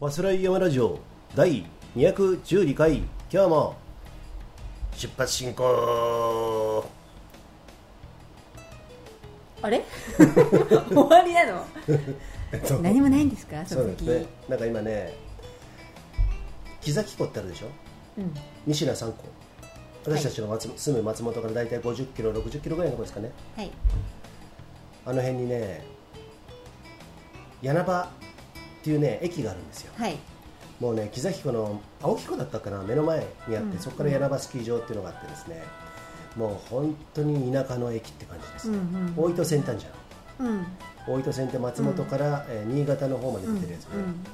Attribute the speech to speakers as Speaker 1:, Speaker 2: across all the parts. Speaker 1: わすらい山ラジオ第212回今日も出発進行
Speaker 2: あれ 終わりなの
Speaker 1: えっと
Speaker 2: 何もないんですかそ
Speaker 1: そう
Speaker 2: の
Speaker 1: です
Speaker 2: 先
Speaker 1: ねなんか今ね木崎湖ってあるでしょ
Speaker 2: うん
Speaker 1: 西名三湖私たちの松、住む松本から大体50キロ60キロぐらいのとこですかね
Speaker 2: はい
Speaker 1: あの辺にね柳場っていうね駅があるんですよ
Speaker 2: はい
Speaker 1: もうね木崎湖の青木湖だったかな目の前にあって、
Speaker 2: うん
Speaker 1: そこから柳場スキー場っていうのがあってですねもう本当に田舎の駅って感じですね、
Speaker 2: うんうん
Speaker 1: 大糸線単じゃん
Speaker 2: うん
Speaker 1: 大糸線って松本から、えー新潟の方まで
Speaker 2: う
Speaker 1: 出
Speaker 2: ん
Speaker 1: てるやつね、
Speaker 2: うん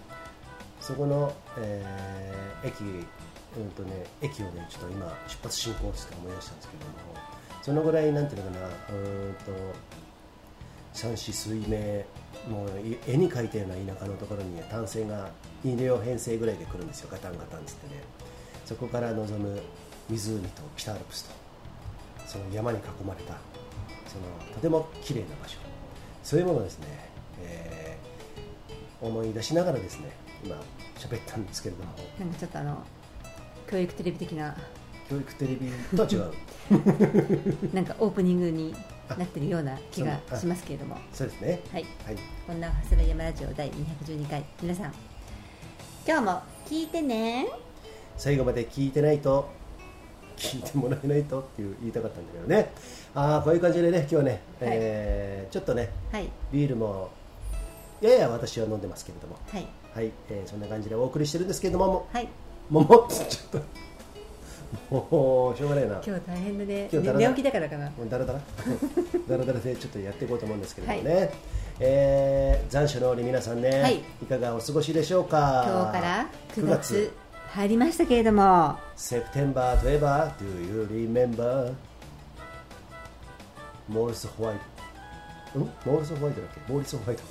Speaker 1: そこの、えー駅うんとね駅をねちょっと今出発進行して思い出したんですけどもそのぐらいなんていうのかなうーんと三四水明もうい絵に描いたような田舎のところに単線が2両編成ぐらいで来るんですよガタンガタンつってねそこから望む湖と北アルプスとその山に囲まれたそのとても綺麗な場所そういうものをですね、えー思い出しながらですね今喋ったんですけれども
Speaker 2: なんかちょっとあの教育テレビ的な
Speaker 1: 教育テレビとは違う
Speaker 2: なんかオープニングになってるような気が
Speaker 1: あそう
Speaker 2: しますけれども
Speaker 1: そうですね
Speaker 2: はい
Speaker 1: はい
Speaker 2: こんな「はすらい山ラジオ」第212回皆さん今日も聞いてね
Speaker 1: 最後まで聞いてないと聞いてもらえないとっていう言いたかったんだけどねああこういう感じでね今日はね、えーちょっとね
Speaker 2: はい
Speaker 1: ビールもやや私は飲んでますけれども
Speaker 2: はい
Speaker 1: はい、えーそんな感じでお送りしてるんですけれどもも
Speaker 2: はい
Speaker 1: ももちょっともうしょうがないな
Speaker 2: 今日大変だね
Speaker 1: 今日だらだら
Speaker 2: 寝起きだからかな
Speaker 1: もうダラダ ラダラダラでちょっとやっていこうと思うんですけれどもね、えー残暑の折皆さんね、
Speaker 2: はい
Speaker 1: い、かがお過ごしでしょうか
Speaker 2: 今日から9
Speaker 1: 9
Speaker 2: 月
Speaker 1: 月
Speaker 2: 入りましたけれども
Speaker 1: セプテンバーといえば Do you remember モーリス・ホワイトんモーリス・ホワイトだっけモーリス・ホワイトか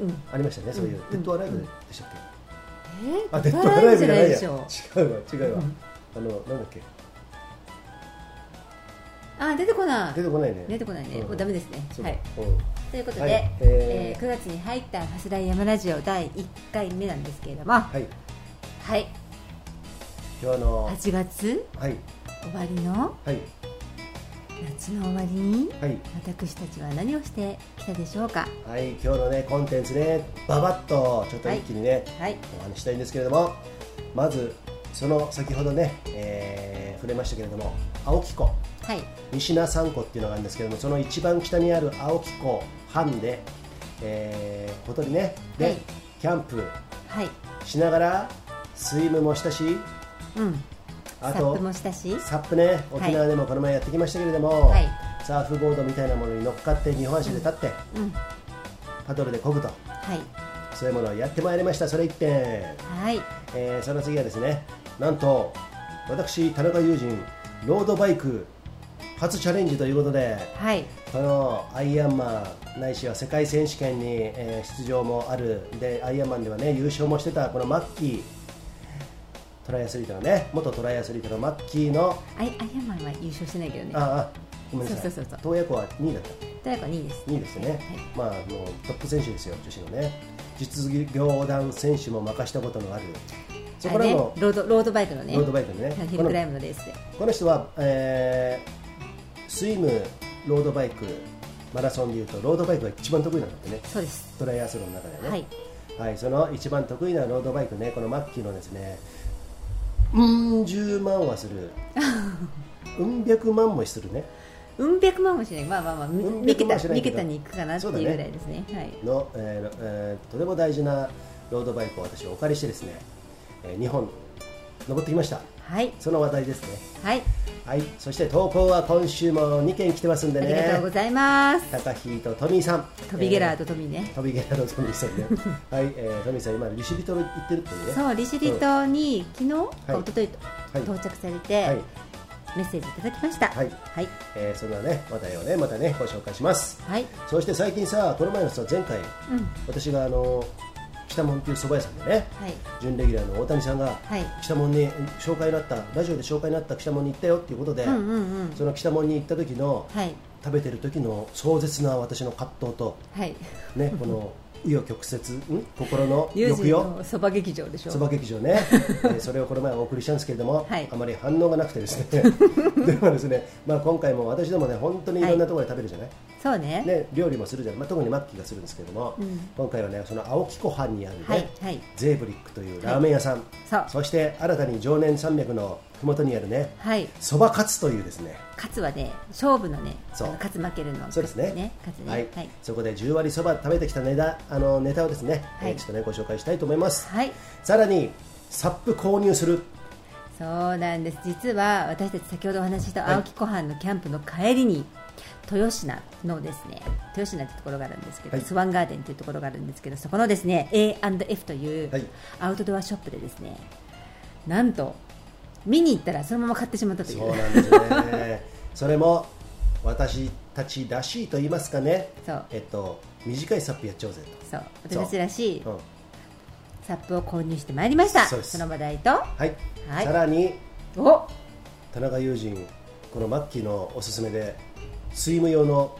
Speaker 2: うん
Speaker 1: ありましたねそういう、
Speaker 2: うんうん
Speaker 1: デッド・アライブでしたっけ、
Speaker 2: え
Speaker 1: あデッド・アライブじゃないや
Speaker 2: でしょ
Speaker 1: 違うわ違うわ、あのなんだっけ
Speaker 2: あ出てこない
Speaker 1: 出てこないね
Speaker 2: 出てこないね、
Speaker 1: うん
Speaker 2: もうダメですね
Speaker 1: そう
Speaker 2: は
Speaker 1: だ
Speaker 2: い
Speaker 1: うん
Speaker 2: ということで、
Speaker 1: はいえ
Speaker 2: え
Speaker 1: ー
Speaker 2: 9月に入った「はすらい山ラジオ」第1回目なんですけれどもは
Speaker 1: はい
Speaker 2: い
Speaker 1: 今日あの
Speaker 2: 8月
Speaker 1: はい
Speaker 2: 終わりの
Speaker 1: はい
Speaker 2: 夏の終わりに
Speaker 1: はい
Speaker 2: 私たちは何をしてきたでしょうか
Speaker 1: はい、今日のねコンテンツねババッとちょっと一気にね、
Speaker 2: はい
Speaker 1: お話ししたいんですけれどもまずその先ほどね、えー触れましたけれども青木湖
Speaker 2: はい
Speaker 1: 西名山湖っていうのがあるんですけれどもその一番北にある青木湖半で、えー、小鳥ねで、
Speaker 2: はい
Speaker 1: キャンプ
Speaker 2: はい
Speaker 1: しながらスイムもしたし
Speaker 2: うんサ
Speaker 1: あ
Speaker 2: ッ
Speaker 1: と
Speaker 2: プもしたし
Speaker 1: サップね沖縄でもこの前やってきましたけれども、
Speaker 2: はい
Speaker 1: サーフボードみたいなものに乗っかって日本足で立って
Speaker 2: うん
Speaker 1: パドルで漕ぐと。
Speaker 2: はい
Speaker 1: そういうものをやってまいりました、それ一点、え
Speaker 2: はい
Speaker 1: ーその次はですね、なんと私、田中友人、ロードバイク初チャレンジということで、
Speaker 2: はい
Speaker 1: このアイアンマン、ないしは世界選手権に、えー出場もある、でアイアンマンではね優勝もしてた、このマッキー、トライアスリートのね、元トライアスリートのマッキーの、
Speaker 2: アイアイアンマンは優勝してないけどね
Speaker 1: ああ、ごめんなさい、
Speaker 2: そうそうそうそう
Speaker 1: 洞爺湖は2位だった。
Speaker 2: 誰か2位です
Speaker 1: いいですね、
Speaker 2: はい
Speaker 1: まあ、もうトップ選手ですよ、女子のね、実業団選手も任したことのある、そこら
Speaker 2: あ
Speaker 1: の
Speaker 2: れねロードロードバイクの
Speaker 1: ロ
Speaker 2: ね
Speaker 1: ードバイクのね、
Speaker 2: はいヒ
Speaker 1: こ
Speaker 2: ル
Speaker 1: の
Speaker 2: クライムのレースで
Speaker 1: この人は、えースイム、ロードバイク、マラソンでいうと、ロードバイクが一番得意なんだってね、
Speaker 2: そうです
Speaker 1: トライアスロンの中でね、
Speaker 2: はい
Speaker 1: はいその一番得意なロードバイクね、このマッキーのですね、うん、10万はす る、うん、百万もするね。
Speaker 2: うん百万もしないまあまあまあ
Speaker 1: うん百万
Speaker 2: 三桁
Speaker 1: はしない
Speaker 2: 三
Speaker 1: けど
Speaker 2: 桁に行くかなっていうぐらいですねはい
Speaker 1: の、えーえーとても大事なロードバイクを私お借りしてですね、え2本登ってきました
Speaker 2: はい
Speaker 1: その話題ですね
Speaker 2: はい
Speaker 1: はいそして投稿は今週も2件来てますんで
Speaker 2: あ
Speaker 1: ね
Speaker 2: りがとうございます
Speaker 1: 高飛とトミーさん
Speaker 2: トビゲラー
Speaker 1: と、
Speaker 2: とトミーね
Speaker 1: えートビゲラーとトミーさんね はい、えートミーさん今利尻島行ってるっていうね
Speaker 2: そう利尻島に昨日
Speaker 1: は
Speaker 2: か
Speaker 1: い
Speaker 2: 一昨日と
Speaker 1: はい
Speaker 2: 到着され
Speaker 1: は
Speaker 2: て
Speaker 1: い、
Speaker 2: メッセージいただきました
Speaker 1: はい
Speaker 2: はい
Speaker 1: えーそんなね話題をねまたねご紹介します
Speaker 2: はい
Speaker 1: そして最近さこの前のさ前回
Speaker 2: うん
Speaker 1: 私があの北門っていう蕎麦屋さんでね
Speaker 2: はい
Speaker 1: 準レギュラーの大谷さんが、
Speaker 2: はい
Speaker 1: 北門に紹介になったラジオで紹介になった北門に行ったよっていうことで、
Speaker 2: うんうんうん
Speaker 1: その北門に行った時の
Speaker 2: はい
Speaker 1: 食べてる時の壮絶な私の葛藤と
Speaker 2: はい
Speaker 1: ねこの紆余曲折ん心の
Speaker 2: 友
Speaker 1: 抑
Speaker 2: 人
Speaker 1: 揚
Speaker 2: のそば劇場でしょ
Speaker 1: そば劇場 ね、えーそれをこの前お送りしたんですけれども、
Speaker 2: はい
Speaker 1: あまり反応がなくてです ねでもですね、まあ、今回も私どもね本当にいろんなところで食べるじゃない、
Speaker 2: そうね
Speaker 1: ね、料理もするじゃない、まあ、特にマッキーがするんですけれども、
Speaker 2: うん
Speaker 1: 今回はねその青木湖畔にあるね、
Speaker 2: はいはい
Speaker 1: ゼーブリックというラーメン屋さん、
Speaker 2: そう
Speaker 1: そして新たに常年山脈の麓にあるね
Speaker 2: はい
Speaker 1: そばカツというですね
Speaker 2: 勝つはね勝負のね
Speaker 1: そう
Speaker 2: あの勝つ負けるの
Speaker 1: そうですね
Speaker 2: 勝つね
Speaker 1: はい
Speaker 2: はい、
Speaker 1: そこで10割そば食べてきたネタあのネタをですね、
Speaker 2: はい
Speaker 1: えーちょっとねご紹介したいと思います、
Speaker 2: はい
Speaker 1: さらにサップ購入する
Speaker 2: そうなんです実は私たち先ほどお話しした
Speaker 1: はい
Speaker 2: 青木湖畔のキャンプの帰りに豊品のですね豊品ってところがあるんですけど、
Speaker 1: はい
Speaker 2: スワンガーデンというところがあるんですけどそこのですね A&F という
Speaker 1: はい
Speaker 2: アウトドアショップでですねなんと見に行ったらそのまま買ってしまったとい
Speaker 1: そう
Speaker 2: う
Speaker 1: なんですねそれも私たちらしいと言いますかね
Speaker 2: そう
Speaker 1: えっと短いサップやっちゃおうぜ
Speaker 2: そう私たちらしい
Speaker 1: と、うん
Speaker 2: サップを購入してまいりました
Speaker 1: そうです
Speaker 2: の話題と
Speaker 1: はい、
Speaker 2: はい
Speaker 1: さらに
Speaker 2: お
Speaker 1: 田中友人このマッキーのおすすめでスイム用の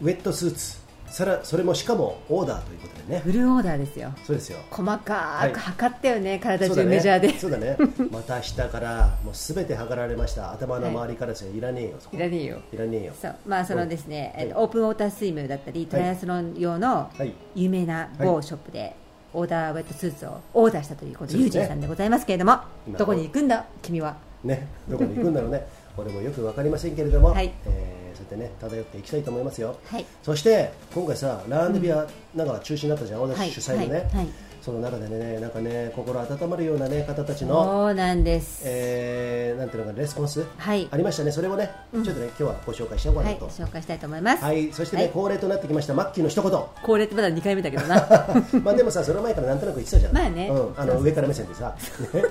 Speaker 1: ウェットスーツさらそれもしかもオーダーということでね
Speaker 2: フルオーダーですよ
Speaker 1: そうですよ
Speaker 2: 細か
Speaker 1: い
Speaker 2: く測ったよね、体
Speaker 1: そう
Speaker 2: 中
Speaker 1: だね
Speaker 2: メジャーで、
Speaker 1: そう だねまた下からもうすべて測られました頭の周りからですよ、い、らねえよそこ
Speaker 2: いらねえよ
Speaker 1: いらねえよ
Speaker 2: そうまあそのですね、
Speaker 1: はい
Speaker 2: えっとオープンウォータースイムだったりトライアスロン用の
Speaker 1: はい
Speaker 2: 有名な某ショップでオーダーウェットスーツをオーダーしたということでユージンさんでございますけれども、
Speaker 1: 今
Speaker 2: どこに行くんだ君は
Speaker 1: ねどこに行くんだ ろうね俺もよくわかりませんけれども、
Speaker 2: はい
Speaker 1: えーそうやってね漂っていきたいと思いますよ
Speaker 2: はい
Speaker 1: そして今回さラーンデビアなんか中止になったじゃん、
Speaker 2: はい
Speaker 1: 私主催のね、
Speaker 2: はいはい
Speaker 1: その中でねなんかね心温まるようなね方たちの
Speaker 2: そうなんです、
Speaker 1: えーなんていうのかなレスポンス、
Speaker 2: はい
Speaker 1: ありましたね、それをね、
Speaker 2: うん
Speaker 1: ちょっとね、今日はご紹介しようか
Speaker 2: は
Speaker 1: ないと、はい
Speaker 2: 紹介したいと思います、
Speaker 1: そしてね、
Speaker 2: はい
Speaker 1: 恒例となってきました、マッキーの一言、
Speaker 2: これってまだ2回目だけ どな
Speaker 1: まあでもさ、その前からなんとなく言ってたじゃん、
Speaker 2: まあね
Speaker 1: うん、あ
Speaker 2: そうそうそ
Speaker 1: の
Speaker 2: う
Speaker 1: 上から目線でさ、ね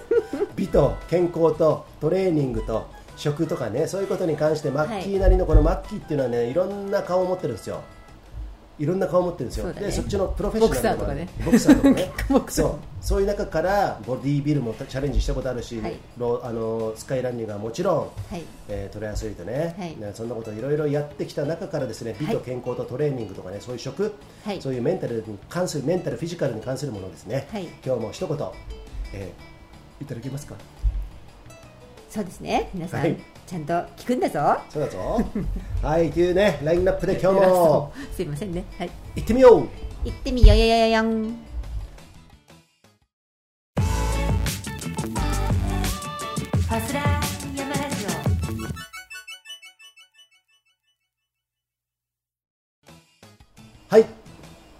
Speaker 1: 美と健康とトレーニングと食とかね、そういうことに関して、マッキーなりのこのマッキーっていうのはね、いろんな顔を持ってるんですよ。いろんな顔を持ってるんですよ、
Speaker 2: そうだね
Speaker 1: でそっちのプロフェッショナルもあるボ
Speaker 2: ボ
Speaker 1: クサーとかね
Speaker 2: ボクサー
Speaker 1: そうそういう中からボディービルもチャレンジしたことあるし、
Speaker 2: はい
Speaker 1: ローあのスカイランニングはもちろん、
Speaker 2: はい
Speaker 1: えートレアスリートね、
Speaker 2: はい
Speaker 1: ねそんなこといろいろやってきた中からですね美と健康とトレーニングとかねそういう食、
Speaker 2: はい
Speaker 1: そういうメンタルに関するメンタルフィジカルに関するものですね、
Speaker 2: はい
Speaker 1: 今日も一言、えーいただけ ますか
Speaker 2: そうですね皆さん、
Speaker 1: はい
Speaker 2: ちゃんと聞くんだぞ
Speaker 1: そうだぞはいというねラインナップ で今日
Speaker 2: 偉
Speaker 1: も
Speaker 2: そうすいませんねはい
Speaker 1: 行ってみよう
Speaker 2: 行ってみよよよよよんファスラー山ラジ
Speaker 1: はい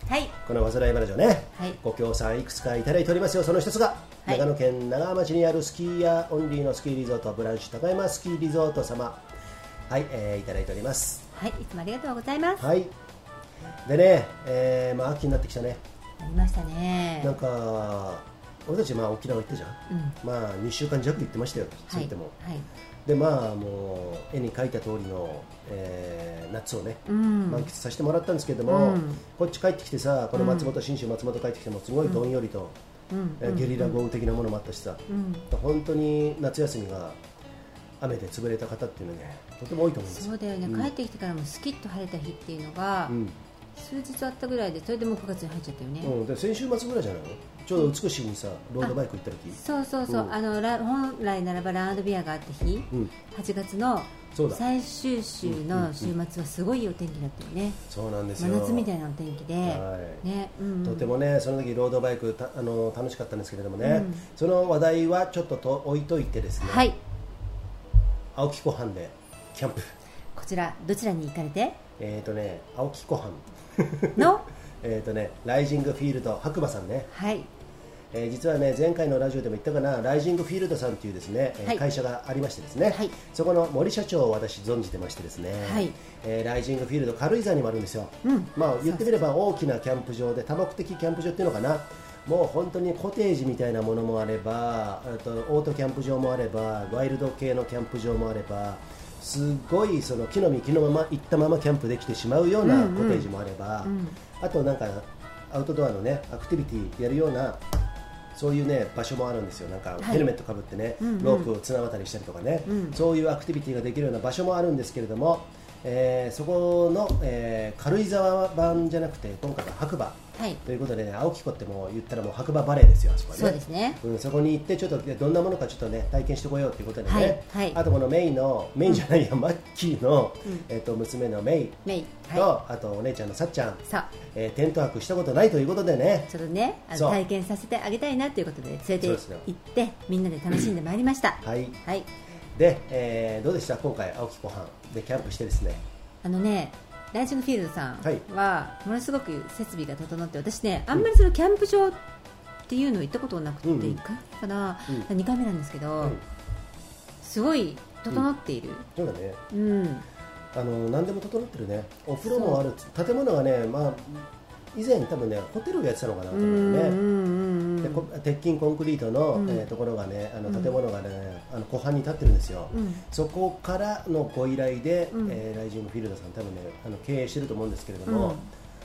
Speaker 2: オはい
Speaker 1: この煩い話をね
Speaker 2: はい
Speaker 1: ご協賛いくつかいただいておりますよその一つが、
Speaker 2: はい
Speaker 1: 長野県長浜町にあるスキーヤーオンリーのスキーリゾートブランシュ高山スキーリゾート様はい、えーいただいております
Speaker 2: はいいつもありがとうございます
Speaker 1: はい。でね、えーまあ秋になってきたね。
Speaker 2: ありましたね
Speaker 1: なんか俺たちまあ沖縄行ったじゃん。
Speaker 2: うんは
Speaker 1: まあ2週間弱行ってましたよ。そう言
Speaker 2: い
Speaker 1: っても。
Speaker 2: はい
Speaker 1: でまあもう絵に描いた通りの、えー夏をね。
Speaker 2: うん
Speaker 1: 満喫させてもらったんですけれども、
Speaker 2: うん
Speaker 1: こっち帰ってきてさこの松本信州松本帰ってきてもすごいどんよりと、
Speaker 2: うん
Speaker 1: えーゲリラ豪雨的なものもあったしさ、
Speaker 2: うん
Speaker 1: 本当に夏休みが雨で潰れた方っていうのはねとても多いと思うんですよ
Speaker 2: そうだよね、
Speaker 1: うん
Speaker 2: 帰ってきてからもスキッと晴れた日っていうのが、
Speaker 1: うん
Speaker 2: 数日あったぐらいでそれでもう9月に入っちゃったよね、
Speaker 1: うん、で先週末ぐらいじゃないのちょうど美しいにさロードバイク行った時
Speaker 2: そうそうそう、
Speaker 1: うん
Speaker 2: あのラ本来ならばランドビアがあった日、
Speaker 1: うん
Speaker 2: 8月の
Speaker 1: そうだ
Speaker 2: 最終週の週末はすごいいいお天気だったよね、
Speaker 1: そうなんです
Speaker 2: 真
Speaker 1: よ
Speaker 2: 夏みたいなお天気で、
Speaker 1: はい
Speaker 2: ねうん、
Speaker 1: とてもねその時ロードバイクたあの楽しかったんですけれどもね、
Speaker 2: うん
Speaker 1: その話題はちょっとと置いといてですね、
Speaker 2: はい
Speaker 1: 青木湖畔でキャンプ
Speaker 2: こちらどちらに行かれて
Speaker 1: えっ、ー、とね青木湖畔
Speaker 2: の
Speaker 1: えっとねライジングフィールド白馬さんね
Speaker 2: はい
Speaker 1: えー実はね前回のラジオでも言ったかなライジングフィールドさんというですね、えー
Speaker 2: はい
Speaker 1: 会社がありましてですね、
Speaker 2: はい
Speaker 1: そこの森社長を私存じてましてですね、
Speaker 2: はい
Speaker 1: えーライジングフィールド軽井沢にもあるんですよ、
Speaker 2: うん
Speaker 1: まあ言ってみれば大きなキャンプ場で多目的キャンプ場っていうのかなもう本当にコテージみたいなものもあればあとオートキャンプ場もあればワイルド系のキャンプ場もあればすごいその木の幹のまま行ったままキャンプできてしまうような
Speaker 2: うんう
Speaker 1: コ
Speaker 2: ん
Speaker 1: テージもあれば、
Speaker 2: うん
Speaker 1: あとなんかアウトドアのねアクティビティやるようなそういうね場所もあるんですよなんか
Speaker 2: い
Speaker 1: ヘルメットかぶってね、
Speaker 2: うんうん
Speaker 1: ロープを綱渡りしたりとかね、
Speaker 2: うん
Speaker 1: そういうアクティビティができるような場所もあるんですけれども、えーそこの、えー軽井沢版じゃなくて今回は白馬
Speaker 2: はい
Speaker 1: ということでね青木湖ってもう言ったらもう白馬バレーですよあそこはね
Speaker 2: そうですね
Speaker 1: うん、そこに行ってちょっとどんなものかちょっとね体験してこようということでね、
Speaker 2: はいはい
Speaker 1: あとこのメイのメイじゃないや、マッキーの、
Speaker 2: うん
Speaker 1: えっと娘のメイ
Speaker 2: メイ
Speaker 1: と、
Speaker 2: は
Speaker 1: あとお姉ちゃんのさっちゃん
Speaker 2: い、さ
Speaker 1: えーテント泊したことないということでね
Speaker 2: あちょっとねあ
Speaker 1: そ
Speaker 2: の
Speaker 1: う
Speaker 2: 体験させてあげたいなということで連れ
Speaker 1: そ
Speaker 2: て
Speaker 1: う
Speaker 2: 行
Speaker 1: ですよ
Speaker 2: ってみんなで楽しんでまいりました、
Speaker 1: はい
Speaker 2: はい
Speaker 1: で、えーどうでした今回青木湖畔でキャンプしてですね
Speaker 2: あのねライジングフィールドさん
Speaker 1: はい
Speaker 2: はものすごく設備が整って私ねあんまりそのキャンプ場っていうの行ったことなくて
Speaker 1: うんうん
Speaker 2: 1回目かな、
Speaker 1: うん
Speaker 2: 2回目なんですけど、
Speaker 1: うん
Speaker 2: すごい整っている、
Speaker 1: そうだね
Speaker 2: うん
Speaker 1: あの何でも整ってるねお風呂もある建物がねまあ以前多分ねホテルがやってたのかなと
Speaker 2: う
Speaker 1: 思
Speaker 2: ん
Speaker 1: う
Speaker 2: う
Speaker 1: よね、
Speaker 2: ん
Speaker 1: でこ鉄筋コンクリートの、
Speaker 2: うん
Speaker 1: えーところがねあの
Speaker 2: うん
Speaker 1: 建物がね、あの湖畔に立ってるんですよ、
Speaker 2: うん
Speaker 1: そこからのご依頼で、
Speaker 2: うん
Speaker 1: えーライジングフィールドさん多分ねあの経営してると思うんですけれども、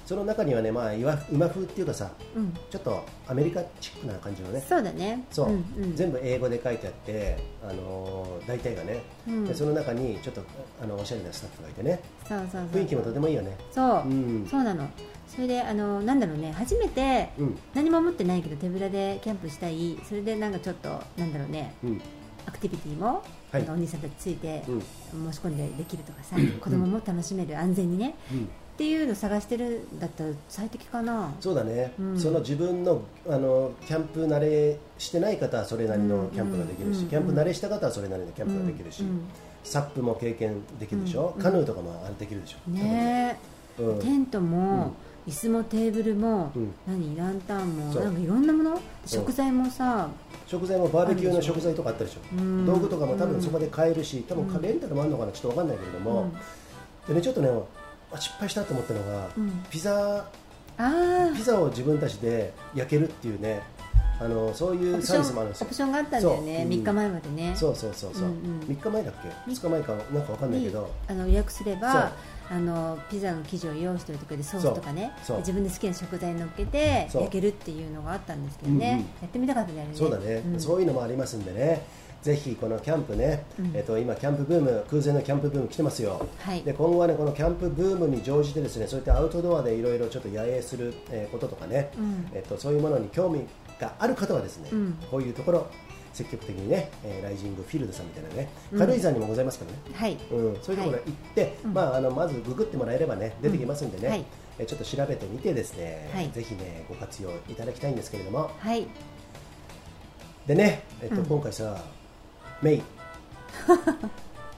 Speaker 1: その中にはね、まあ、いわ今風っていうかさ
Speaker 2: うんうん
Speaker 1: ちょっとアメリカチックな感じのね
Speaker 2: そうだね
Speaker 1: そう、
Speaker 2: んうん
Speaker 1: 全部英語で書いてあって、あのー大体がね、
Speaker 2: うん
Speaker 1: でその中にちょっとあのおしゃれなスタッフがいてね
Speaker 2: そうそうそう
Speaker 1: 雰囲気もとてもいいよね、
Speaker 2: そ
Speaker 1: う
Speaker 2: う、
Speaker 1: ん
Speaker 2: そうなのそれであのなんだろうね初めて
Speaker 1: うん
Speaker 2: 何も持ってないけど手ぶらでキャンプしたいそれでなんかちょっとなんだろうね
Speaker 1: うん
Speaker 2: アクティビティも、
Speaker 1: は
Speaker 2: なんかお
Speaker 1: い、
Speaker 2: 兄さんたちついて
Speaker 1: うん
Speaker 2: 申し込んでできるとかさ、子供も楽しめる安全にね
Speaker 1: うん
Speaker 2: っていうの探してるんだったら最適かな
Speaker 1: そうだね、
Speaker 2: うん
Speaker 1: その自分のあのキャンプ慣れしてない方はそれなりのキャンプができるし、
Speaker 2: うん
Speaker 1: キャンプ慣れした方はそれなりのキャンプができるし、
Speaker 2: うん
Speaker 1: サップも経験できるでしょ、
Speaker 2: うん
Speaker 1: カヌーとかもあれできるでしょ、
Speaker 2: うんね
Speaker 1: 多分
Speaker 2: え
Speaker 1: ね
Speaker 2: テントも、椅子もテーブルも、
Speaker 1: うんうん、
Speaker 2: 何ランタンも
Speaker 1: そう
Speaker 2: なんかいろんなもの食材もさ、
Speaker 1: 食材もバーベキューの食材とかあったでしょ、
Speaker 2: うん
Speaker 1: 道具とかも多分そこで買えるし、多分
Speaker 2: うん
Speaker 1: レンタルもあるのかなちょっとわかんないけれど
Speaker 2: うん
Speaker 1: も、でねちょっとねあ失敗したと思ったのが、
Speaker 2: うん
Speaker 1: ピザ
Speaker 2: ああ
Speaker 1: ピザを自分たちで焼けるっていうねあのそういう
Speaker 2: オプシ
Speaker 1: サービス
Speaker 2: ョン
Speaker 1: もあるんです
Speaker 2: オ
Speaker 1: よ
Speaker 2: プションがあったんだよね、
Speaker 1: そううん
Speaker 2: 3日前までね
Speaker 1: そうそうそうそう、
Speaker 2: うんうん
Speaker 1: 3日前だっけ2日前かなんかわかんないけど、
Speaker 2: あの予約すれ
Speaker 1: そう
Speaker 2: ばあのピザの生地を用意しておいてくれてソースとかね
Speaker 1: そうそう
Speaker 2: 自分で好きな食材乗っけて
Speaker 1: そう
Speaker 2: 焼けるっていうのがあったんですけどね、
Speaker 1: うんうん
Speaker 2: やってみたかったねあれね
Speaker 1: そうだね、
Speaker 2: ん
Speaker 1: そういうのもありますんでねぜひこのキャンプね、
Speaker 2: うん
Speaker 1: えっと今キャンプブーム空前のキャンプブーム来てますよ
Speaker 2: はい
Speaker 1: で今後はねこのキャンプブームに乗じてですねそういったアウトドアでいろいろちょっと野営するえーこととかね、
Speaker 2: うん
Speaker 1: えっとそういうものに興味がある方はですね、
Speaker 2: うん
Speaker 1: こういうところ積極的にね、えーライジングフィールドさんみたいなね
Speaker 2: うん
Speaker 1: 軽井沢にもございますからね、
Speaker 2: はい
Speaker 1: うん、そういうところ行って、
Speaker 2: うん
Speaker 1: まあ、あのまずググってもらえればね出てきますんでね、
Speaker 2: うんはい
Speaker 1: えちょっと調べてみてですね、
Speaker 2: はい
Speaker 1: ぜひねご活用いただきたいんですけれども
Speaker 2: はい
Speaker 1: でね、えっと
Speaker 2: うん
Speaker 1: 今回さメ イ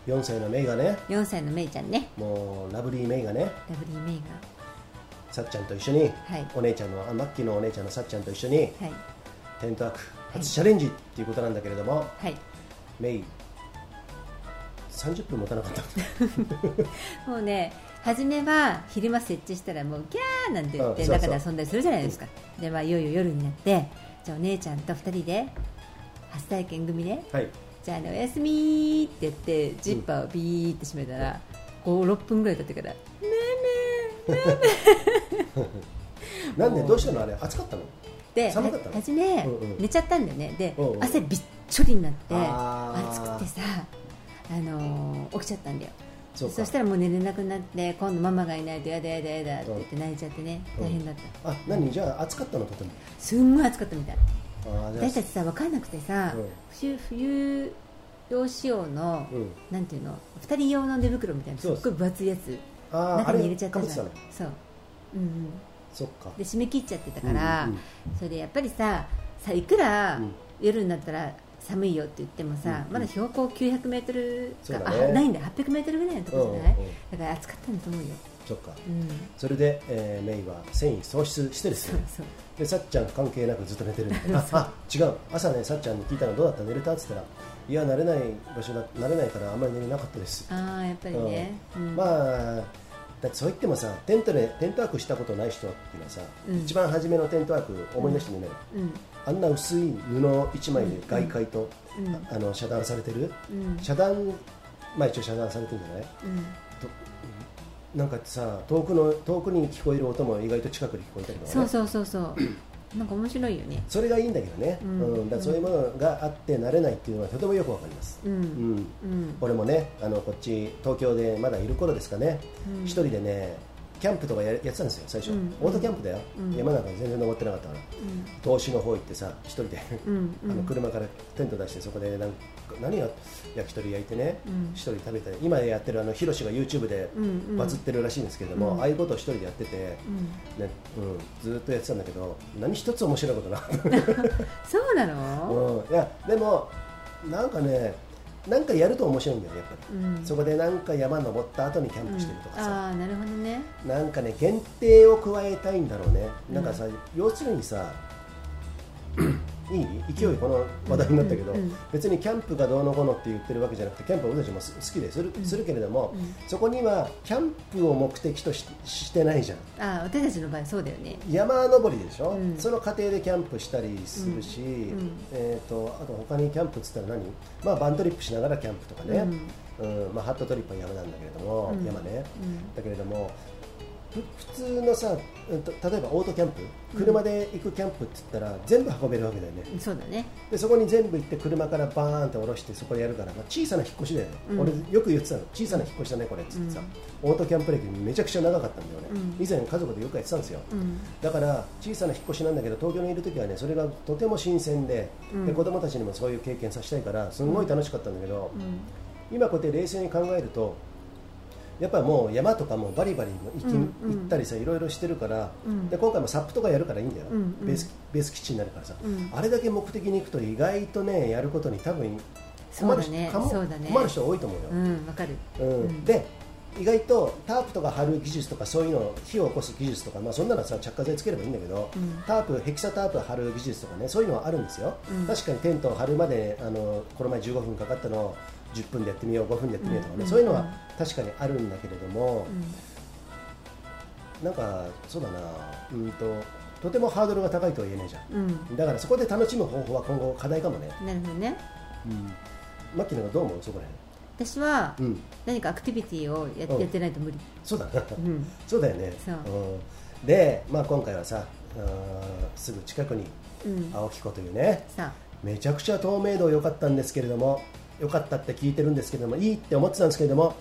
Speaker 1: 4歳のメイがね
Speaker 2: 4歳のメイちゃんね
Speaker 1: もうラブリーメイがね
Speaker 2: ラブリーメイ
Speaker 1: さっちゃんと一緒に、
Speaker 2: はい
Speaker 1: お姉ちゃんのあマッキーのお姉ちゃんのさっちゃんと一緒に
Speaker 2: がはい
Speaker 1: テントワーク初チャレンジっていうことなんだけれども、
Speaker 2: はい
Speaker 1: メイ30分持たなか った
Speaker 2: もうね初めは昼間設置したらもうギャーなんて言って
Speaker 1: うんそうそう
Speaker 2: 中で遊んだりするじゃないですか、でまあいよいよ夜になってじゃあお姉ちゃんと2人で初体験組で
Speaker 1: はい
Speaker 2: じゃあねおやすみーって言ってジッパーをビーって閉めたら、56分ぐらい経ってから「ねえね
Speaker 1: なんでどうしたのあれ暑かったの
Speaker 2: え」って
Speaker 1: 寒かったの
Speaker 2: 初め
Speaker 1: うんうん
Speaker 2: 寝ちゃったんだよねで
Speaker 1: うんうん
Speaker 2: 汗びっちょりになって暑
Speaker 1: あー
Speaker 2: くてさあのー起きちゃったんだよ
Speaker 1: そうか
Speaker 2: したらもう寝れなくなって今度ママがいないとやだやだやだって言って泣いちゃってね
Speaker 1: うん
Speaker 2: 大変だった
Speaker 1: あ何じゃあ暑かったのとても
Speaker 2: すんごい暑かったみたい
Speaker 1: あーじゃあ
Speaker 2: 私たちさ分かんなくてさ
Speaker 1: うん
Speaker 2: 冬冬用仕様の
Speaker 1: うん
Speaker 2: なんていうの2人用の寝袋みたいなす
Speaker 1: そう
Speaker 2: っごい分厚いやつ
Speaker 1: あー
Speaker 2: 中に入れちゃったじゃん
Speaker 1: あれかぶって
Speaker 2: そう、うんうん、
Speaker 1: たのそっか
Speaker 2: で締め切っちゃってたから、
Speaker 1: うんうん
Speaker 2: それでやっぱりささいくら
Speaker 1: うん
Speaker 2: 夜になったら寒いよって言っても
Speaker 1: うん
Speaker 2: さ、
Speaker 1: うん
Speaker 2: まだ標高900メートル
Speaker 1: そう
Speaker 2: か、
Speaker 1: だね
Speaker 2: あないんだ800メートルぐらいのとこじゃない、
Speaker 1: うんうんうん
Speaker 2: だから暑かったんだと思うよ、
Speaker 1: そっか
Speaker 2: うん、
Speaker 1: それで、えーメイは繊維喪失してです
Speaker 2: そう
Speaker 1: ね
Speaker 2: そう
Speaker 1: でさっちゃん関係なくずっと寝てるんで ああ違う朝ねさっちゃんに聞いたのどうだった寝れたって言ったらいや慣れない場所だ慣れないからあんまり寝れなかったです、
Speaker 2: ああやっぱりね、うん
Speaker 1: まあだってそう言ってもさテントでテントワークしたことない人っていうのはさ、
Speaker 2: うん
Speaker 1: 一番初めのテントワーク思い出してみない、
Speaker 2: うん
Speaker 1: あんな薄い布一枚で外界と、
Speaker 2: うん
Speaker 1: ああの遮断されてる、
Speaker 2: うん
Speaker 1: 遮断まあ一応遮断されてるんじゃない
Speaker 2: うん
Speaker 1: となんかさ遠くの遠くに聞こえる音も意外と近くに聞こえたりとかね
Speaker 2: そうそうそうそうなんか面白いよね
Speaker 1: それがいいんだけどね、う
Speaker 2: うんん
Speaker 1: だからそういうものがあって慣れないっていうのはとてもよくわかります、
Speaker 2: うん
Speaker 1: うん
Speaker 2: うん
Speaker 1: 俺もねあのこっち東京でまだいる頃ですかね、
Speaker 2: うん
Speaker 1: 一人でねキャンプとかややってたんですよ最初、
Speaker 2: うん
Speaker 1: オートキャンプだよ、
Speaker 2: うん
Speaker 1: 山なんか全然登ってなかったから投資の方行ってさ一人で、
Speaker 2: うんうん
Speaker 1: あの車からテント出してそこでなんか何や焼き鳥焼いてね、
Speaker 2: うん
Speaker 1: 一人食べて今やってるあのヒロシが YouTube で
Speaker 2: うんうん
Speaker 1: バズってるらしいんですけれども、
Speaker 2: うん
Speaker 1: ああいうことを一人でやってて、ね
Speaker 2: うん
Speaker 1: うん、ずっとやってたんだけど何一つ面白いことなかった
Speaker 2: そうなの、
Speaker 1: うん、いやでもなんかねなんかやると面白いんだよねやっぱ
Speaker 2: う
Speaker 1: り、
Speaker 2: ん
Speaker 1: そこでなんか山登った後にキャンプしてるとかさ、
Speaker 2: ああなるほどね
Speaker 1: なんかね限定を加えたいんだろうねなんかさ、要するにさいい勢いこの話題になったけど、
Speaker 2: うんうんうん
Speaker 1: 別にキャンプがどうのこうのって言ってるわけじゃなくてキャンプは俺たちもす好きでする,、
Speaker 2: うん
Speaker 1: するけれども、
Speaker 2: うん
Speaker 1: そこにはキャンプを目的とししてないじゃん
Speaker 2: ああ私たちの場合そうだよね
Speaker 1: 山登りでしょ、
Speaker 2: うん
Speaker 1: その過程でキャンプしたりするし、
Speaker 2: んうん
Speaker 1: えー、とあと他にキャンプっつったら何、まあ、バントリップしながらキャンプとかね、うんまあ、ハットトリップは山なんだけれども、
Speaker 2: うん
Speaker 1: 山ね
Speaker 2: う
Speaker 1: だけれどもふ普通のさ、うんと、例えばオートキャンプ車で行くキャンプっつったら全部運べるわけだよね、
Speaker 2: んそうだね
Speaker 1: でそこに全部行って車からバーンって下ろしてそこでやるから、まあ、小さな引っ越しだよね、
Speaker 2: うん
Speaker 1: 俺よく言ってたの小さな引っ越しだねこれっつってさ、オートキャンプ歴めちゃくちゃ長かったんだよね、
Speaker 2: うん
Speaker 1: 以前家族でよくやってたんですよ、
Speaker 2: うん
Speaker 1: だから小さな引っ越しなんだけど東京にいる時はねそれがとても新鮮で,、
Speaker 2: うん
Speaker 1: で子供たちにもそういう経験させたいからすごい楽しかったんだけど、
Speaker 2: うん
Speaker 1: 今こうやって冷静に考えるとやっぱりもう山とかもバリバリ行き、
Speaker 2: うんうん
Speaker 1: 行ったりさいろいろしてるから、
Speaker 2: うん
Speaker 1: で今回もサップとかやるからいいんだよ、
Speaker 2: うんうん
Speaker 1: ベースベース基地になるからさ、
Speaker 2: うん
Speaker 1: あれだけ目的に行くと意外とねやることに多分
Speaker 2: そ
Speaker 1: 困
Speaker 2: う
Speaker 1: る
Speaker 2: だ
Speaker 1: 人,
Speaker 2: ね
Speaker 1: かも、
Speaker 2: そうだね
Speaker 1: 困る人多いと思うよ、
Speaker 2: うんわかる
Speaker 1: うん
Speaker 2: うん
Speaker 1: で意外とタープとか張る技術とかそういうの火を起こす技術とか、まあ、そんなのはさ着火剤つければいいんだけど、
Speaker 2: うん
Speaker 1: タープヘキサタープ張る技術とかねそういうのはあるんですよ、
Speaker 2: うん
Speaker 1: 確かにテントを張るまであのこの前15分かかったのを10分でやってみよう5分でやってみようとかね、
Speaker 2: うん
Speaker 1: そういうのは確かにあるんだけれども
Speaker 2: う、ん
Speaker 1: なんかそうだなうんととてもハードルが高いとは言えないじゃ
Speaker 2: うん
Speaker 1: んだからそこで楽しむ方法は今後課題かもね、
Speaker 2: なるほどね
Speaker 1: うん、マッキーなんかどう思うそこら
Speaker 2: 私は
Speaker 1: 辺、うん、
Speaker 2: 何かアクティビティをや
Speaker 1: うん
Speaker 2: やってないと無理
Speaker 1: そうだな
Speaker 2: うん
Speaker 1: そうだよね、
Speaker 2: そうん
Speaker 1: で、まあ、今回はさあーすぐ近くに
Speaker 2: うん
Speaker 1: 青木湖というね
Speaker 2: さあ
Speaker 1: めちゃくちゃ透明度良かったんですけれども良かったって聞いてるんですけれどもいいって思ってたんですけれども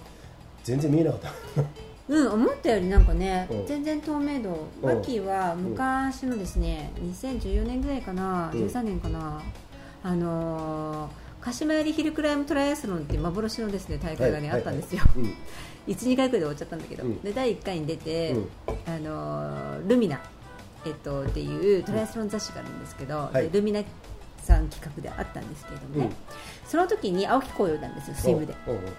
Speaker 1: 全然見えなかった、
Speaker 2: うん、思ったよりなんかね、
Speaker 1: うん
Speaker 2: 全然透明度、
Speaker 1: うん
Speaker 2: マキは昔のですね、2014年ぐらいかな、
Speaker 1: うん
Speaker 2: 13年かな、あのー、鹿島槍ヒルクライムトライアスロンっていう幻のですね大会がね、
Speaker 1: はい
Speaker 2: あったんですよ、
Speaker 1: うん
Speaker 2: 1、2回くらいで終わっちゃったんだけど、
Speaker 1: うん
Speaker 2: で第1回に出て、
Speaker 1: うん
Speaker 2: あのールミナ、えっと、っていうトライアスロン雑誌があるんですけど、
Speaker 1: はい
Speaker 2: でルミナさん企画であったんですけれどもね、
Speaker 1: うん
Speaker 2: その時に青木紅葉なんですよ、スイムで。
Speaker 1: うんうんうん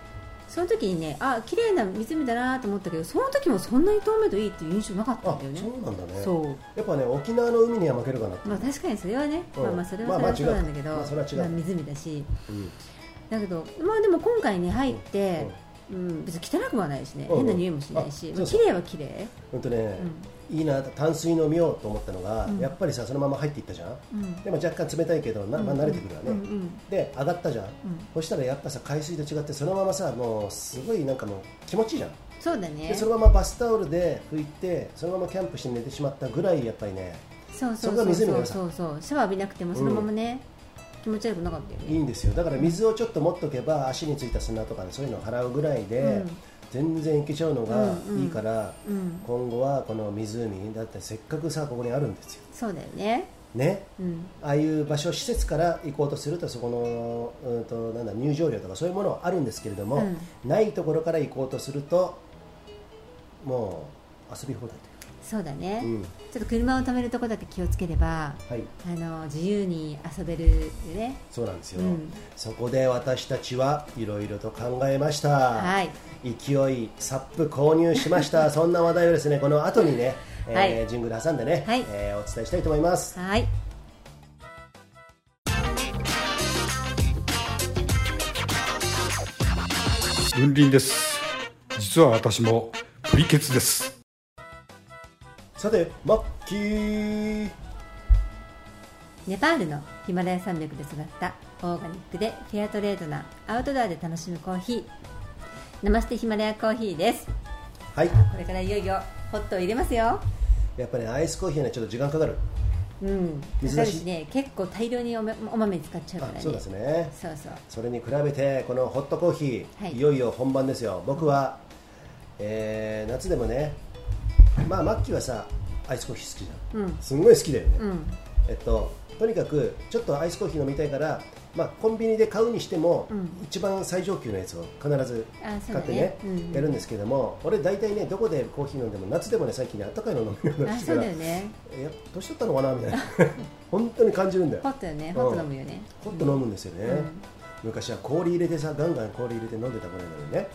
Speaker 2: その時にねあ綺麗な湖だなと思ったけどその時もそんなに透明度いいっていう印象なかっ
Speaker 1: あ
Speaker 2: たんだよね
Speaker 1: そうなんだね
Speaker 2: そう
Speaker 1: やっぱね沖縄の海には負けるかなって、
Speaker 2: まあ確かにそれはね、
Speaker 1: うん
Speaker 2: まあまあそれ
Speaker 1: ま
Speaker 2: は
Speaker 1: あ
Speaker 2: そ
Speaker 1: まあ
Speaker 2: れはそうなんだけど、
Speaker 1: 違うまあそれは違う
Speaker 2: 湖だし
Speaker 1: うん
Speaker 2: だけどまあでも今回ね入って、うん別に汚くはないしね、
Speaker 1: うん
Speaker 2: 変な匂いもしないし、
Speaker 1: あ
Speaker 2: ま
Speaker 1: そうそ
Speaker 2: あ
Speaker 1: う
Speaker 2: 綺麗は綺麗
Speaker 1: ほんとね、いいな淡水飲みようと思ったのが、
Speaker 2: うん
Speaker 1: やっぱりさそのまま入っていったじゃん
Speaker 2: うんうん
Speaker 1: でも若干冷たいけどな、まあ、慣れてくるわね、
Speaker 2: うんうん
Speaker 1: で上がったじゃん、
Speaker 2: うん
Speaker 1: そしたらやっぱさ海水と違ってそのままさもうすごいなんかもう気持ちいいじゃん
Speaker 2: そうだね
Speaker 1: でそのままバスタオルで拭いてそのままキャンプして寝てしまったぐらいやっぱりね
Speaker 2: そう
Speaker 1: そ
Speaker 2: そう
Speaker 1: こが
Speaker 2: そう
Speaker 1: 湖の
Speaker 2: そ
Speaker 1: 良
Speaker 2: う
Speaker 1: さ
Speaker 2: そうそうシャワー浴びなくてもそのままね、気持ち悪くなかったよ
Speaker 1: い
Speaker 2: ね
Speaker 1: いんですよだから水をちょっと持っとけば足についた砂とかねそういうのを払うぐらいで、
Speaker 2: うん
Speaker 1: 全然いけちゃうのが
Speaker 2: うんうん
Speaker 1: いいから、
Speaker 2: うん
Speaker 1: 今後はこの湖だってせっかくさここにあるんですよ
Speaker 2: そうだよね
Speaker 1: ね
Speaker 2: うん
Speaker 1: ああいう場所施設から行こうとするとそこの、うん、となんだ入場料とかそういうものはあるんですけれども、ないところから行こうとするともう遊び放題
Speaker 2: そうだね、
Speaker 1: という、うん
Speaker 2: ちょっと車を止めるとこだけ気をつければ
Speaker 1: はい
Speaker 2: あの自由に遊べるよね
Speaker 1: そうなんですよ、
Speaker 2: うん
Speaker 1: そこで私たちはいろいろと考えました、
Speaker 2: はい
Speaker 1: 勢いサップ購入しました そんな話題をですねこの後にね、えー
Speaker 2: はい
Speaker 1: ジングル挟んでね、
Speaker 2: はい
Speaker 1: えーお伝えしたいと思います
Speaker 2: はい
Speaker 3: 文輪です実は私もプリケツです
Speaker 1: さてマッキー
Speaker 2: ネパールのヒマラヤ山脈で育ったオーガニックでフェアトレードなアウトドアで楽しむコーヒーナマステヒマラヤコーヒーです
Speaker 1: はい
Speaker 2: これからいよいよホットを入れますよ
Speaker 1: やっぱり、ね、アイスコーヒーにはちょっと時間かかる
Speaker 2: うん
Speaker 1: 珍しい
Speaker 2: だしね結構大量におめお豆使っちゃう
Speaker 1: あ
Speaker 2: からね
Speaker 1: そうですね
Speaker 2: そうそう
Speaker 1: それに比べてこのホットコーヒー、
Speaker 2: はい
Speaker 1: い、よいよ本番ですよ僕は、えー夏でもねまあマッキーはさアイスコーヒー好きじゃ
Speaker 2: うん
Speaker 1: んすんごい好きだよね、
Speaker 2: うん
Speaker 1: えっと、とにかくちょっとアイスコーヒー飲みたいから、まあ、コンビニで買うにしても、
Speaker 2: うん
Speaker 1: 一番最上級のやつを必ず
Speaker 2: あそ
Speaker 1: 買
Speaker 2: うだ
Speaker 1: ってね
Speaker 2: ねうん
Speaker 1: やるんですけども俺大体ねどこでコーヒー飲んでも夏でもね最近ねあったかいの飲むようにな
Speaker 2: あ
Speaker 1: ってきた
Speaker 2: そう
Speaker 1: から
Speaker 2: だよね
Speaker 1: えやっぱ年取ったのかなみたい な本当に感じるんだよ
Speaker 2: ホットよねホット飲むよね
Speaker 1: ホット飲むんですよね、
Speaker 2: うん
Speaker 1: 昔は氷入れてさガンガン氷入れて飲んでた頃なのでね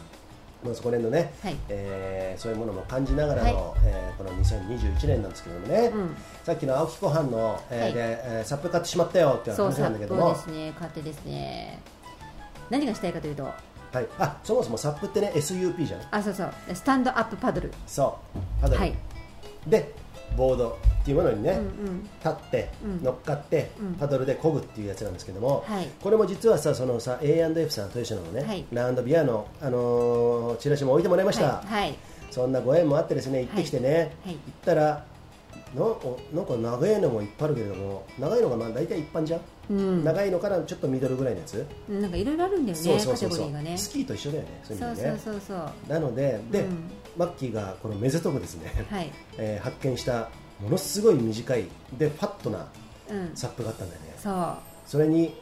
Speaker 1: まあそこら辺のね、
Speaker 2: はい
Speaker 1: えーそういうものも感じながらの、えーこの2021年なんですけどもね、
Speaker 2: うん
Speaker 1: さっきの青木湖畔の、えー
Speaker 2: はい
Speaker 1: でえーサップ買ってしまったよっていう
Speaker 2: そう
Speaker 1: 話な
Speaker 2: 札
Speaker 1: んだけど
Speaker 2: 幌
Speaker 1: も
Speaker 2: ですね買ってですね何がしたいかというと
Speaker 1: はい、あそもそもサップってね SUP じゃん
Speaker 2: あそうそうスタンドアップパドル
Speaker 1: そうパドル、
Speaker 2: はい
Speaker 1: でボードっていうものにね、
Speaker 2: うんうん
Speaker 1: 立って、
Speaker 2: うん
Speaker 1: 乗っかって、
Speaker 2: うん
Speaker 1: パドルで漕ぐっていうやつなんですけども、
Speaker 2: はい
Speaker 1: これも実はさそのさ A&F さん豊島のね、
Speaker 2: はい
Speaker 1: ラウンドビアの、あのーチラシも置いてもらいました、
Speaker 2: はいはい
Speaker 1: そんなご縁もあってですね行ってきてね、
Speaker 2: はいはい
Speaker 1: 行ったらのおなんか長いのもいっぱいあるけれども長いのがまあ大体一般じゃん、
Speaker 2: うん
Speaker 1: 長いのからちょっとミドルぐらいのやつ、
Speaker 2: なんかいろいろあるんだよね
Speaker 1: そうそう
Speaker 2: カ
Speaker 1: そ
Speaker 2: テ
Speaker 1: う
Speaker 2: ゴ
Speaker 1: そ
Speaker 2: リ
Speaker 1: う、
Speaker 2: ーがね
Speaker 1: ス
Speaker 2: そ
Speaker 1: キーと一緒だよねそう
Speaker 2: う
Speaker 1: いう意
Speaker 2: そう
Speaker 1: 味でね
Speaker 2: そうそうは
Speaker 1: なのでで、
Speaker 2: うん
Speaker 1: マッキーがこのメゼトクですね、
Speaker 2: い
Speaker 1: えー発見したものすごい短いでファットな
Speaker 2: うん
Speaker 1: サップがあったんだよね
Speaker 2: そう
Speaker 1: それに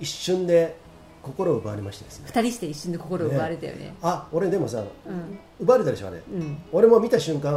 Speaker 1: 一瞬で心を奪われましてですね
Speaker 2: 二人して一瞬で心を奪われたよね
Speaker 1: あ俺でもさ、
Speaker 2: うん
Speaker 1: 奪われたでしょあれ、
Speaker 2: うん
Speaker 1: 俺も見た瞬間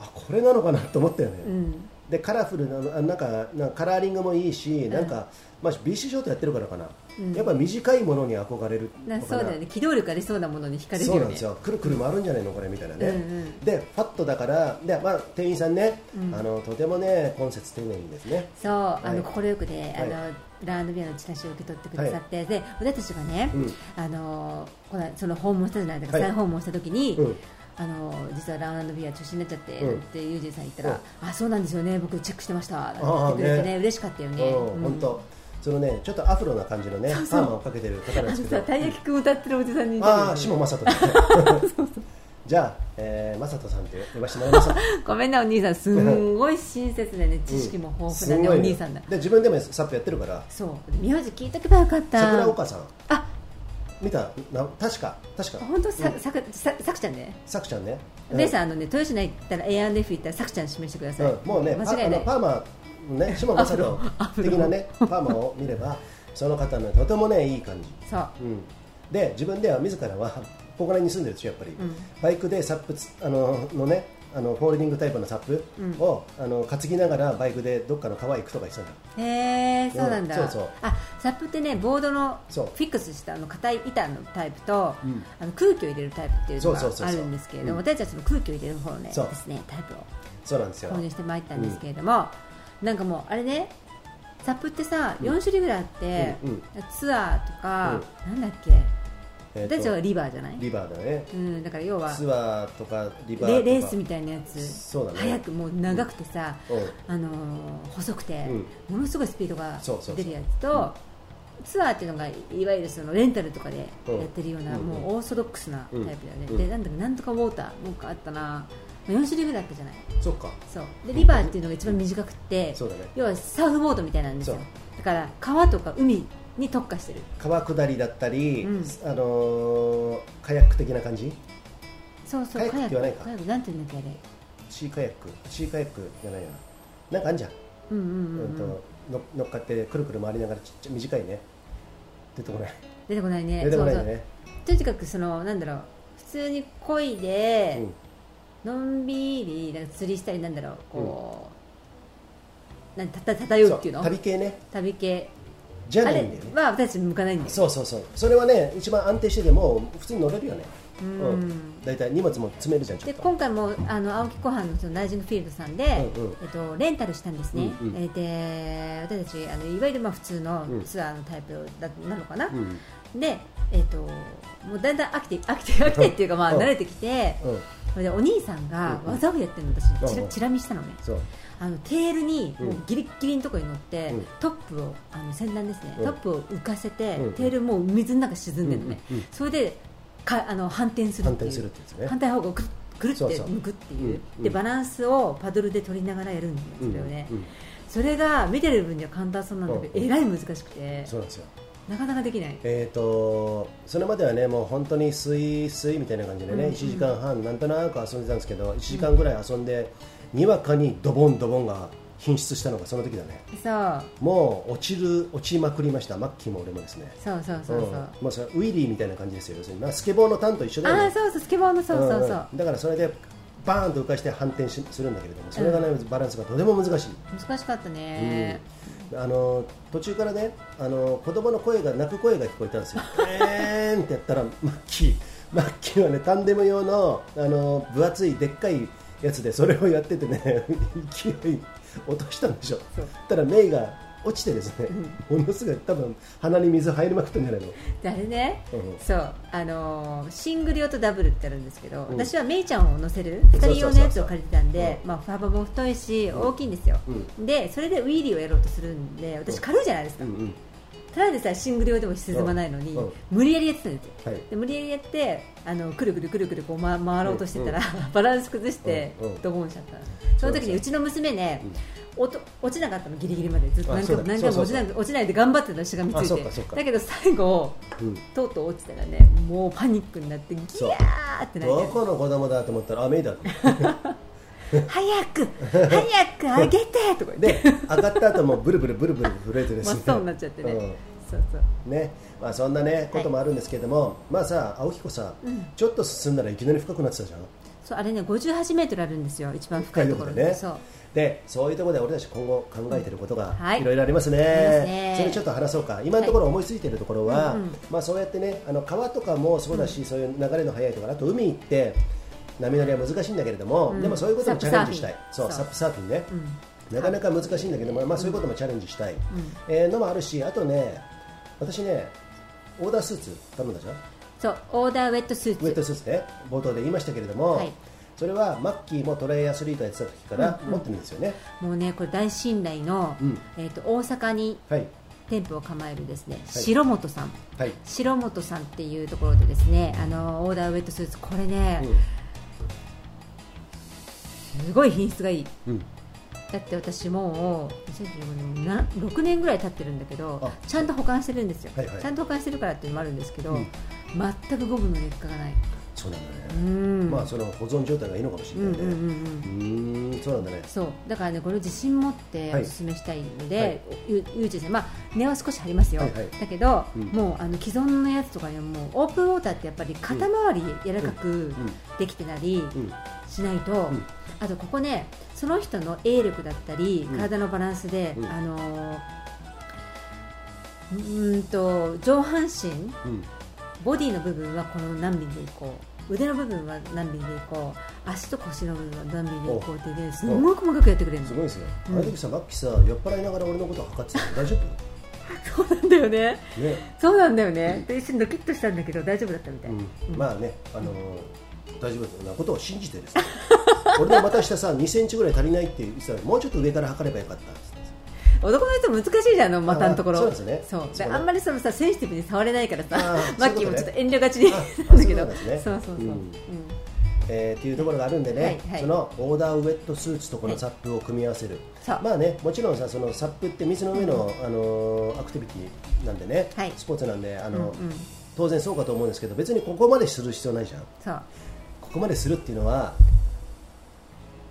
Speaker 1: あこれなのかなと思ったよね、
Speaker 2: うん
Speaker 1: でカラフルなあなんかなんかカラーリングもいいし、なんか、まあ、BC ショートやってるからかな、
Speaker 2: うん
Speaker 1: やっぱ短いものに憧れる
Speaker 2: な
Speaker 1: の
Speaker 2: そう
Speaker 1: かな
Speaker 2: だよね機動力ありそうなものに惹かれるよ
Speaker 1: そ
Speaker 2: ね
Speaker 1: うなんですよくるくる回るんじゃないのこれみたいなね、
Speaker 2: うんうん
Speaker 1: でファットだからで、まあ、店員さんね、
Speaker 2: うん
Speaker 1: あのとてもね今節丁寧にですね
Speaker 2: そう、あ
Speaker 1: は
Speaker 2: の
Speaker 1: い
Speaker 2: 快くね、あの
Speaker 1: は
Speaker 2: ラウンドビアのチラシを受け取ってくださって、で私たちがね、
Speaker 1: うん
Speaker 2: あのこのその訪問したじゃないですか、
Speaker 1: はい
Speaker 2: 再訪問した時に、
Speaker 1: うん
Speaker 2: あの実はラウンドビア中止になっちゃって、
Speaker 1: うん
Speaker 2: ってユージンさん言ったら、あそうなんですよね僕チェックしてましたなんて言
Speaker 1: あ
Speaker 2: っ
Speaker 1: ー
Speaker 2: てくれてね
Speaker 1: ね
Speaker 2: 嬉しかったよね、
Speaker 1: うん
Speaker 2: うん
Speaker 1: 本当そのねちょっとアフロな感じのねパーマをかけてる方なん
Speaker 2: あ
Speaker 1: です
Speaker 2: の
Speaker 1: け
Speaker 2: さ
Speaker 1: ど
Speaker 2: たい焼きくん歌ってるおじさんに似てるよね
Speaker 1: ああ下正人ね じゃあ、えー、正人さんって呼ばせてもらいます
Speaker 2: ごめんなお兄さんすんごい親切でね 知識も豊富なね、
Speaker 1: すごい
Speaker 2: お
Speaker 1: ね
Speaker 2: 兄さんだ
Speaker 1: で自分でもサップやってるから
Speaker 2: そう名字聞いとけばよかった
Speaker 1: 桜岡さん
Speaker 2: あ
Speaker 1: 見たな確か確か
Speaker 2: 本当さ,、
Speaker 1: うん
Speaker 2: さくささくちゃんね
Speaker 1: さくちゃんね
Speaker 2: ベイさん、あのね、豊島行ったら A&F 行ったら、さくちゃん指名してくだ
Speaker 1: う
Speaker 2: さ
Speaker 1: ん
Speaker 2: い。
Speaker 1: うんもうね
Speaker 2: 間違
Speaker 1: パあ
Speaker 2: いない。
Speaker 1: のパーマね下正人的なねパーマを見ればその方のとてもねいい感じ
Speaker 2: そう。
Speaker 1: うん、で自分では自らはここら辺に住んでるでしょやっぱり、
Speaker 2: ん
Speaker 1: バイクでサップつあののねあのフォールディングタイプのサップ
Speaker 2: うん
Speaker 1: を、あの担ぎながらバイクでどっかの川行くとかしてたの
Speaker 2: へえ、そうなんだ。
Speaker 1: うんそうそう
Speaker 2: あ、サップってね、ボードのフ
Speaker 1: そう
Speaker 2: ィックスしたあの硬い板のタイプと、
Speaker 1: うん
Speaker 2: あの空気を入れるタイプっていうの
Speaker 1: そうそうそう
Speaker 2: があ
Speaker 1: そう
Speaker 2: るんですけれども、
Speaker 1: うん
Speaker 2: 私たちの空気を入れる方のね、
Speaker 1: そう
Speaker 2: ですね、タイプを
Speaker 1: そうなんですよ
Speaker 2: 購入してまいったんですけれども、なんかもうあれね。サップってさ、4種類ぐらいあって、
Speaker 1: うんうん
Speaker 2: ツアーとか、なんだっけ、
Speaker 1: えーと
Speaker 2: 私たちはリバーじゃない
Speaker 1: リバーだね
Speaker 2: うん、だから要は
Speaker 1: ツアーとかリバーと
Speaker 2: レ
Speaker 1: か
Speaker 2: レースみたいなやつ
Speaker 1: そうだね
Speaker 2: 早くもう長くてさ、
Speaker 1: う
Speaker 2: あのー細くて、ものすごいスピードが
Speaker 1: そうそうそう
Speaker 2: 出るやつとツアーっていうのがいわゆるそのレンタルとかでや
Speaker 1: うん
Speaker 2: ってるような、
Speaker 1: うん
Speaker 2: もうオーソドックスなタイプだよね、
Speaker 1: うん
Speaker 2: でなんだかなんとかウォーターなんかあったな4種類ぐらいあったじゃない
Speaker 1: そっか
Speaker 2: そうでリバーっていうのが一番短くて、
Speaker 1: そうだね
Speaker 2: 要はサーフボードみたいなんですよ
Speaker 1: そう
Speaker 2: だから川とか海に特化してる
Speaker 1: 川下りだったり、
Speaker 2: うん
Speaker 1: あのーカヤック的な感じ
Speaker 2: そうそう
Speaker 1: カヤックって言わないか
Speaker 2: カヤックなんていうんだっけあれ
Speaker 1: シーカヤックシーカヤックじゃないななんかあんじゃん
Speaker 2: うんうん
Speaker 1: う
Speaker 2: うんん、
Speaker 1: と
Speaker 2: うん、
Speaker 1: の乗っかってくるくる回りながらちっちゃい短いね出てこない
Speaker 2: 出てこないね
Speaker 1: 出てこない
Speaker 2: そ
Speaker 1: よ
Speaker 2: うそう
Speaker 1: ね
Speaker 2: とにかくそのなんだろう普通に漕いで、
Speaker 1: うん
Speaker 2: のんびりなんか釣りしたりなんだろうこう、なんたた漂うっていうの
Speaker 1: そ旅系ね
Speaker 2: 旅系
Speaker 1: じゃ
Speaker 2: あ
Speaker 1: ない
Speaker 2: れ
Speaker 1: んだよね
Speaker 2: は私たち向かないんだよ
Speaker 1: そうそうそうそれはね一番安定しててもう普通に乗れるよね
Speaker 2: うん
Speaker 1: 大体荷物も詰めるじゃんちょ
Speaker 2: で
Speaker 1: っと
Speaker 2: 今回もあの青木湖畔のそのライジングフィールドさんで、
Speaker 1: うんうん
Speaker 2: えっと、レンタルしたんですね、
Speaker 1: うんうん
Speaker 2: えーで私たちあのいわゆるまあ普通の
Speaker 1: うん
Speaker 2: ツアーのタイプだなのかな、
Speaker 1: うん
Speaker 2: で、えっともうだんだん飽きて飽きて飽きてっていうかまあ
Speaker 1: うん
Speaker 2: 慣れてきて、
Speaker 1: うん
Speaker 2: それでお兄さんが
Speaker 1: うんうん
Speaker 2: 技をやってるの私にチ
Speaker 1: うんう
Speaker 2: ラ
Speaker 1: ん
Speaker 2: チラ見したのね、
Speaker 1: そう
Speaker 2: あのテールに
Speaker 1: うん
Speaker 2: もうギリッギリのところに乗って、
Speaker 1: うん
Speaker 2: トップをあの先端ですね、
Speaker 1: うん
Speaker 2: トップを浮かせて、
Speaker 1: うん
Speaker 2: テールもう水の中沈んでるのね、
Speaker 1: うんうんうん
Speaker 2: それでかあの反転する
Speaker 1: 反
Speaker 2: って
Speaker 1: 転
Speaker 2: いう
Speaker 1: するってやつね
Speaker 2: 反対方向をくくるって
Speaker 1: そうそう
Speaker 2: 向くっていう
Speaker 1: うん
Speaker 2: で
Speaker 1: うん
Speaker 2: バランスをパドルで取りながらやるんですよね、
Speaker 1: うんうん
Speaker 2: それが見てる分には簡単そうなんだけど、
Speaker 1: うん
Speaker 2: えらい難しくて
Speaker 1: そうなんですよ
Speaker 2: なかなかできない
Speaker 1: えー、とそれまではねもう本当にスイスイみたいな感じでね、
Speaker 2: うんうん
Speaker 1: 1時間半なんとなく遊んでたんですけど1時間ぐらい遊んで、にわかにドボンドボンが品質したのがその時だね
Speaker 2: そう
Speaker 1: もう落ちる落ちまくりましたマッキーも俺もですね
Speaker 2: そうそうそうそ
Speaker 1: ん
Speaker 2: う、あ
Speaker 1: まあ、それウィリーみたいな感じですよ要するに、まあ、スケボーのターンと一緒だよね
Speaker 2: あそうそうスケボーのそうそうそう、
Speaker 1: んんだからそれでバーンと浮かして反転しするんだけれどもそれがね、バランスがとても難しい
Speaker 2: 難しかったね、
Speaker 1: あの途中からねあの子供の声が泣く声が聞こえたん ですよ。えーんってやったらマッキーマッキーはねタンデム用のあの分厚いでっかいやつでそれをやっててね 勢い落としたんでしょ。
Speaker 2: そう
Speaker 1: たらメイが落ちてですね、ものすごい多分鼻に水入りまくったんじゃないの。
Speaker 2: であれね
Speaker 1: うん
Speaker 2: そうあのーシングル用とダブルってあるんですけど、
Speaker 1: うん
Speaker 2: 私はメイちゃんを乗せる
Speaker 1: そうそ
Speaker 2: 2
Speaker 1: うそう
Speaker 2: 人用のやつを借りてたんで、
Speaker 1: う
Speaker 2: まあ、ファボも太いし大きいんですよ、でそれでウィーリーをやろうとするんで私軽いじゃないです
Speaker 1: う
Speaker 2: か、
Speaker 1: んうん
Speaker 2: ただでさえシングル用でも沈まないのに、
Speaker 1: うんうん
Speaker 2: 無理やりやってたんですよ
Speaker 1: はい。
Speaker 2: で無理やりやってあのくるくるくるくるこう、ま、回ろうとしてたら、 バランス崩して、
Speaker 1: うんうん
Speaker 2: ドボンしちゃったその時にうちの娘ね、おと落ちなかったのギリギリまでずっと何回も
Speaker 1: あそうだ
Speaker 2: 何回も
Speaker 1: そう
Speaker 2: 落ち
Speaker 1: そう
Speaker 2: ない落ちないで頑張ってたのしがみつ
Speaker 1: あそ
Speaker 2: いう
Speaker 1: かそう
Speaker 2: て
Speaker 1: か
Speaker 2: だけど最後
Speaker 1: うん
Speaker 2: とうとう落ちたらねもうパニックになってギ
Speaker 1: そう
Speaker 2: ヤーってな
Speaker 1: ど
Speaker 2: って
Speaker 1: この子供だと思ったらあメイだと思って。
Speaker 2: 早く早く上げてとか言って
Speaker 1: で上がった後もブルブルブルブル震えてです
Speaker 2: 真っ
Speaker 1: ね。
Speaker 2: 青になっちゃってね、
Speaker 1: うん
Speaker 2: そうそう
Speaker 1: ねまあ、そんな、ね、こともあるんですけれども、まあさ、青彦さ、
Speaker 2: うん
Speaker 1: ちょっと進んだらいきなり深くなってたじゃん。
Speaker 2: そうあれね58メートルあるんですよ一番深いところ
Speaker 1: 深いところね
Speaker 2: そう
Speaker 1: でそういうところで俺たち今後考えてることが
Speaker 2: はい
Speaker 1: いろいろありますね,、
Speaker 2: りますね
Speaker 1: それちょっと話そうか今のところ思いついてるところは、
Speaker 2: はいうんうん
Speaker 1: まあ、そうやってねあの川とかもそうだし、そういう流れの速いところあと海行って波乗りは難しいんだけれども、
Speaker 2: うん
Speaker 1: でもそういうこともチャレンジしたい
Speaker 2: サ
Speaker 1: そうサ
Speaker 2: ップサー
Speaker 1: ップサーフィンね、
Speaker 2: うん
Speaker 1: なかなか難しいんだけども、まあ、そういうこともチャレンジしたい、
Speaker 2: うん
Speaker 1: えーのもあるしあとね私ねオーダースーツ頼んだじゃん
Speaker 2: そうオーダーウェットスーツ
Speaker 1: ウェットスーツね冒頭で言いましたけれども、
Speaker 2: はい
Speaker 1: それはマッキーもトライアスリートやってた時から持ってるんですよね、
Speaker 2: もうねこれ大信頼の、
Speaker 1: うん
Speaker 2: えー、と大阪に
Speaker 1: はい
Speaker 2: 店舗を構えるですね、白本さん
Speaker 1: はい
Speaker 2: 白本さんっていうところでですねあのオーダーウェットスーツこれね、すごい品質がいい
Speaker 1: うん、うん、
Speaker 2: だって私もう2015年な6年ぐらい経ってるんだけど
Speaker 1: あ
Speaker 2: ちゃんと保管してるんですよ、
Speaker 1: はいはい
Speaker 2: ちゃんと保管してるからっていうのもあるんですけど、
Speaker 1: うん
Speaker 2: 全くゴムの劣化がない
Speaker 1: そうなんだ
Speaker 2: う
Speaker 1: ね、
Speaker 2: ん
Speaker 1: まあその保存状態がいいのかもし
Speaker 2: う
Speaker 1: れ
Speaker 2: んう
Speaker 1: なんい
Speaker 2: うん
Speaker 1: ね
Speaker 2: うん
Speaker 1: うーんそうなんだね
Speaker 2: そうだからねこれを自信持ってお
Speaker 1: はい
Speaker 2: 勧めしたいの
Speaker 1: は
Speaker 2: で
Speaker 1: い、
Speaker 2: ゆゆうちですねまあ値は少し張りますよ、
Speaker 1: はいはい
Speaker 2: だけど、
Speaker 1: うん
Speaker 2: もうあの既存のやつとかにはもうオープンウォーターってやっぱり肩周り柔らかくできてたり
Speaker 1: うんうん
Speaker 2: しないと、
Speaker 1: ん
Speaker 2: あとここねその人の泳力だったり、
Speaker 1: うん
Speaker 2: 体のバランスで、
Speaker 1: うん
Speaker 2: あのーうーんと上半身
Speaker 1: うん
Speaker 2: ボディの部分はこの何ミリでいこう腕の部分は何ミリでいこう足と腰の部分は何ミリでいこうってですごい細かくやってくれるの
Speaker 1: すごいですね、
Speaker 2: うん
Speaker 1: あの時さマッキーさ酔っ払いながら俺のこと測ってたの大丈
Speaker 2: そうなんだよね
Speaker 1: 夫ね、
Speaker 2: そうなんだよねで一瞬ドキッとしたんだけど大丈夫だったみたい、
Speaker 1: うん、まあねあのー大丈夫なことを信じてですね俺の股下さ2センチぐらい足りないって言ってたらもうちょっと上から測ればよかったんです
Speaker 2: 男の人難しいじゃんあの股のところ
Speaker 1: あそうですね
Speaker 2: そうで
Speaker 1: そうね
Speaker 2: あんまりそのさセンシティブに触れないからさ
Speaker 1: あー
Speaker 2: マッキーも
Speaker 1: そういうこと
Speaker 2: ちょ
Speaker 1: ね
Speaker 2: っと遠慮がちに
Speaker 1: あ
Speaker 2: なんだけど
Speaker 1: あそうなんですね
Speaker 2: そうそうそう、
Speaker 1: うん
Speaker 2: うん
Speaker 1: えー、っていうところがあるんでね、
Speaker 2: はいはい
Speaker 1: そのオーダーウェットスーツとこのサップを組み合わせる、
Speaker 2: そう
Speaker 1: まあねもちろんさそのサップって水の上の、あのーアクティビティなんでね、
Speaker 2: はい
Speaker 1: スポーツなんであの、
Speaker 2: うんうん
Speaker 1: 当然そうかと思うんですけど別にここまでする必要ないじゃん
Speaker 2: そう
Speaker 1: ここまでするっていうのは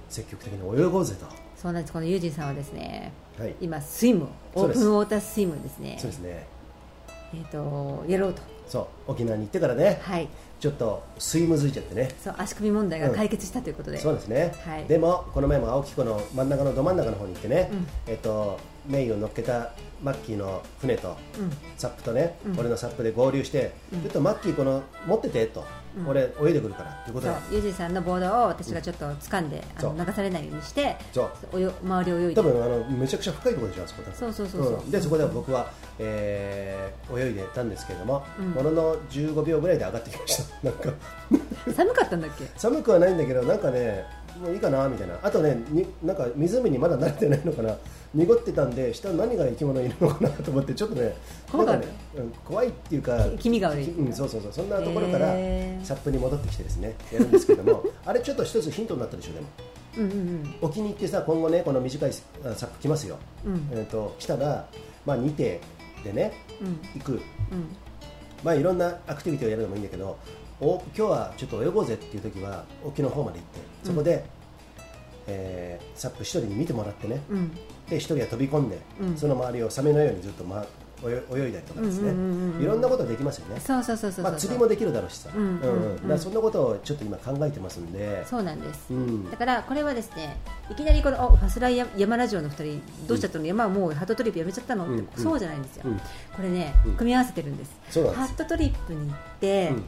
Speaker 1: 積極的に泳ごうぜと
Speaker 2: そうなんですこのユージンさんはですね
Speaker 1: はい
Speaker 2: 今スイム
Speaker 1: そ
Speaker 2: オ
Speaker 1: う
Speaker 2: ー
Speaker 1: で
Speaker 2: プ
Speaker 1: す
Speaker 2: ンウォータースイムですね
Speaker 1: そうですね
Speaker 2: えっ、とやろうと
Speaker 1: そう沖縄に行ってからね、
Speaker 2: はい
Speaker 1: ちょっと水むずいちゃってね
Speaker 2: そう足首問題が解決したということで、
Speaker 1: そうですね、
Speaker 2: はい
Speaker 1: でもこの前も青木湖の真ん中のど真ん中の方に行ってね、
Speaker 2: うん
Speaker 1: えっと、メイを乗っけたマッキーの船と
Speaker 2: うん
Speaker 1: サップとね、
Speaker 2: うん
Speaker 1: 俺のサップで合流して、
Speaker 2: うん
Speaker 1: ちょっとマッキーこの持っててと、
Speaker 2: うん
Speaker 1: 俺泳いでくるからということ
Speaker 2: そう
Speaker 1: で
Speaker 2: ユージさんのボードを私がちょっと掴んで、あ
Speaker 1: そ
Speaker 2: の流されないようにして
Speaker 1: そう
Speaker 2: およ周りを泳いで
Speaker 1: 多分あのめちゃくちゃ深いところでしょあそこ多分
Speaker 2: そうそうそうそうん
Speaker 1: でそこで僕は、えー泳いでたんですけれども、
Speaker 2: うん
Speaker 1: ものの15秒ぐらいで上がってきましたなんか
Speaker 2: 寒かったんだっけ
Speaker 1: 寒くはないんだけどなんかねもういいかなみたいなあとねになんか湖にまだ慣れてないのかな濁ってたんで下何が生き物いるのかなと思ってちょっとね
Speaker 2: 怖かった
Speaker 1: なんねうん怖いっていうか
Speaker 2: き気味が悪い
Speaker 1: きうん、そうそうそうそんなところから
Speaker 2: へー
Speaker 1: サップに戻ってきてですねやるんですけども あれちょっと一つヒントになったでしょでも
Speaker 2: うんうん
Speaker 1: 沖に行ってさ今後ねこの短いあサップ来ますよ、
Speaker 2: うんうん
Speaker 1: えー、と来たら、まあ、2手でね
Speaker 2: うん
Speaker 1: 行く
Speaker 2: うん
Speaker 1: まあいろんなアクティビティをやるのもいいんだけどお今日はちょっと泳ごうぜっていう時は沖の方まで行ってそこで、えーサップ一人に見てもらってね
Speaker 2: うん
Speaker 1: で一人は飛び込んで、
Speaker 2: うん
Speaker 1: その周りをサメのようにずっと、ま、泳い泳いだりとかですね、
Speaker 2: うんうんうんうん
Speaker 1: いろんなことできますよね
Speaker 2: そうそうそうそうそ
Speaker 1: ま
Speaker 2: う、
Speaker 1: あ、釣りもできるだろうしさ、
Speaker 2: うんうんうん
Speaker 1: だからそんなことをちょっと今考えてますんで
Speaker 2: そうなんです、
Speaker 1: うん
Speaker 2: だからこれはですねいきなりこのおファスライヤ山ラジオの2人どうしちゃったの、山はもうハットトリップやめちゃったの、
Speaker 1: うんうん
Speaker 2: そうじゃないんですよ、
Speaker 1: うん
Speaker 2: これね、
Speaker 1: うん
Speaker 2: 組み合わせてるんです
Speaker 1: そうなん
Speaker 2: ハ
Speaker 1: です
Speaker 2: ットトリップに行って、
Speaker 1: うん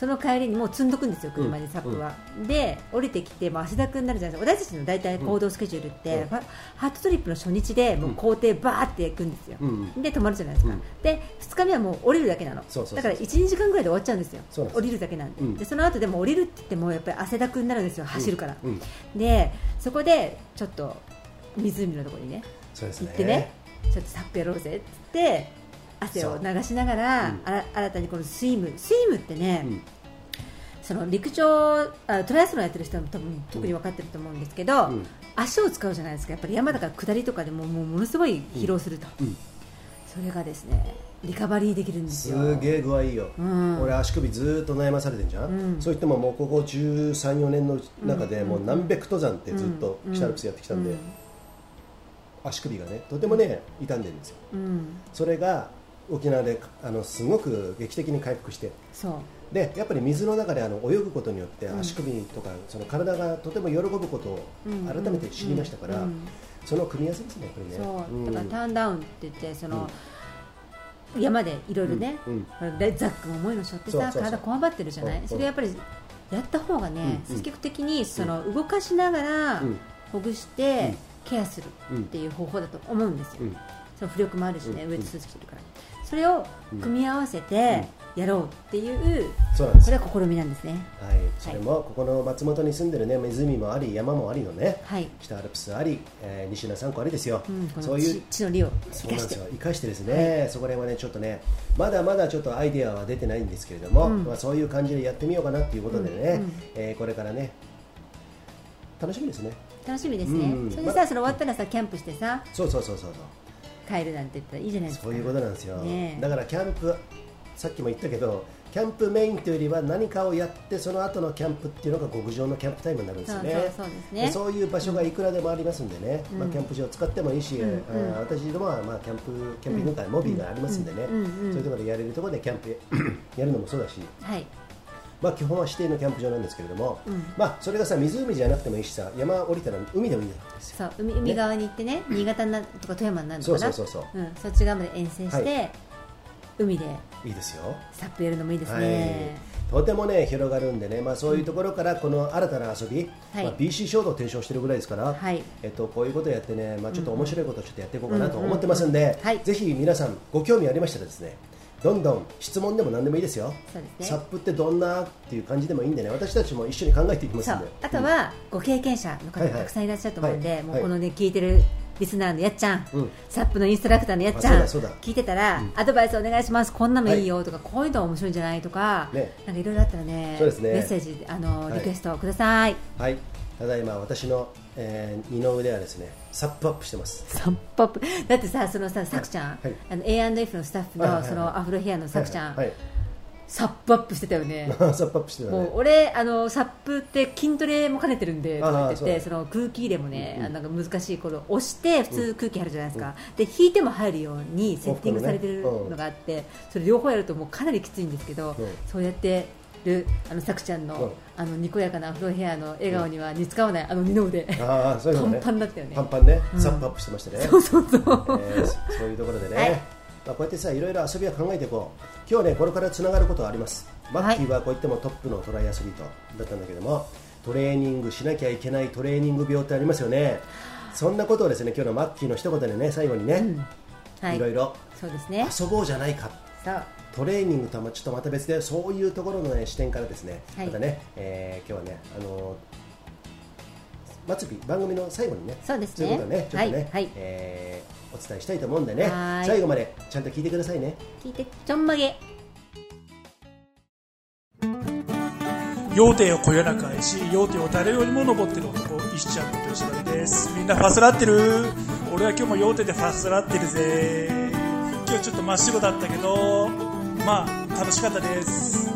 Speaker 2: その帰りにもう積んどくんですよ車にサップは、で降りてきてもう汗だくになるじゃないですか私たちの大体行動スケジュールって、
Speaker 1: うん
Speaker 2: ファハットトリップの初日でもう校庭バーって行くんですよ、
Speaker 1: うん
Speaker 2: で泊まるじゃないですか、
Speaker 1: うん
Speaker 2: で2日目はもう降りるだけなの
Speaker 1: そうそうそう
Speaker 2: だから12時間ぐらいで終わっちゃうんですよ
Speaker 1: そうなんです
Speaker 2: 降りるだけなんで,、
Speaker 1: うん
Speaker 2: でその後でも降りるって言ってもやっぱり汗だくになるんですよ走るから、
Speaker 1: うんうん
Speaker 2: でそこでちょっと湖のところにね
Speaker 1: そうです
Speaker 2: 行
Speaker 1: ね
Speaker 2: ってねちょっとサップやろうぜって言って汗を流しながら、
Speaker 1: そううん
Speaker 2: あら新たにこのスイムスイムってね、
Speaker 1: うん
Speaker 2: その陸上あトライアスロンやってる人は多分特に分かってると思うんですけど、
Speaker 1: うん
Speaker 2: 足を使うじゃないですかやっぱり山だから下りとかでももうものすごい疲労すると、
Speaker 1: うん
Speaker 2: それがですねリカバリーできるんです
Speaker 1: す
Speaker 2: よ
Speaker 1: げえ具合いいよ、
Speaker 2: うん
Speaker 1: 俺足首ずーっと悩まされてんじゃん、
Speaker 2: うん
Speaker 1: そう言ってももうここ134年の中でもう何百登山ってずっと
Speaker 2: うん
Speaker 1: 北アルプスやってきたんで、
Speaker 2: うん
Speaker 1: 足首がねとてもね傷んでるんですよ
Speaker 2: うん
Speaker 1: それが沖縄であのすごく劇的に回復して
Speaker 2: そう
Speaker 1: でやっぱり水の中であの泳ぐことによって足首とか、その体がとても喜ぶことを
Speaker 2: うん
Speaker 1: 改めて知りましたから、
Speaker 2: うん
Speaker 1: その組み合わせですねやっぱりね
Speaker 2: そうだからタ
Speaker 1: ん
Speaker 2: ーンダウンって言ってその、山でいろいろね、
Speaker 1: うんうん
Speaker 2: ほらザックも重いの背負って
Speaker 1: そ
Speaker 2: さ
Speaker 1: うそうそう
Speaker 2: 体こわばってるじゃない、
Speaker 1: うんうん
Speaker 2: それやっぱりやった方がね、
Speaker 1: うんうん
Speaker 2: 積極的にその動かしながら
Speaker 1: うん
Speaker 2: ほぐしてケアする
Speaker 1: うん
Speaker 2: っていう方法だと思うんですよ、
Speaker 1: うん
Speaker 2: その浮力もあるしね、
Speaker 1: うん
Speaker 2: ウエットスーツ着てるからそれを組み合わせてやろうっていう、
Speaker 1: そうなんで
Speaker 2: こ
Speaker 1: す
Speaker 2: れ
Speaker 1: はい
Speaker 2: は試みなんですね
Speaker 1: それもここの松本に住んでるね湖もあり山もありのね
Speaker 2: はい、
Speaker 1: 北アルプスあり、えー西名三湖ありですよ、
Speaker 2: うん、こ
Speaker 1: そ
Speaker 2: の
Speaker 1: うい
Speaker 2: 地
Speaker 1: う
Speaker 2: 地の利を生
Speaker 1: そう
Speaker 2: か
Speaker 1: な
Speaker 2: し
Speaker 1: んで
Speaker 2: て
Speaker 1: すよ生かしてですね、そこら辺はねちょっとねまだまだちょっとアイデアは出てないんですけれども、
Speaker 2: うん
Speaker 1: まあ、そういう感じでやってみようかなっていうことでね、
Speaker 2: うんうん
Speaker 1: えーこれからね楽しみですね
Speaker 2: 楽しみですね、
Speaker 1: うん
Speaker 2: それで
Speaker 1: ま
Speaker 2: さその終わったらさキャンプしてさ
Speaker 1: そうそうそうそうそう
Speaker 2: 帰るなんて言ったらいいじゃないですか
Speaker 1: そういうことなんですよ、
Speaker 2: ねえ
Speaker 1: だからキャンプさっきも言ったけどキャンプメインというよりは何かをやってその後のキャンプっていうのが極上のキャンプタイムになるんですよね
Speaker 2: そうそうそうですね
Speaker 1: でそういう場所がいくらでもありますんでね、
Speaker 2: うん
Speaker 1: まあ、キャンプ場を使ってもいいし、
Speaker 2: うん
Speaker 1: あー私どもはまあキャンプキャンピングカー、モビーがありますんでね、
Speaker 2: うんうんうん
Speaker 1: そういうところでやれるところでキャンプ やるのもそうだし、
Speaker 2: はい
Speaker 1: まあ、基本は指定のキャンプ場なんですけれども、
Speaker 2: うん
Speaker 1: まあ、それがさ湖じゃなくてもいいしさ山降りたら海でもいいんですよ
Speaker 2: そう海海側に行ってね新潟なとか富山になるのか
Speaker 1: そ
Speaker 2: な
Speaker 1: うそうそうそう
Speaker 2: うん、そっち側まで遠征して、
Speaker 1: は
Speaker 2: 海で
Speaker 1: いいですよ
Speaker 2: サップやるのもいいですね、
Speaker 1: はい、とてもね広がるんでね、まあ、そういうところからこの新たな遊び、
Speaker 2: はい
Speaker 1: まあ、BC 衝動を提唱してるぐらいですから、
Speaker 2: はい
Speaker 1: えっと、こういうことやってね、まあ、ちょっと面白いことをちょっとやっていこうかなと
Speaker 2: うんうん
Speaker 1: 思ってますんで、
Speaker 2: はい
Speaker 1: ぜひ皆さんご興味ありましたらですねどんどん質問でも何でもいいですよ
Speaker 2: そうです
Speaker 1: サ
Speaker 2: ね
Speaker 1: ップってどんなっていう感じでもいいんでね私たちも一緒に考えていきます
Speaker 2: そ
Speaker 1: んで
Speaker 2: うあとはご経験者の方
Speaker 1: はい
Speaker 2: も
Speaker 1: はい
Speaker 2: たくさんいらっしゃると思うんで、
Speaker 1: はい
Speaker 2: もうこのね、聞いてるリスナーのやっちゃん、
Speaker 1: うん
Speaker 2: サップのインストラクターのやっち
Speaker 1: あ
Speaker 2: ゃ
Speaker 1: そうんだそうだ
Speaker 2: 聞いてたら、アドバイスお願いしますこんなのいいよとか、こういうの面白いんじゃないとか、
Speaker 1: ね
Speaker 2: なんかいろいろあったらね
Speaker 1: そうですね
Speaker 2: メッセージあの
Speaker 1: はい
Speaker 2: リクエストください、
Speaker 1: はいただいま私の、えー二の腕はですねサップアップしてます
Speaker 2: サップアップだってさそのささくちゃん、
Speaker 1: はい
Speaker 2: あの A&F のスタッフ
Speaker 1: はいはい
Speaker 2: の
Speaker 1: はい
Speaker 2: そのアフロヘアのさくちゃん、
Speaker 1: はい、
Speaker 2: サップアップしてたよね
Speaker 1: はいサップアップしてた
Speaker 2: もう
Speaker 1: ね
Speaker 2: 俺あのサップって筋トレも兼ねてるんでとか言って
Speaker 1: ああそう
Speaker 2: て
Speaker 1: だ
Speaker 2: その空気入れもね、あのなんか難しいこの押して普通空気入るじゃないですか、で引いても入るようにセッティングされてるのがあって、それ両方やるともうかなりきついんですけど、そうやってるあのさくちゃんの、
Speaker 1: うん
Speaker 2: あのにこやかなアフロヘアの笑顔には似つかわないあの二の腕、
Speaker 1: ああそういうのね
Speaker 2: パンパンだったよね
Speaker 1: パンパンね、サップアップしてましたね、
Speaker 2: そうそうそう、
Speaker 1: えーそ そういうところでね、
Speaker 2: はい
Speaker 1: まあ、こうやってさいろいろ遊びは考えていこう今日ねこれからつながることはありますマッキーはこういってもトップのトライアスリートだったんだけどもトレーニングしなきゃいけないトレーニング病ってありますよねそんなことをですね今日のマッキーの一言でね最後にね、、
Speaker 2: はい
Speaker 1: ろいろ
Speaker 2: そうですね
Speaker 1: 遊ぼうじゃないか
Speaker 2: そう
Speaker 1: トレーニングとはまちょっとまた別でそういうところの、ね、視点からですね、
Speaker 2: はい
Speaker 1: またね、えー今日はねあのー末尾番組の最後にね
Speaker 2: そうですね
Speaker 1: いうことをねちょっとね、
Speaker 2: はいはい
Speaker 1: えーお伝えしたいと思うんでね
Speaker 2: はい
Speaker 1: 最後までちゃんと聞いてくださいね
Speaker 2: 聞いてちょんまげ
Speaker 4: 要点をこよなく愛し要点を誰よりも登ってる男石ちゃんこと吉田ですみんなファスラってる俺は今日も要点でファスラってるぜ今日ちょっと真っ白だったけどまあ楽しかったです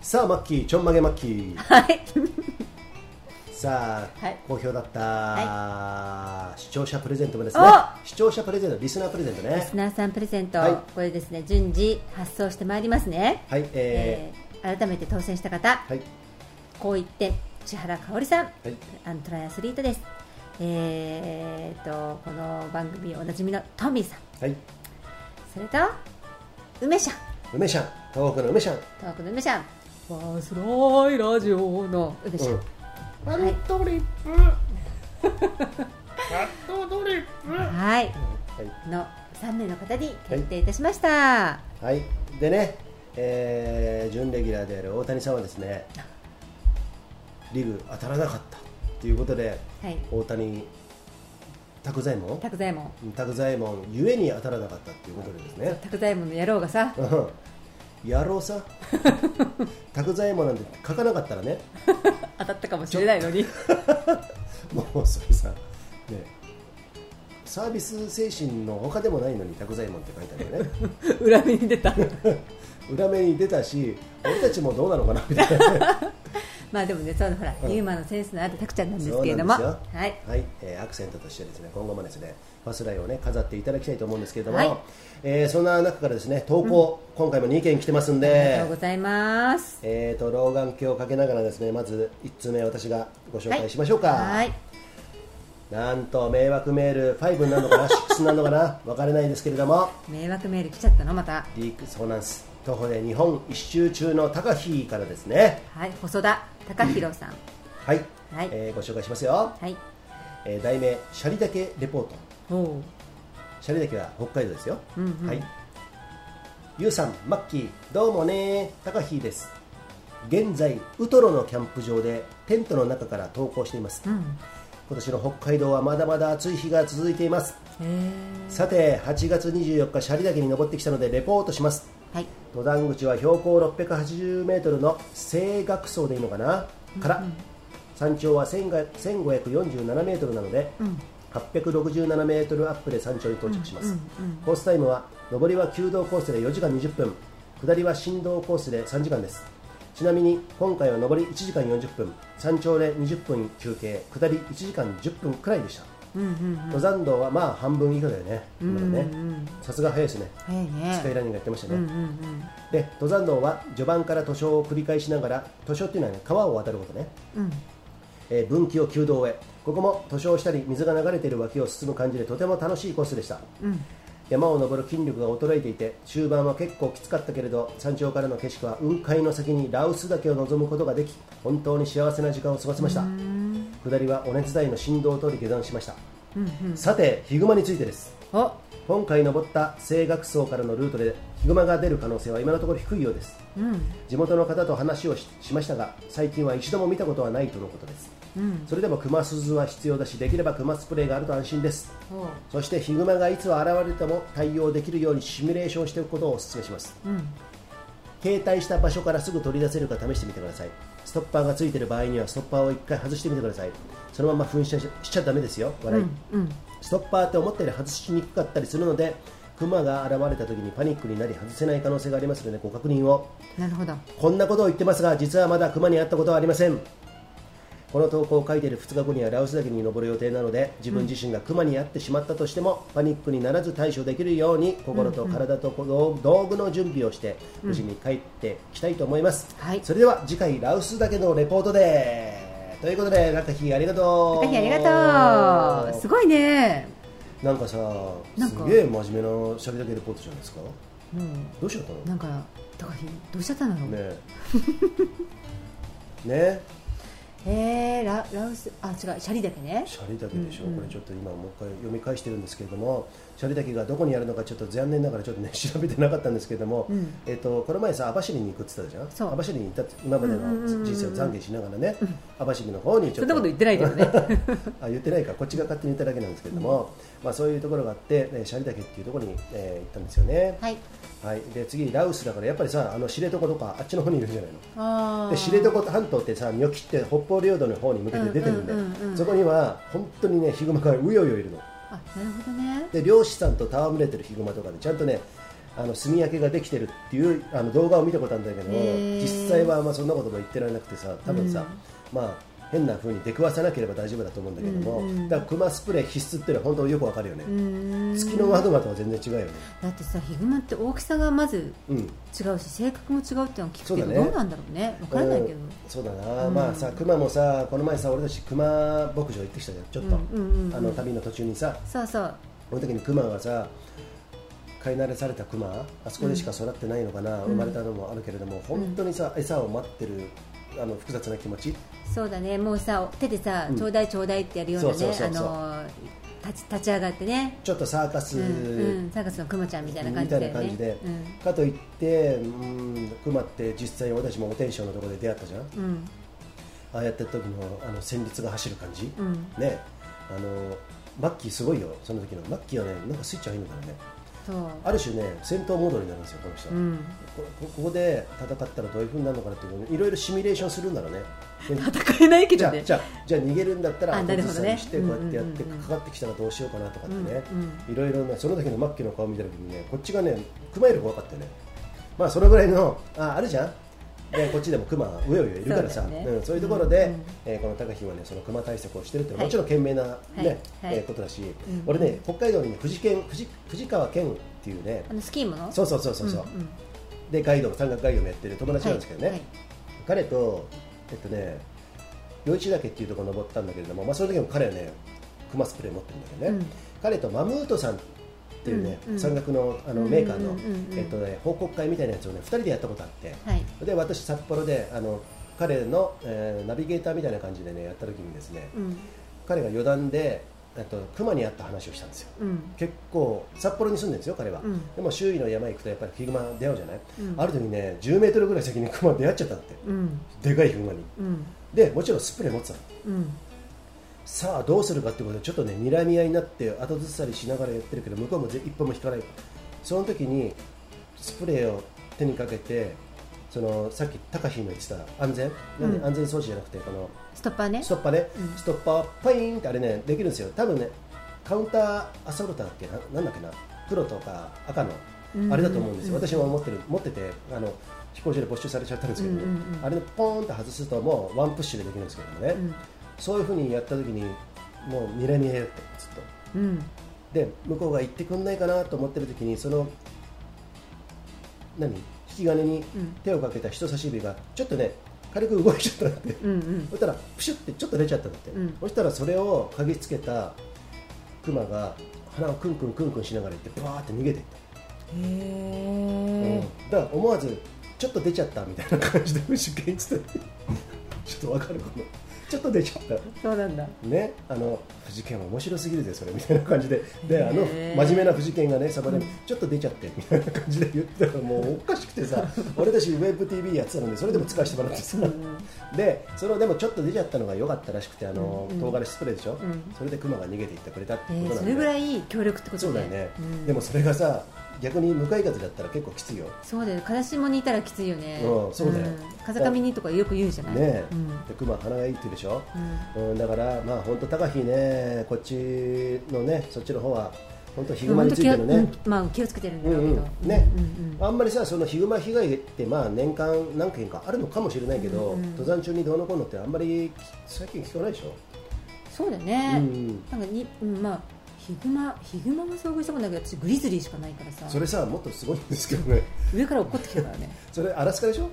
Speaker 1: さあマッキーちょんまげマッキー
Speaker 2: はい
Speaker 1: さあ、
Speaker 2: はい
Speaker 1: 好評だった、視聴者プレゼントもですね
Speaker 2: お
Speaker 1: 視聴者プレゼントリスナープレゼントね
Speaker 2: リスナーさんプレゼント、
Speaker 1: はい
Speaker 2: これですね順次発送してまいりますね、
Speaker 1: はいえ
Speaker 2: えー改めて当選した方、
Speaker 1: ー、はい
Speaker 2: こう言って千原香織さん、
Speaker 1: はい
Speaker 2: あのトライアスリートですえー、とこの番組おなじみのトミーさん
Speaker 1: はい
Speaker 2: それと梅ちゃん
Speaker 1: 梅ちゃん東北の梅ちゃん
Speaker 2: 東北の梅ちゃんファーストライラジオの梅ちゃん、
Speaker 1: ワ
Speaker 2: ル
Speaker 1: トリップ
Speaker 2: はい
Speaker 1: はい
Speaker 2: の3名の方に決定いたしました、は
Speaker 1: はい、でね、えー準レギュラーである大谷さんはですね、リーグ当たらなかったということで、
Speaker 2: い、
Speaker 1: 大谷拓左衛門
Speaker 2: 拓左衛門
Speaker 1: 拓左衛門ゆえに当たらなかったということでですね、
Speaker 2: 拓左衛門の野郎がさ
Speaker 1: うん 野郎 さん、拓左衛門なんて書かなかったらね、
Speaker 2: 当たったかもしれないのに
Speaker 1: もうそれさ、ね、サービス精神の他でもないのに拓左衛門って書いてあるよね。
Speaker 2: 裏目に出た
Speaker 1: 裏目に出たし、俺たちもどうなのかなみたいなね、
Speaker 2: まあでもねそのほら、ユーマのセンスのある拓ちゃんなんですけれども
Speaker 1: そうなんですよ
Speaker 2: はい
Speaker 1: はい、えーアクセントとしてですね、今後もですね、ファスライをね飾っていただきたいと思うんですけれども、
Speaker 2: はい
Speaker 1: えーそんな中からですね、投稿、今回も2件来てますん
Speaker 2: ありが
Speaker 1: で
Speaker 2: とうご、ざいます
Speaker 1: えーと老眼鏡をかけながらですね、まず1通目私がご紹介しましょうか。
Speaker 2: はい
Speaker 1: なんと迷惑メール5になるのかな、6になるのかな、分かれないんですけれども。
Speaker 2: 迷惑メール来ちゃったのまた
Speaker 1: リークそうなんです徒歩で日本一周中の高飛からですね
Speaker 2: はい細田隆弘さん
Speaker 1: はい、
Speaker 2: はい
Speaker 1: えーご紹介しますよ、
Speaker 2: はい
Speaker 1: えー題名「シャリだけレポート」
Speaker 2: おお
Speaker 1: シャリだけは北海道ですよ、
Speaker 2: うんうん
Speaker 1: はいゆうさんマッキーどうもね高飛です現在ウトロのキャンプ場でテントの中から投稿しています、
Speaker 2: うん
Speaker 1: 今年の北海道はまだまだ暑い日が続いています
Speaker 2: へえ
Speaker 1: さて8月24日シャリ岳に登ってきたのでレポートします
Speaker 2: はい
Speaker 1: 登山口は標高680メートルの青岳層でいいのかなから、山頂は1547メートルなので、867メートルアップで山頂に到着します、コースタイムは上りは弓道コースで4時間20分下りは振動コースで3時間ですちなみに今回は上り1時間40分山頂で20分休憩下り1時間10分くらいでした、登山道はまあ半分以下だよね今のねさすが早いですね
Speaker 2: 早い
Speaker 1: スカイ
Speaker 2: ね
Speaker 1: ランニングやってましたね、で登山道は序盤から図書を繰り返しながら図書っていうのは、ね、川を渡ることね、えー分岐を旧道へここも図書をしたり水が流れている脇を進む感じでとても楽しいコースでした、山を登る筋力が衰えていて終盤は結構きつかったけれど山頂からの景色は雲海の先に羅臼岳を望むことができ本当に幸せな時間を過ごせました下りはお熱台の振動を通り下山しました、さてヒグマについてです
Speaker 2: お
Speaker 1: 今回登った青学層からのルートでヒグマが出る可能性は今のところ低いようです、地元の方と話をししましたが最近は一度も見たことはないとのことです、それでもクマ鈴は必要だしできればクマスプレーがあると安心です
Speaker 2: お
Speaker 1: そしてヒグマがいつ現れても対応できるようにシミュレーションしておくことをお勧めします、携帯した場所からすぐ取り出せるか試してみてくださいストッパーがついている場合にはストッパーを一回外してみてくださいそのまま噴射ししちゃダメですよ笑い、ストッパーって思ったより外しにくかったりするのでクマが現れた時にパニックになり外せない可能性がありますのでご確認を
Speaker 2: なるほど
Speaker 1: こんなことを言ってますが実はまだクマに会ったことはありませんこの投稿を書いている2日後には羅臼岳に登る予定なので自分自身がクマに会ってしまったとしても、パニックにならず対処できるように心と体とこの道具の準備をして無事に帰ってきたいと思います、
Speaker 2: はい
Speaker 1: それでは次回羅臼岳のレポートでということで中日ありがとう
Speaker 2: 高木ありがとうすごいね
Speaker 1: なんかさ
Speaker 2: なん
Speaker 1: す
Speaker 2: か
Speaker 1: げえ真面目なしゃべだけレポートじゃないですか
Speaker 2: も
Speaker 1: どうしようか
Speaker 2: うなんか高木どうしちゃったんだろう
Speaker 1: なね えねえ
Speaker 2: えー、ララウスあ違うシャリだけね
Speaker 1: シャリ岳でしょ、これちょっと今もう一回読み返してるんですけれどもシャリ岳がどこにあるのかちょっと残念ながらちょっとね調べてなかったんですけれども、
Speaker 2: ん
Speaker 1: えっとこの前さ網走に行くって言ったじ
Speaker 2: そ
Speaker 1: ゃ
Speaker 2: うん
Speaker 1: 網走に行ったって今までの人生を懺悔しながらね網走の方にち
Speaker 2: そ
Speaker 1: ょっと
Speaker 2: んなこと言ってないけどね
Speaker 1: あ言ってないかこっちが勝手に言っただけなんですけれども、まあ、そういうところがあって、えーシャリ岳っていうところに、えー行ったんですよね、
Speaker 2: はい
Speaker 1: はい、で次羅臼だからやっぱりさあの知床とかあっちの方にいるんじゃないの
Speaker 2: あ
Speaker 1: で知床半島ってさニョキって北方方領土の方に向けて出てるんで、
Speaker 2: うんうんうんうん
Speaker 1: そこには本当にねヒグマがうようよいるの
Speaker 2: あなるほどね
Speaker 1: で漁師さんと戯れてるヒグマとかでちゃんとねあの炭焼けができてるっていうあの動画を見たことあるんだけど
Speaker 2: へー
Speaker 1: 実際はあんまそんなことも言ってられなくてさ多分さ、まあ変な風に出くわさなければ大丈夫だと思うんだけども、
Speaker 2: うんうん
Speaker 1: だからクマスプレー必須っていうのは本当よくわかるよね、
Speaker 2: うーん
Speaker 1: 月の窓マとは全然違うよね
Speaker 2: だってさヒグマって大きさがまず
Speaker 1: うん
Speaker 2: 違うし性格も違うっていうのは聞くけど、
Speaker 1: そうだね
Speaker 2: どうなんだろうね分からないけど、
Speaker 1: うんそうだな、まあさクマもさこの前さ俺たちクマ牧場行ってきたじゃんちょっと、
Speaker 2: うんうんうんうん
Speaker 1: あの旅の途中にさ
Speaker 2: そうそう
Speaker 1: この時にクマがさ飼い慣れされたクマあそこでしか育ってないのかな、生まれたのもあるけれども本当にさ餌を待ってるあの複雑な気持ち
Speaker 2: そうだねもうさ手でさ、ちょうだいちょうだいってやるようなね
Speaker 1: そうそうそうそう
Speaker 2: あの立ち立ち上がってね
Speaker 1: ちょっとサーカス、
Speaker 2: うんうん、サーカスのクマちゃんみたいな感
Speaker 1: み
Speaker 2: じ
Speaker 1: た
Speaker 2: だ
Speaker 1: い
Speaker 2: よ
Speaker 1: な
Speaker 2: ね
Speaker 1: 感じで、
Speaker 2: うん
Speaker 1: かといってうんクマって実際私もお天正のところで出会ったじゃん
Speaker 2: うん
Speaker 1: ああやってる時のあの旋律が走る感じ、
Speaker 2: うん
Speaker 1: ねあのマッキーすごいよその時のマッキーはねなんかスイッチ入るんだろうね
Speaker 2: そう
Speaker 1: ある種ね戦闘モードになるんですよこの人、
Speaker 2: うん
Speaker 1: ここここで戦ったらどういう風になるのかなっていういろいろシミュレーションするんだ ろうねで
Speaker 2: 戦えないけ
Speaker 1: じゃ
Speaker 2: ど
Speaker 1: あ
Speaker 2: ね
Speaker 1: じゃあじゃあ逃げるんだったら
Speaker 2: あなるほどね
Speaker 1: にしてこうやってやって
Speaker 2: うんうんうんうん
Speaker 1: かかってきたらどうしようかなとかってね
Speaker 2: うん
Speaker 1: いろいろねその時のマッキーの顔見た時にねこっちがねクマより怖かったよねまあそのぐらいのああるじゃんでこっちでもクマはうようよいるからさ
Speaker 2: そ
Speaker 1: そうう,、
Speaker 2: だよね
Speaker 1: ん、そういうところで、
Speaker 2: うん
Speaker 1: えーこの高木はねそのクマ対策をしてるって、
Speaker 2: はい
Speaker 1: もちろん懸命な、ね
Speaker 2: はいはい
Speaker 1: えーことだし、
Speaker 2: ん
Speaker 1: 俺ね北海道にね富士県富士富士川県っていうね
Speaker 2: あのスキームの
Speaker 1: そうそうそうそうそう、
Speaker 2: んん
Speaker 1: でガイドも山岳ガイドもやってる友達なんですけどね、
Speaker 2: はいはい
Speaker 1: 彼とえっとね余市岳っていうところ登ったんだけれども、まあ、その時も彼はねクマスプレー持ってるんだけどね、
Speaker 2: うん
Speaker 1: 彼とマムートさんっていうね、
Speaker 2: うんうん
Speaker 1: 山岳のあのメーカーの、
Speaker 2: うんうんうんうん
Speaker 1: えっとね、報告会みたいなやつをね2人でやったことあって、
Speaker 2: はい
Speaker 1: で私札幌であの彼の、えーナビゲーターみたいな感じでねやった時にですね、
Speaker 2: うん
Speaker 1: 彼が余談でえっとクマに会った話をしたんですよ
Speaker 2: うん
Speaker 1: 結構札幌に住んでるんですよ彼は、
Speaker 2: うん
Speaker 1: でも周囲の山行くとやっぱりヒグマ出会うじゃない、
Speaker 2: うん
Speaker 1: ある時ね10メートルぐらい先にクマ出会っちゃったって、
Speaker 2: うん
Speaker 1: でかいヒグマに
Speaker 2: うん
Speaker 1: でもちろんスプレー持ってたの
Speaker 2: うん
Speaker 1: さあどうするかってことでちょっとね睨み合いになって後ずさりしながらやってるけど向こうもぜ一歩も引かないその時にスプレーを手にかけてそのさっき高飛の言ってた安全、なん
Speaker 2: うん
Speaker 1: で安全装置じゃなくてこの
Speaker 2: ストッパーね
Speaker 1: ストッパーね、
Speaker 2: うん
Speaker 1: ストッパーをパイーンってあれねできるんですよ多分ねカウンターアソルターだっけななんだっけな黒とか赤の
Speaker 2: うん
Speaker 1: あれだと思うんですよ、
Speaker 2: うん
Speaker 1: 私も持ってる持っててあの飛行場で没収されちゃったんですけど、
Speaker 2: うんうんうん
Speaker 1: あれでポーンと外すともうワンプッシュでできるんですけどもね、
Speaker 2: うん
Speaker 1: そういうふうにやった時にもう睨み合いだってずっと
Speaker 2: うん
Speaker 1: で向こうが行ってくんないかなと思ってる時にその何引き金に
Speaker 2: うん
Speaker 1: 手をかけた人差し指がちょっとね軽く動いちゃったんだって
Speaker 2: うんうん
Speaker 1: そしたらプシュってちょっと出ちゃったんだって、
Speaker 2: うん
Speaker 1: そしたらそれを嗅ぎつけたクマが鼻をクンクンクンクンしながら行ってバーって逃げていった、
Speaker 2: へえ
Speaker 1: うんだから思わずちょっと出ちゃったみたいな感じで虫 食いつってちょっとわかるかなちょっと出ちゃった
Speaker 2: そうなんだ
Speaker 1: ね、あの富士県は面白すぎるぜそれみたいな感じでであの
Speaker 2: へー
Speaker 1: 真面目な富士県がねサバでちょっと出ちゃってみたいな感じで言ってたらもうおかしくて さ俺たちウェブ TV やってたのでそれでも使わせてもらってさでそのでもちょっと出ちゃったのが良かったらしくてあの、
Speaker 2: うんうん
Speaker 1: 唐辛子スプレーでしょ、
Speaker 2: ん
Speaker 1: それでクマが逃げていってくれたって
Speaker 2: え
Speaker 1: ことな
Speaker 2: ー、
Speaker 1: ん
Speaker 2: そ
Speaker 1: で、
Speaker 2: れぐらい強力ってこと
Speaker 1: そうだよね、
Speaker 2: ん
Speaker 1: でもそれがさ逆に向かい風だったら結構きついよ
Speaker 2: そうだよ風下にいたらきついよね
Speaker 1: うんそうだよ
Speaker 2: 風上にとかよく言うじゃない
Speaker 1: ね、
Speaker 2: うん
Speaker 1: でクマ鼻がいいって言うでしょ、
Speaker 2: うん
Speaker 1: うん、だから、まあ、本当、高飛ね、こっちのね、そっちの方は、本当、ヒグ
Speaker 2: ま
Speaker 1: マ
Speaker 2: あ
Speaker 1: についてのね、
Speaker 2: 本当気をうんまあ、気をつけてるんだ
Speaker 1: うん
Speaker 2: ろうけど、
Speaker 1: うんね
Speaker 2: うんうん
Speaker 1: あんまりさ、そのヒグマ被害って、まあ、年間何件かあるのかもしれないけど、登山中にどうのこうのって、あんまりき最近聞かないでしょ、
Speaker 2: そうだね、
Speaker 1: うん
Speaker 2: なんかに、うん、まあヒグマヒグマは遭遇したことないけど私グリズリーしかないからさ
Speaker 1: それさ、もっとすごいんですけ どね、
Speaker 2: 上から落っこってき たからね
Speaker 1: それ、アラスカでしょ、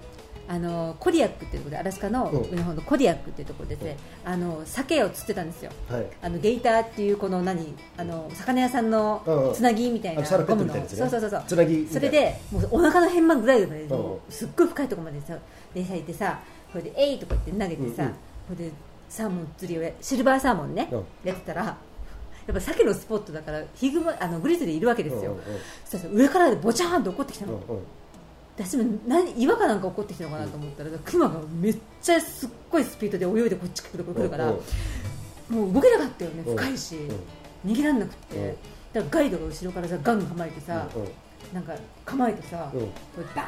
Speaker 2: あのコリアックっていうところでアラスカの
Speaker 1: うん
Speaker 2: 上の方のコリアックっていうところでですね、あの鮭を釣ってたんですよ
Speaker 1: はい、
Speaker 2: あのゲイターっていうこの何あの魚屋さん
Speaker 1: うんう
Speaker 2: の
Speaker 1: ん
Speaker 2: つなぎみたい
Speaker 1: あ
Speaker 2: な
Speaker 1: のサルペット
Speaker 2: ゴム
Speaker 1: みた
Speaker 2: の
Speaker 1: いなやつね、
Speaker 2: そうそうそうそう
Speaker 1: つなぎみたいな
Speaker 2: それ、でもうお腹の辺までぐらいまで、
Speaker 1: ん
Speaker 2: もうすっごい深いところまでさ餌いてさこれで「えい!」とか言って投げてさ、
Speaker 1: うんうん
Speaker 2: これでサーモン釣りをやシルバーサーモンね、
Speaker 1: うん
Speaker 2: やってたらやっぱ鮭のスポットだからヒグマあのグリズリーいるわけですよ、
Speaker 1: うんうんうん
Speaker 2: そしたら上からボチャーンと怒ってきた
Speaker 1: う
Speaker 2: の、
Speaker 1: んうん
Speaker 2: 私も何岩かなんか怒ってきたのかなと思ったら、クマがめっちゃすっごいスピードで泳いでこっち来る来るか
Speaker 1: う
Speaker 2: ら、
Speaker 1: んうん
Speaker 2: もう動けなかったよね
Speaker 1: うん
Speaker 2: 深いし、
Speaker 1: う
Speaker 2: 逃げられなくて、
Speaker 1: うん
Speaker 2: だからガイドが後ろからさガン構えてさ、
Speaker 1: うんうん
Speaker 2: なんか構えてさ、
Speaker 1: うん
Speaker 2: こうバ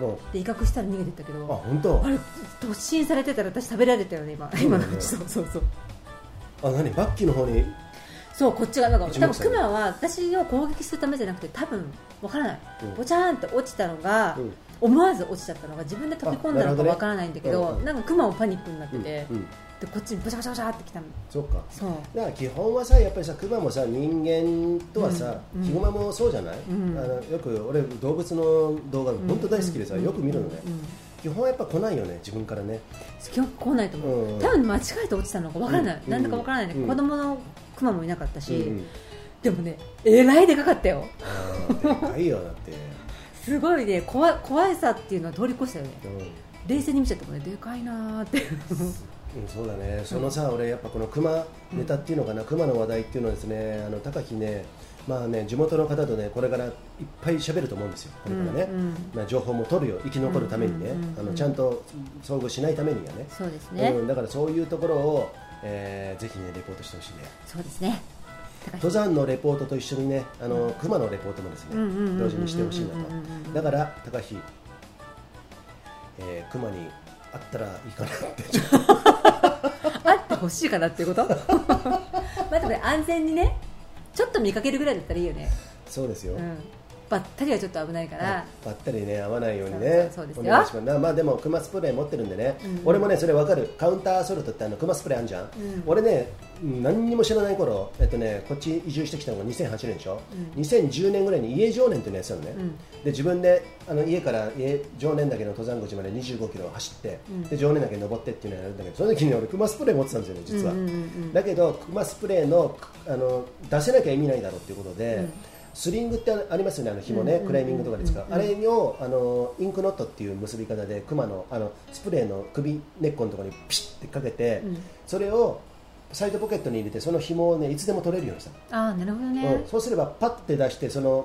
Speaker 2: ーン
Speaker 1: うん
Speaker 2: で威嚇したら逃げてったけ
Speaker 1: あ
Speaker 2: ど
Speaker 1: 本当
Speaker 2: あれ突進されてたら私食べられたよね今
Speaker 1: そう
Speaker 2: 今
Speaker 1: だね
Speaker 2: の うちそうそうそう
Speaker 1: あ何バッキーの方に
Speaker 2: そうこっち側なんか
Speaker 1: 一
Speaker 2: 多
Speaker 1: 目
Speaker 2: 分
Speaker 1: 散
Speaker 2: ク
Speaker 1: に
Speaker 2: マは私を攻撃するためじゃなくて多分わからない
Speaker 1: うん
Speaker 2: ぼちゃーんと落ちたのが、
Speaker 1: うん
Speaker 2: 思わず落ちちゃったのが自分で飛び込んだのかわからないんだけ
Speaker 1: あなる
Speaker 2: ど
Speaker 1: ほどね
Speaker 2: なんかクマもパニックになって
Speaker 1: うん
Speaker 2: て、
Speaker 1: うん
Speaker 2: でこっちにぼちゃぼちゃぼちゃってきたの
Speaker 1: そっか
Speaker 2: そう
Speaker 1: だから基本はさやっぱりさクマもさ人間とはさ、
Speaker 2: うん
Speaker 1: ヒグマもそうじゃない、
Speaker 2: うん
Speaker 1: あのよく俺動物の動画本当大好きでさ、
Speaker 2: うん
Speaker 1: よく見るのね、
Speaker 2: うん
Speaker 1: 基本はやっぱ来ないよね自分からね
Speaker 2: 基本来ないと思う、
Speaker 1: うん
Speaker 2: 多分間違えて落ちたのかわからない、
Speaker 1: うん
Speaker 2: なんだかわからないね、
Speaker 1: うん
Speaker 2: 子供のクマもいなかったし、
Speaker 1: うん
Speaker 2: でもねえらいでかかったよ
Speaker 1: あーでかいよだって、
Speaker 2: すごいね怖い怖さっていうのは通り越したよね
Speaker 1: う
Speaker 2: 冷静に見ちゃったもんねでかいなーって
Speaker 1: んうん、そうだねそのさ、俺やっぱこのクマネタっていうのかな、クマの話題っていうのはですねあの高木ねまあね地元の方とねこれからいっぱい喋ると思うんですよこれからね、
Speaker 2: うんうん
Speaker 1: まあ、情報も取るよ生き残るためにね、
Speaker 2: うんうんうんうん
Speaker 1: あのちゃんと遭遇しないためにはね
Speaker 2: そうですね、
Speaker 1: うん、だからそういうところを、えーぜひねレポートしてほしいね
Speaker 2: そうですね高橋
Speaker 1: 登山のレポートと一緒にねあの、熊のレポートもですね
Speaker 2: うんうんうんうんうん
Speaker 1: 同時にしてほしいな
Speaker 2: うんうんうんう
Speaker 1: と
Speaker 2: ん
Speaker 1: だから高橋、えー、熊に会ったらいいかなってちょっと
Speaker 2: あってほしいかなっていうこと まあでもね安全にねちょっと見かけるぐらいだったらいいよね、
Speaker 1: そうです
Speaker 2: う
Speaker 1: よ、
Speaker 2: ん、ばったりはちょっと危ないから、
Speaker 1: ばったりね合わないようにね
Speaker 2: そうそうそうです
Speaker 1: お
Speaker 2: よ
Speaker 1: 願いしますなまあでも熊スプレー持ってるんでね、
Speaker 2: うん
Speaker 1: 俺もねそれわかるカウンターソルトってあの熊スプレーあるじゃん、俺ねうん何にも知らない頃えっとねこっち移住してきたのが2008年でしょ、2010年ぐらいに家常年っていうのやつなのね、
Speaker 2: うん
Speaker 1: で自分であの家から家常年岳の登山口まで25キロ走って、
Speaker 2: うん
Speaker 1: で常年岳登ってっていうのをやるんだけどその時に俺熊スプレー持ってたんですよね実は、
Speaker 2: うんうんうんうん
Speaker 1: だけど熊スプレーのあの出せなきゃ意味ないだろうっていうことで、
Speaker 2: うん
Speaker 1: スリングってありますよねあの紐
Speaker 2: うん
Speaker 1: ね
Speaker 2: うんうん
Speaker 1: クライミングとかで使う、
Speaker 2: うんうん
Speaker 1: あれをあのインクノットっていう結び方で熊のあのスプレーの首根っこのところにピシッてかけて、
Speaker 2: うん
Speaker 1: それをサイドポケットに入れてその紐をねいつでも取れるようにしたの、
Speaker 2: ああなるほど
Speaker 1: う
Speaker 2: ね
Speaker 1: ん、そうすればパッて出してその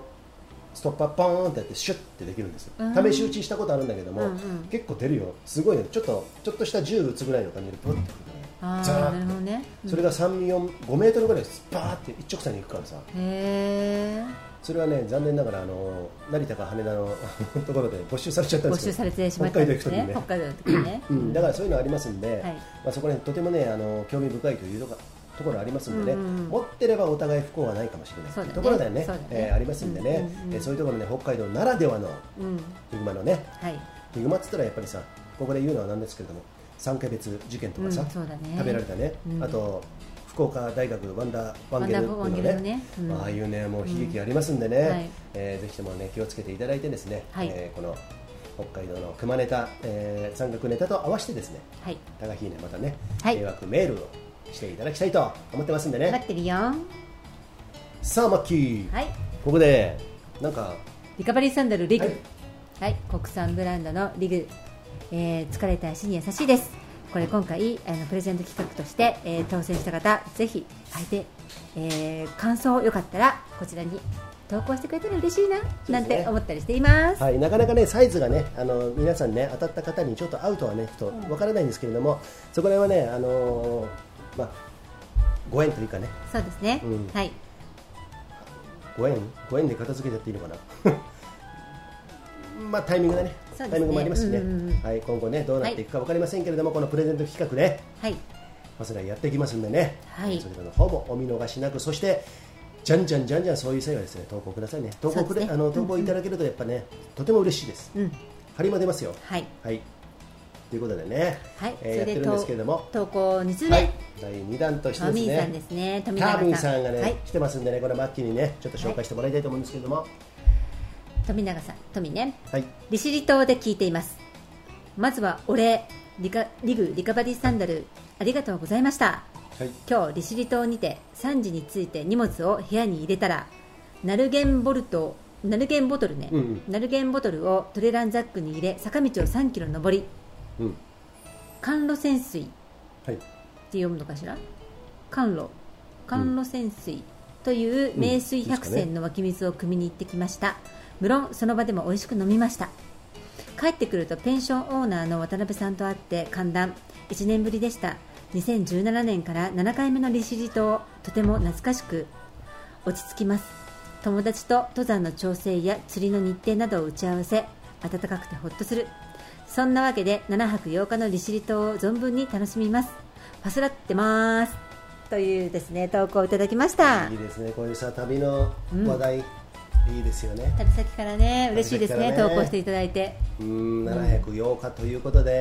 Speaker 1: ストッパーポーンってやってシュッてできるんですよ
Speaker 2: うん
Speaker 1: 試し打ちしたことあるんだけども、
Speaker 2: うんうん
Speaker 1: 結構出るよすごいよちょっとちょっとした銃撃つぐらいの感じでポッてくるから
Speaker 2: あ
Speaker 1: ザー
Speaker 2: あな
Speaker 1: ッ
Speaker 2: るほどね、うん
Speaker 1: それが3、4、5メートルぐらいスパーって一直線に行くからさ、
Speaker 2: へ
Speaker 1: それはね残念ながらあの成田か羽田の ところで没収されちゃった
Speaker 2: え
Speaker 1: んで
Speaker 2: 募
Speaker 1: すけど
Speaker 2: 集されてしまっ
Speaker 1: 北
Speaker 2: たん
Speaker 1: 海道行
Speaker 2: で
Speaker 1: く
Speaker 2: す
Speaker 1: 時に
Speaker 2: ね
Speaker 1: ね
Speaker 2: 北海道の時にね、
Speaker 1: うん、だからそういうのありますんで、
Speaker 2: い
Speaker 1: まあ、そこら辺とてもねあの興味深いというとかところありますんでね、
Speaker 2: うんうんうん
Speaker 1: 持ってればお互い不幸はないかもしれない
Speaker 2: そうだね
Speaker 1: ところだよね
Speaker 2: そうだね
Speaker 1: えーありますんでね、
Speaker 2: うんうんうん
Speaker 1: えーそういうところね北海道ならではの
Speaker 2: うん
Speaker 1: ヒグマのね
Speaker 2: はい
Speaker 1: ヒグマっつったらやっぱりさここで言うのはなんですけれども三ヶ別事件とかさ、
Speaker 2: うんそうだね
Speaker 1: 食べられたね、
Speaker 2: うん
Speaker 1: あと福岡大学ワンダーワンゲルっていう
Speaker 2: ワンダーワンゲル
Speaker 1: の
Speaker 2: の
Speaker 1: ね
Speaker 2: ねうん
Speaker 1: ああいうねもう悲劇ありますんでね、
Speaker 2: うんはい
Speaker 1: えーぜひともね気をつけていただいてですね、
Speaker 2: はい
Speaker 1: えーこの北海道の熊ネタ、えー、山岳ネタと合わせてですね
Speaker 2: はい
Speaker 1: 高木ねまたね、
Speaker 2: はい
Speaker 1: 迷惑メールをしていただきたいと思ってますんで
Speaker 2: 待
Speaker 1: ね
Speaker 2: ってるよは
Speaker 1: さあマッキー、
Speaker 2: い
Speaker 1: ここでなんか
Speaker 2: リカバリーサンダルリグ、
Speaker 1: はい
Speaker 2: はい、国産ブランドのリグ、えー疲れた足に優しいですこれ今回あのプレゼント企画として、えー当選した方ぜひ履いて、えー感想よかったらこちらに投稿してくれたら嬉しいな、
Speaker 1: すね
Speaker 2: なんて思ったりしています、
Speaker 1: はい、なかなかねサイズがねあの皆さんね当たった方にちょっと合うとはねちょっとわからないんですけれども、そこら辺はねあのーまあご縁というかね
Speaker 2: そうですね、
Speaker 1: うん
Speaker 2: はい
Speaker 1: ご縁ご縁で片付けちゃっていいのかな まあタイミングだね
Speaker 2: そう
Speaker 1: タ
Speaker 2: ですね
Speaker 1: イミングもありますしね、
Speaker 2: うんうんうん
Speaker 1: はい、今後ねどうなっていくかわかりませんけれども、このプレゼント企画ね
Speaker 2: はい
Speaker 1: まあそれはやっていきますんでね、
Speaker 2: はい
Speaker 1: そちらの方もお見逃しなくそしてじゃんじゃんじゃんじゃんそういう際はですね投稿くださいね投稿くれ、
Speaker 2: そうですね
Speaker 1: あの投稿いただけるとやっぱね、とても嬉しいです
Speaker 2: うん
Speaker 1: 張りも出ますよ
Speaker 2: はい
Speaker 1: はい。ということでね、
Speaker 2: はい、
Speaker 1: えーやってるん
Speaker 2: と
Speaker 1: ですけれども、
Speaker 2: 投稿2通目、
Speaker 1: はい、第2弾としてで
Speaker 2: ト
Speaker 1: す
Speaker 2: ミーさんで
Speaker 1: ね、
Speaker 2: すね富
Speaker 1: タ
Speaker 2: 永さん
Speaker 1: ーミンさんがね、
Speaker 2: はい、
Speaker 1: 来てますんでね、これ、マッキーにね、ちょっと紹介してもらいたいと思うんですけれども、
Speaker 2: 富永さんトミーね
Speaker 1: はい、
Speaker 2: 利尻島で聞いていますまずはお礼リカリグリカバリーサンダルありがとうございました
Speaker 1: はい、
Speaker 2: 今日利尻島にて3時に着いて荷物を部屋に入れたらナルゲンボルトナルゲンボトルね、
Speaker 1: うんうん
Speaker 2: ナルゲンボトルをトレランザックに入れ坂道を3キロ上り
Speaker 1: うん、
Speaker 2: 甘露泉水って
Speaker 1: はい、
Speaker 2: 読むのかしら甘露甘露泉水という名水百選の湧き水を汲みに行ってきました、無論その場でも美味しく飲みました帰ってくるとペンションオーナーの渡辺さんと会って歓談1年ぶりでした2017年から7回目の利尻島とても懐かしく落ち着きます友達と登山の調整や釣りの日程などを打ち合わせ暖かくてほっとするそんなわけで7泊8日の利尻島を存分に楽しみますファスラってますというですね投稿をいただきました
Speaker 1: いいですねこういうさ旅の話題、いいですよね
Speaker 2: 旅先からね嬉しいですね
Speaker 1: 旅先から
Speaker 2: 投
Speaker 1: ね
Speaker 2: 稿していただいて
Speaker 1: うん7泊8日ということで、
Speaker 2: い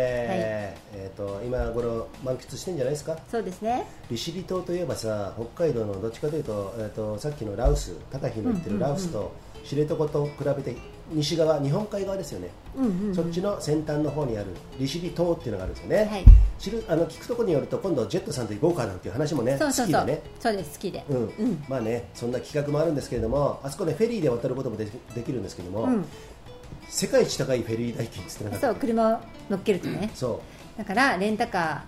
Speaker 1: えー、と今頃満喫してんじゃないですか
Speaker 2: そうですね
Speaker 1: 利尻島といえばさ北海道のどっちかというと,、えー、とさっきのラウス高飛の言ってるラウスと知床と比べて西側日本海側ですよね、
Speaker 2: うんうん
Speaker 1: そっちの先端の方にある利尻島っていうのがあるんですよね、
Speaker 2: はい
Speaker 1: 知るあの聞くところによると今度ジェットさんと行こうかなんていう話もね
Speaker 2: そうそう
Speaker 1: 好き
Speaker 2: そ
Speaker 1: で
Speaker 2: う、
Speaker 1: ね
Speaker 2: そうです好きで、
Speaker 1: うん
Speaker 2: うん
Speaker 1: まあねそんな企画もあるんですけれどもあそこでフェリーで渡ることもできできるんですけども、
Speaker 2: うん
Speaker 1: 世界一高いフェリー代金ですね
Speaker 2: そう車を乗っけるとね、
Speaker 1: そう
Speaker 2: だからレンタカ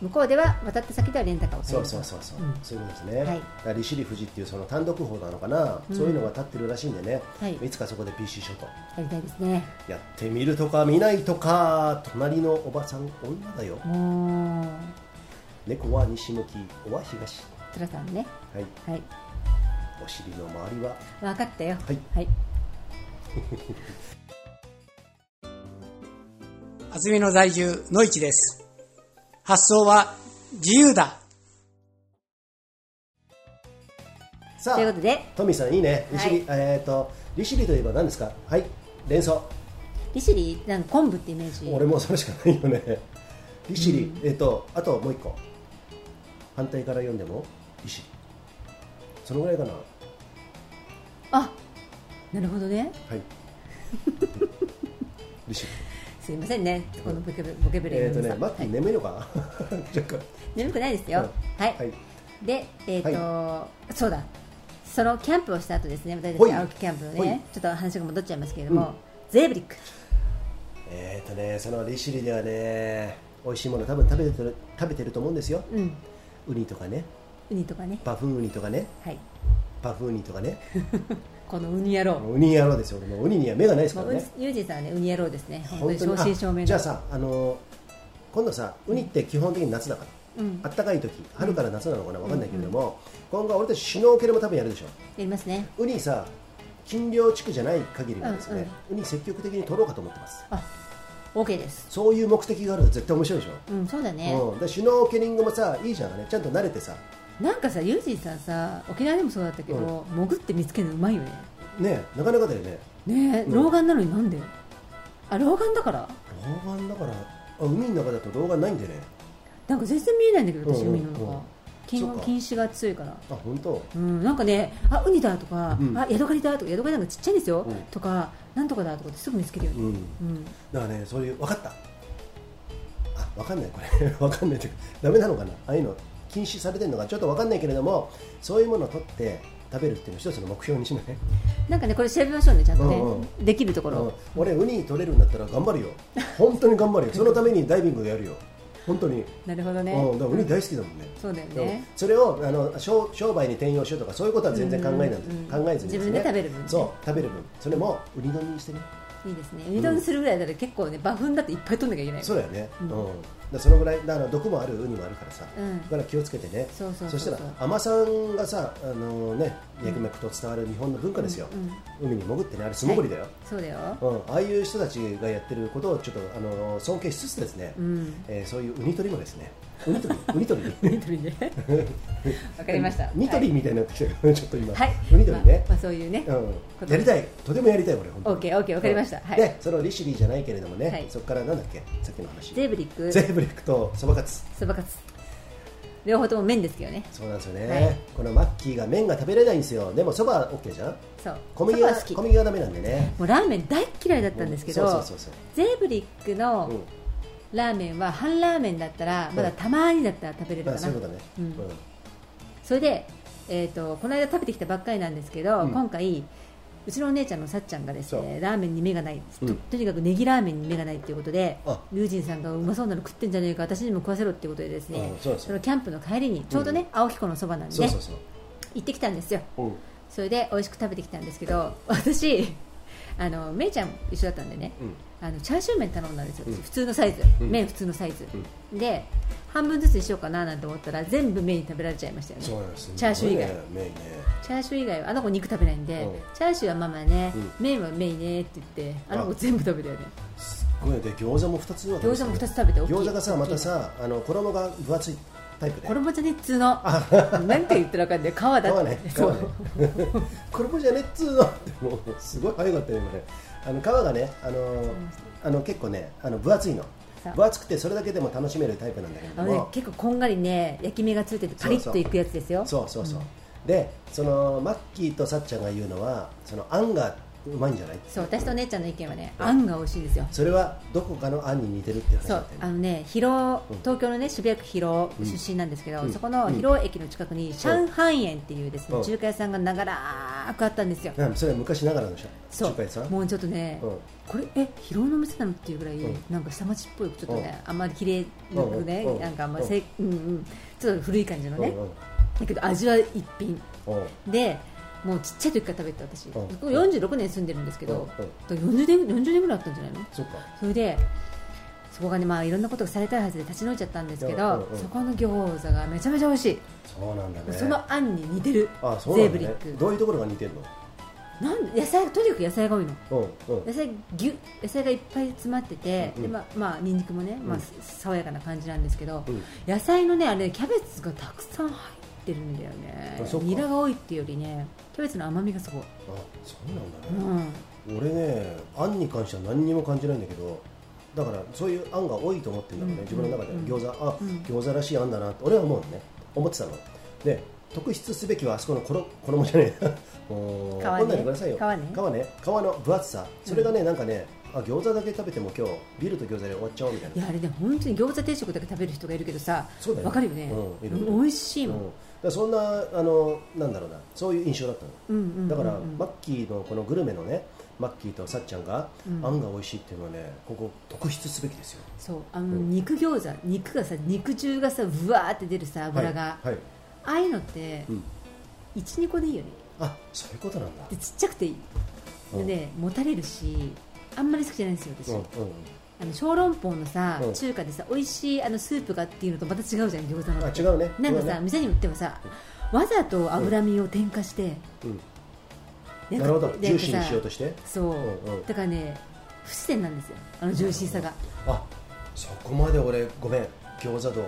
Speaker 2: ー向こうでは渡った先ではレンタカーを借り
Speaker 1: そう
Speaker 2: る
Speaker 1: そうそうそう、
Speaker 2: うん
Speaker 1: そういうことですね、
Speaker 2: は
Speaker 1: はいい、利尻富士っていうその単独峰なのかな、そういうのが立ってるらしいんでね、
Speaker 2: はい
Speaker 1: い、つかそこで PC ショット
Speaker 2: やりたいですね
Speaker 1: やってみるとか見ないとか隣のおばさん女だよ
Speaker 2: もう
Speaker 1: 猫は西向きおは東
Speaker 2: トラさんね
Speaker 1: はい
Speaker 2: はい
Speaker 1: お尻の周りは
Speaker 2: 分かったよ
Speaker 1: はい
Speaker 2: はい、
Speaker 4: 厚みの在住、野市です。発想は自由だ。
Speaker 1: さ
Speaker 2: という
Speaker 1: あ
Speaker 2: ことで
Speaker 1: トミーさんいいね利尻、えっ、と利尻といえば何ですかはい連想
Speaker 2: 利尻なんか昆布ってイメージ
Speaker 1: 俺もうそれしかないよね利尻、えっ、とあともう一個反対から読んでも利尻そのぐらいかなは
Speaker 2: あなるほどね
Speaker 1: い 利 尻
Speaker 2: すいませんねこのボケブボケブレ
Speaker 1: え
Speaker 2: イ
Speaker 1: っ、
Speaker 2: の
Speaker 1: とね
Speaker 2: 皆さん
Speaker 1: マッキー
Speaker 2: はい
Speaker 1: 眠いのかな 若干
Speaker 2: 眠くないですよ、
Speaker 1: うん
Speaker 2: はい、
Speaker 1: はい
Speaker 2: でえっ、と、そうだそのキャンプをした後ですね私た
Speaker 1: ほ
Speaker 2: ち
Speaker 1: い
Speaker 2: 青木キャンプの
Speaker 1: ほい
Speaker 2: ねちょっと話が戻っちゃいますけれども、ゼーブリック
Speaker 1: えっ、とねその利尻ではね美味しいもの多分食べてる食べてると思うんですよ
Speaker 2: うん
Speaker 1: ウニとかね
Speaker 2: ウニとかね
Speaker 1: パフンウニとかね
Speaker 2: はい
Speaker 1: パフンウニとかね
Speaker 2: このウニ野郎
Speaker 1: ウニ野郎ですよ俺もうウニには目がないですか
Speaker 2: も
Speaker 1: ら
Speaker 2: う
Speaker 1: ね
Speaker 2: ユージさんはねウニ野郎ですね本当に
Speaker 1: に
Speaker 2: 正真正銘
Speaker 1: あ
Speaker 2: の
Speaker 1: じゃあさあのー今度さウニって基本的に夏だから、
Speaker 2: うん
Speaker 1: あったかい時春から夏なのかなわかんないけれども、今後は俺たちシュノーケルも多分やるでしょ
Speaker 2: やりますね
Speaker 1: ウニさ禁漁地区じゃない限りはですね、ウニ積極的に取ろうかと思ってます
Speaker 2: あ OK です
Speaker 1: そういう目的があると絶対面白いでしょ、
Speaker 2: うんそうだね、
Speaker 1: うん、でシュノーケリングもさいいじゃんねちゃんと慣れてさ
Speaker 2: なんかさユージさんさ沖縄でもそうだったけど、潜って見つけるのうまいよね
Speaker 1: ねなかなかだよね
Speaker 2: ねえ、
Speaker 1: うん
Speaker 2: 老眼なのになんであ老眼だから
Speaker 1: 老眼だからあ海の中だと老眼ないんでね
Speaker 2: なんか全然見えないんだけど私
Speaker 1: うんうん
Speaker 2: 海の中、
Speaker 1: うん
Speaker 2: 金
Speaker 1: そっか
Speaker 2: 近視が強いから
Speaker 1: あ本当
Speaker 2: うん、なんかね、あウニだとか、
Speaker 1: うん
Speaker 2: あヤドカリだとか、ヤドカリなんかちっちゃいんですよ、
Speaker 1: うん
Speaker 2: とか、なんとかだとかってすぐ見つけるよ
Speaker 1: う
Speaker 2: ね、
Speaker 1: ん
Speaker 2: うん、
Speaker 1: だからねそういう分かったあ分かんないこれ 分かんないというかダメなのかなああいうの禁止されてるのかちょっと分かんないけれどもそういうものを取って食べるっていうのを一つの目標にしない、
Speaker 2: なんかね、これ調べましょうね、ちゃんとね、
Speaker 1: うん
Speaker 2: できるところ、
Speaker 1: うん俺ウニ取れるんだったら頑張るよ本当に頑 張るよそのためにダイビングやるよ本当に、
Speaker 2: なるほどね、
Speaker 1: うん、だからウニ大好きだもんね、
Speaker 2: そうだよ
Speaker 1: でも
Speaker 2: ね、
Speaker 1: それをあの商商売に転用しようとかそういうことは全然考えない、
Speaker 2: うん
Speaker 1: 考えずにすね
Speaker 2: 自分で食べる分ね
Speaker 1: そう食べる分それも売り飲みにしてね
Speaker 2: いいですね、ウニ丼にするぐらいだったら、結構ね、バフンだっていっぱい取んなきゃいけない、
Speaker 1: そうだよね、
Speaker 2: う
Speaker 1: うんんだそのぐらいだから毒もあるウニもあるからさ、
Speaker 2: うん
Speaker 1: だから気をつけてね
Speaker 2: そうそうそうそう
Speaker 1: したら海女さんがさあのね脈々と伝わる日本の文化ですよ、海に潜ってねあれ素潜りだよ、
Speaker 2: そうだよ、
Speaker 1: うん、ああいう人たちがやってることをちょっとあの尊敬しつつですね、
Speaker 2: うん、
Speaker 1: えーそういうウニ取りもですねウニ取 りウニ取り
Speaker 2: ニトリね、 わかりました、
Speaker 1: ニトリみたいになってきたから ねちょっと今、
Speaker 2: はい、はい
Speaker 1: ウニ取りね、
Speaker 2: まあまあ、そういうね、
Speaker 1: うん、やりたい、とてもやりたい、俺、本当に。
Speaker 2: オッケーオッケーわかりました
Speaker 1: うん
Speaker 2: はい
Speaker 1: で、その利尻じゃないけれどもね、
Speaker 2: はい
Speaker 1: そこからなんだっけ、さっきの話、
Speaker 2: ゼーブリック、
Speaker 1: ゼーブリックとそばかつ、
Speaker 2: そばかつ、両方とも麺ですけどね、
Speaker 1: そうなんですよね、
Speaker 2: はい
Speaker 1: このマッキーが麺が食べれないんですよ、でもそばは OK じゃん、
Speaker 2: そう、
Speaker 1: 小麦
Speaker 2: そば
Speaker 1: が
Speaker 2: は好き
Speaker 1: 小麦がダメなんでね、
Speaker 2: もうラーメン大っ嫌いだったんですけど、
Speaker 1: うんそうそうそう
Speaker 2: ゼーブリックの、
Speaker 1: そう、うん
Speaker 2: ラーメンは半ラーメンだったら
Speaker 1: ん
Speaker 2: まだたまにだったら食べれるか
Speaker 1: ま
Speaker 2: な、
Speaker 1: あ、そういうことね、
Speaker 2: うん
Speaker 1: うん
Speaker 2: それで、えー、とこの間食べてきたばっかりなんですけど、
Speaker 1: うん
Speaker 2: 今回うちのお姉ちゃんのさっちゃんがです
Speaker 1: そ
Speaker 2: ねラーメンに目がない、
Speaker 1: うん
Speaker 2: ととにかくネギラーメンに目がないっていうことで
Speaker 1: あ
Speaker 2: 龍神さんがうまそうなの食ってんじゃねえか私にも食わせろっていうことでですね
Speaker 1: うんそうです
Speaker 2: そのキャンプの帰りにちょうどね、青彦のそばなんで
Speaker 1: そうそうそう、
Speaker 2: 行ってきたんですよ
Speaker 1: うん
Speaker 2: それで美味しく食べてきたんですけど私あのめいちゃん一緒だったんでね、
Speaker 1: うん
Speaker 2: あのチャーシュー麺頼んだんですよ、
Speaker 1: うん
Speaker 2: 普通のサイズ、
Speaker 1: うん
Speaker 2: 麺普通のサイズ、で半分ずつにしようかななんて思ったら全部麺に食べられちゃいましたよね
Speaker 1: そうなんですね
Speaker 2: チャーシュー以外
Speaker 1: ねメインね
Speaker 2: チャーシュー以外はあの子肉食べないんで、
Speaker 1: うん
Speaker 2: チャーシューはママね、
Speaker 1: うん
Speaker 2: 麺はメイねって言ってあの子
Speaker 1: あ
Speaker 2: 全部食べたよね
Speaker 1: すっごいねで餃子も2つぐらい
Speaker 2: 餃子も二つ食べて大きい
Speaker 1: 餃子がさまたさあの衣が分厚いタイプで
Speaker 2: 衣じゃねっつうのなんて言ったらあかんね皮だっ
Speaker 1: 買わ
Speaker 2: て、
Speaker 1: ない買
Speaker 2: そ
Speaker 1: わないう 衣じゃねっつうのってもうすごい早かったよ今ねあの皮がねあのーあの結構ねあの分厚いの
Speaker 2: そう
Speaker 1: 分厚くてそれだけでも楽しめるタイプなんだけ
Speaker 2: あ
Speaker 1: ど
Speaker 2: のね
Speaker 1: も
Speaker 2: 結構こんがりね焼き目がついててパリッといくやつですよ
Speaker 1: そうそうそう、でそのマッキーとさっちゃんが言うのはそのあんがうまいんじゃない
Speaker 2: そう私とお姉ちゃんの意見はねあんが美味しいんですよ
Speaker 1: それはどこかのあんに似てるっていう話
Speaker 2: そ
Speaker 1: だっ
Speaker 2: う
Speaker 1: た
Speaker 2: あ
Speaker 1: よね
Speaker 2: のね広
Speaker 1: うん
Speaker 2: 東京のね渋谷区広尾出身なんですけど、
Speaker 1: うん
Speaker 2: そこの広尾駅の近くに上海園っていうですね、
Speaker 1: うん
Speaker 2: 中華屋さんが長らーくあったんですよ、
Speaker 1: うんそれは昔ながらのし
Speaker 2: そ
Speaker 1: 中
Speaker 2: う
Speaker 1: 華屋さん
Speaker 2: もうちょっとね、
Speaker 1: うん
Speaker 2: これえ広尾の店なのっていうぐらい、
Speaker 1: うん
Speaker 2: なんか下町っぽいちょっとね、あんまり綺麗なくね、
Speaker 1: うんうん
Speaker 2: なんかあんませ、うんうん、ちょっと古い感じのね、
Speaker 1: うんうん
Speaker 2: だけど味は一品
Speaker 1: うん
Speaker 2: でもうちっちゃい時から食べてた私、
Speaker 1: うん
Speaker 2: 僕46年住んでるんですけど、
Speaker 1: うんうん
Speaker 2: だから40年 ,40 年ぐらいあったんじゃないの
Speaker 1: そっか
Speaker 2: それでそこがねまあいろんなことがされたいはずで立ち退いちゃったんですけ
Speaker 1: うん
Speaker 2: ど
Speaker 1: うんうん
Speaker 2: そこの餃子がめちゃめちゃ美味しい
Speaker 1: そうなんだね
Speaker 2: そのあんに似てる
Speaker 1: あそう
Speaker 2: ゼ
Speaker 1: な
Speaker 2: ーブ
Speaker 1: ん
Speaker 2: リ
Speaker 1: だ
Speaker 2: ッ
Speaker 1: ね
Speaker 2: ク
Speaker 1: どういうところが似てる
Speaker 2: なん野菜とにかく野菜が多いの
Speaker 1: のうんうん
Speaker 2: 野菜ぎゅ野菜がいっぱい詰まってて
Speaker 1: うん
Speaker 2: でまあまあニンニクもねまあ
Speaker 1: うん
Speaker 2: 爽やかな感じなんですけど
Speaker 1: うん
Speaker 2: 野菜のねあれキャベツがたくさん入ってるんだよね
Speaker 1: あそっか
Speaker 2: ニラが多いっていうよりねキャベツの甘みがすごい
Speaker 1: あそうなんだ
Speaker 2: う
Speaker 1: ね、
Speaker 2: ん
Speaker 1: 俺ねあんに関しては何にも感じないんだけどだからそういうあんが多いと思ってるんだろうね、
Speaker 2: うん
Speaker 1: 自分の中で
Speaker 2: うん
Speaker 1: 餃子あ、
Speaker 2: うん
Speaker 1: 餃子らしいあんだなって俺は思うのね思ってたので特筆すべきはあそこの衣衣じゃねえな もう
Speaker 2: 皮ね
Speaker 1: 怒んないでくださいよ
Speaker 2: 皮ね
Speaker 1: 皮の分厚さそれがね、なんかねあ餃子だけ食べても今日ビールと餃子で終わっちゃおうみたいない
Speaker 2: やあれね本当に餃子定食だけ食べる人がいるけどさ
Speaker 1: そうだよね
Speaker 2: わかるよね
Speaker 1: うんいる
Speaker 2: 美味しいも
Speaker 1: うん
Speaker 2: ん
Speaker 1: だからそんなあのなんだろうなそういう印象だったの
Speaker 2: うんうんうんうん
Speaker 1: だから、マッキーのこのグルメのねマッキーとさっちゃんが、
Speaker 2: うん
Speaker 1: あんが美味しいっていうのはねここ特筆すべきですよ
Speaker 2: そうあの肉餃子肉がさ肉汁がさぶわーって出るさ油が、
Speaker 1: はい、はい
Speaker 2: ああいうのって
Speaker 1: うん、
Speaker 2: 12個でいいよね
Speaker 1: あそういうことなんだ
Speaker 2: でちっちゃくていいでねもたれるしあんまり好きじゃないんですよ私、
Speaker 1: うんうん
Speaker 2: あの小籠包のさ、
Speaker 1: うん
Speaker 2: 中華でさ美味しいあのスープがっていうのとまた違うじゃん餃子の
Speaker 1: あ違うね
Speaker 2: なんか
Speaker 1: 違う
Speaker 2: さ、
Speaker 1: ね
Speaker 2: 店に売ってもさわざと脂身を添加して、
Speaker 1: うん
Speaker 2: 焼く
Speaker 1: なるほど
Speaker 2: 焼
Speaker 1: ジュー
Speaker 2: いて
Speaker 1: シ
Speaker 2: さ
Speaker 1: ーにしようとして
Speaker 2: そう、
Speaker 1: うんうん
Speaker 2: だからね不自然なんですよあのジューシーさが
Speaker 1: あそこまで俺ごめん餃子と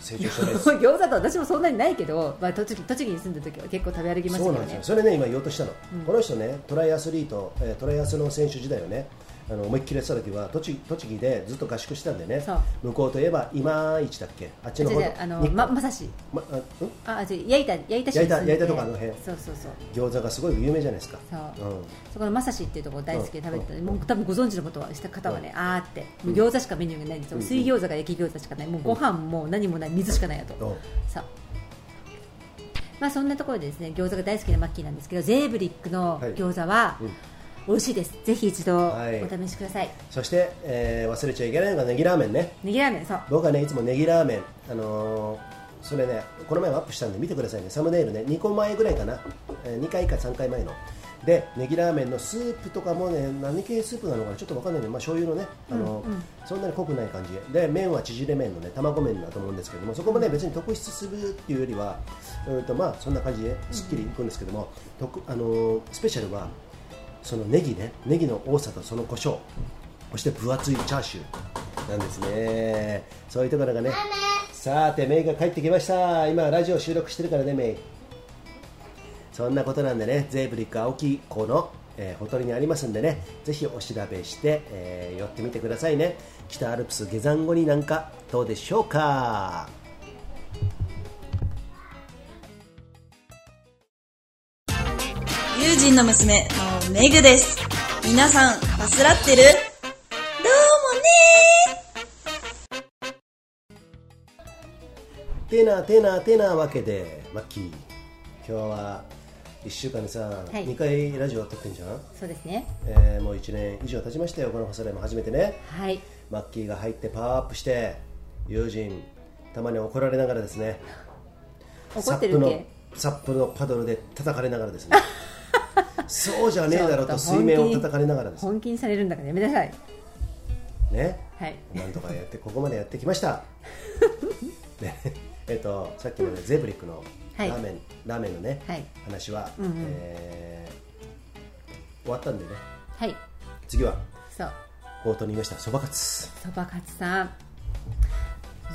Speaker 1: 成長してないです
Speaker 2: 餃子と私もそんなにないけど、まあ、栃木栃木に住んだ時は結構食べ歩きまし
Speaker 1: そ
Speaker 2: た
Speaker 1: う
Speaker 2: け
Speaker 1: なん
Speaker 2: ど
Speaker 1: です
Speaker 2: ね
Speaker 1: よそれね今言おうとしたの、
Speaker 2: うん
Speaker 1: この人ねトライアスリート、えートライアスの選手時代をねあの思いっきりやってた時は栃木栃木でずっと合宿してたんでね
Speaker 2: そう
Speaker 1: 向こうといえば今市だっけあっち
Speaker 2: 違
Speaker 1: の
Speaker 2: う
Speaker 1: 方
Speaker 2: 違うあの
Speaker 1: 日
Speaker 2: ままさし
Speaker 1: まあうん
Speaker 2: あ違う焼いた焼いた市
Speaker 1: 焼いた
Speaker 2: に住んでて
Speaker 1: 焼いたとこあの辺
Speaker 2: そうそうそう
Speaker 1: 餃子がすごい有名じゃないですか
Speaker 2: そう
Speaker 1: うん
Speaker 2: そこのまさしっていうところ大好きで食べてたんで
Speaker 1: うん
Speaker 2: もう多分ご存知のことはした方はね、あーってもう餃子しかメニューがないんですよ、
Speaker 1: うん
Speaker 2: 水餃子か焼き餃子しかないもうご飯も何もない水しかないやと、
Speaker 1: うん
Speaker 2: さまあそんなところでですね餃子が大好きなマッキーなんですけどゼーブリックの餃子は
Speaker 1: うん
Speaker 2: 美味しいです、ぜひ一度お
Speaker 1: はい
Speaker 2: 試しください、
Speaker 1: そして、えー忘れちゃいけないのがネギラーメンね
Speaker 2: ネギラーメンそう
Speaker 1: 僕はねいつもネギラーメンあのーそれねこの前もアップしたんで見てくださいねサムネイルね2個前ぐらいかな、え2回か3回前のでネギラーメンのスープとかもね何系スープなのかなちょっとわかんないんで、まあ、醤油のね、あのー
Speaker 2: うんうん
Speaker 1: そんなに濃くない感じで麺は縮れ麺のね卵麺だと思うんですけどもそこもね別に特筆するっていうよりはうんとまあそんな感じですっきりいくんですけども、特あのースペシャルはそのネギねネギの多さとその胡椒そして分厚いチャーシューなんですねそういうところがねさてメイが帰ってきました今ラジオ収録してるからねメイそんなことなんでねゼーブリック青木湖の、えーほとりにありますんでねぜひお調べして、えー寄ってみてくださいね北アルプス下山後になんかどうでしょうか
Speaker 5: 友人の娘のメグです。皆さん、バスらってるどうもね
Speaker 1: てなてなてなわけでマッキー今日は1週間でさ、
Speaker 2: はい
Speaker 1: 2回ラジオ撮ってんじゃん、
Speaker 2: そうですね
Speaker 1: えーもう1年以上経ちましたよこの細田も初めてね
Speaker 2: はい
Speaker 1: マッキーが入ってパワーアップして友人たまに怒られながらですね
Speaker 2: 怒ってるっ
Speaker 1: サッ
Speaker 2: け
Speaker 1: プ のサップのパドルで叩かれながらですねそうじゃねえだろうと
Speaker 2: ち
Speaker 1: 水
Speaker 2: ょっ本気に
Speaker 1: 面を叩かれながらです
Speaker 2: 本気にされるんだからやめなさい
Speaker 1: ね
Speaker 2: はい
Speaker 1: なんとかやってここまでやってきま した。ね、えっとさっきのねゼブリックの
Speaker 2: は
Speaker 1: ラ
Speaker 2: い
Speaker 1: ーメン、ラーメンのね、
Speaker 2: はい
Speaker 1: 話は、
Speaker 2: うんうん
Speaker 1: えー終わったんでね。
Speaker 2: はい
Speaker 1: 次は
Speaker 2: そう
Speaker 1: 冒頭に言いましたそばカツ。
Speaker 2: そばかつさん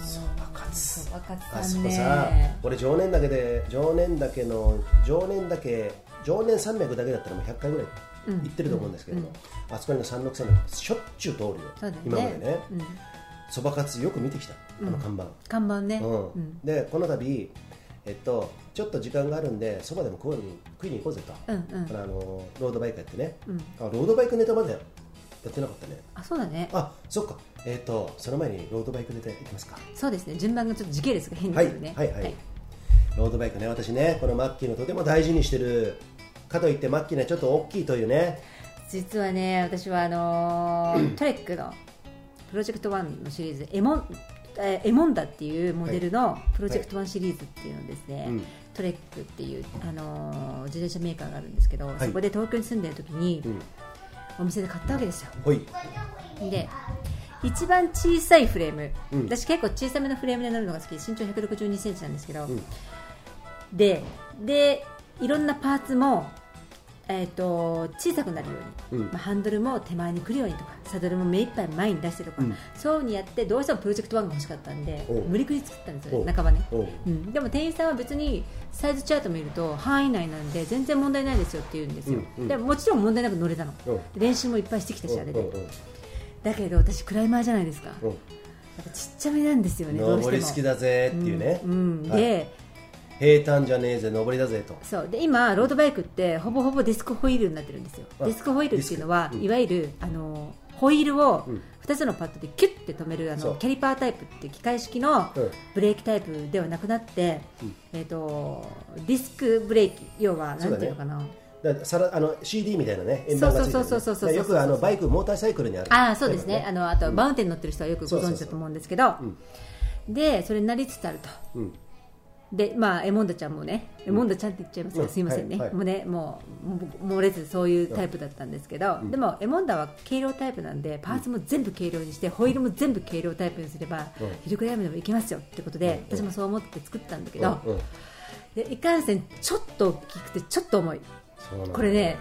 Speaker 1: そばカツ
Speaker 2: そ。ばか
Speaker 1: あ
Speaker 2: つさ
Speaker 1: そ
Speaker 2: ん
Speaker 1: こさ
Speaker 2: ね、
Speaker 1: 俺常年だけで常年だけの常年だけ常年山脈だけだったらもう100回ぐらい行ってると思うんですけども、あそこに山麓線のしょっちゅう通るよ。
Speaker 2: そうだよね
Speaker 1: 今までね
Speaker 2: うん、
Speaker 1: そばカツよく見てきたあの看板。
Speaker 2: 看板ね、
Speaker 1: う
Speaker 2: うんん、
Speaker 1: でこの度えっとちょっと時間があるんでそばでも食いに食いに行こうぜと、
Speaker 2: うんうん
Speaker 1: これあのロードバイクやってね、
Speaker 2: うん
Speaker 1: あロードバイクネタまだやってなかったね
Speaker 2: あそうだね
Speaker 1: あそっかえっとその前にロードバイクネタいきますか
Speaker 2: そうですね順番がちょっと時系列が変
Speaker 1: は
Speaker 2: で
Speaker 1: い、
Speaker 2: すよね
Speaker 1: はいはいロードバイクね私ねこのマッキーのとても大事にしてるかといってマッキーねちょっと大きいというね
Speaker 2: 実はね私はあの ートレックのプロジェクト1のシリーズエモンえーエモンダっていうモデルのプロジェクト1シリーズっていうのですね、
Speaker 1: うん
Speaker 2: トレックっていう、あのー自転車メーカーがあるんですけど、
Speaker 1: い
Speaker 2: そこで東京に住んでる時に、
Speaker 1: ん
Speaker 2: お店で買ったわけですよ
Speaker 1: ほい
Speaker 2: で一番小さいフレーム、
Speaker 1: うん
Speaker 2: 私結構小さめのフレームで乗るのが好きで身長1 6 2センチなんですけど、ででいろんなパーツも、えー、と小さくなるように、
Speaker 1: うん
Speaker 2: まあ、ハンドルも手前に来るようにとかサドルも目いっぱい前に出してとか、そういうふうにやってどうしてもプロジェクト1が欲しかったんで
Speaker 1: おう
Speaker 2: 無理くり作ったんですよ
Speaker 1: おう
Speaker 2: ね半ばね。
Speaker 1: おう
Speaker 2: うん、でも店員さんは別にサイズチャート見ると範囲内なんで全然問題ないですよって言うんですよ、
Speaker 1: うんうん
Speaker 2: でももちろん問題なく乗れたの
Speaker 1: うん
Speaker 2: 練習もいっぱいしてきたしあれで、
Speaker 1: うんうん
Speaker 2: だけど私クライマーじゃないですか、
Speaker 1: う
Speaker 2: や
Speaker 1: ん
Speaker 2: っぱちっちゃめなんですよねどうしても
Speaker 1: 登り好きだぜっていうね、
Speaker 2: うん、で、
Speaker 1: はい平坦じゃねえぜ登りだぜと
Speaker 2: そうで今ロードバイクってほぼほぼディスクホイールになってるんですよ
Speaker 1: あ
Speaker 2: ディスクホイールっていうのは、
Speaker 1: ディスクうん
Speaker 2: いわゆるあのホイールを
Speaker 1: うん
Speaker 2: 2つのパッドでキュッて止めるあ
Speaker 1: そ
Speaker 2: の
Speaker 1: う
Speaker 2: キャリパータイプっていう機械式の
Speaker 1: うん
Speaker 2: ブレーキタイプではなくなって、えー、とディスクブレーキ要は
Speaker 1: そうだ
Speaker 2: な
Speaker 1: ね
Speaker 2: んていうのかな、
Speaker 1: だからさらあの CD みたいなね円盤がついてるね
Speaker 2: そうそうそうそうそうそう
Speaker 1: だからよくあのバイクモーターサイクルにある
Speaker 2: ああそうですねあのあと、
Speaker 1: うん
Speaker 2: マウンテンに乗ってる人はよくご存知だと思うんですけど
Speaker 1: そうそう
Speaker 2: でそれになりつつあると
Speaker 1: うん
Speaker 2: でまあエモンダちゃんもね、エモンダちゃんって言っちゃいますか、
Speaker 1: うん
Speaker 2: すいませんね、
Speaker 1: はいはい
Speaker 2: もうねもうもも漏れずそういうタイプだったんですけど、でもエモンダは軽量タイプなんでパーツも全部軽量にして、ホイールも全部軽量タイプにすれば、
Speaker 1: うん
Speaker 2: ヒルクライムでもいけますよってことで、
Speaker 1: うん
Speaker 2: 私もそう思って作ったんだけ
Speaker 1: うん
Speaker 2: ど、
Speaker 1: うん
Speaker 2: でいかんせんちょっと大きくてちょっと重い
Speaker 1: そうなんだ
Speaker 2: これね、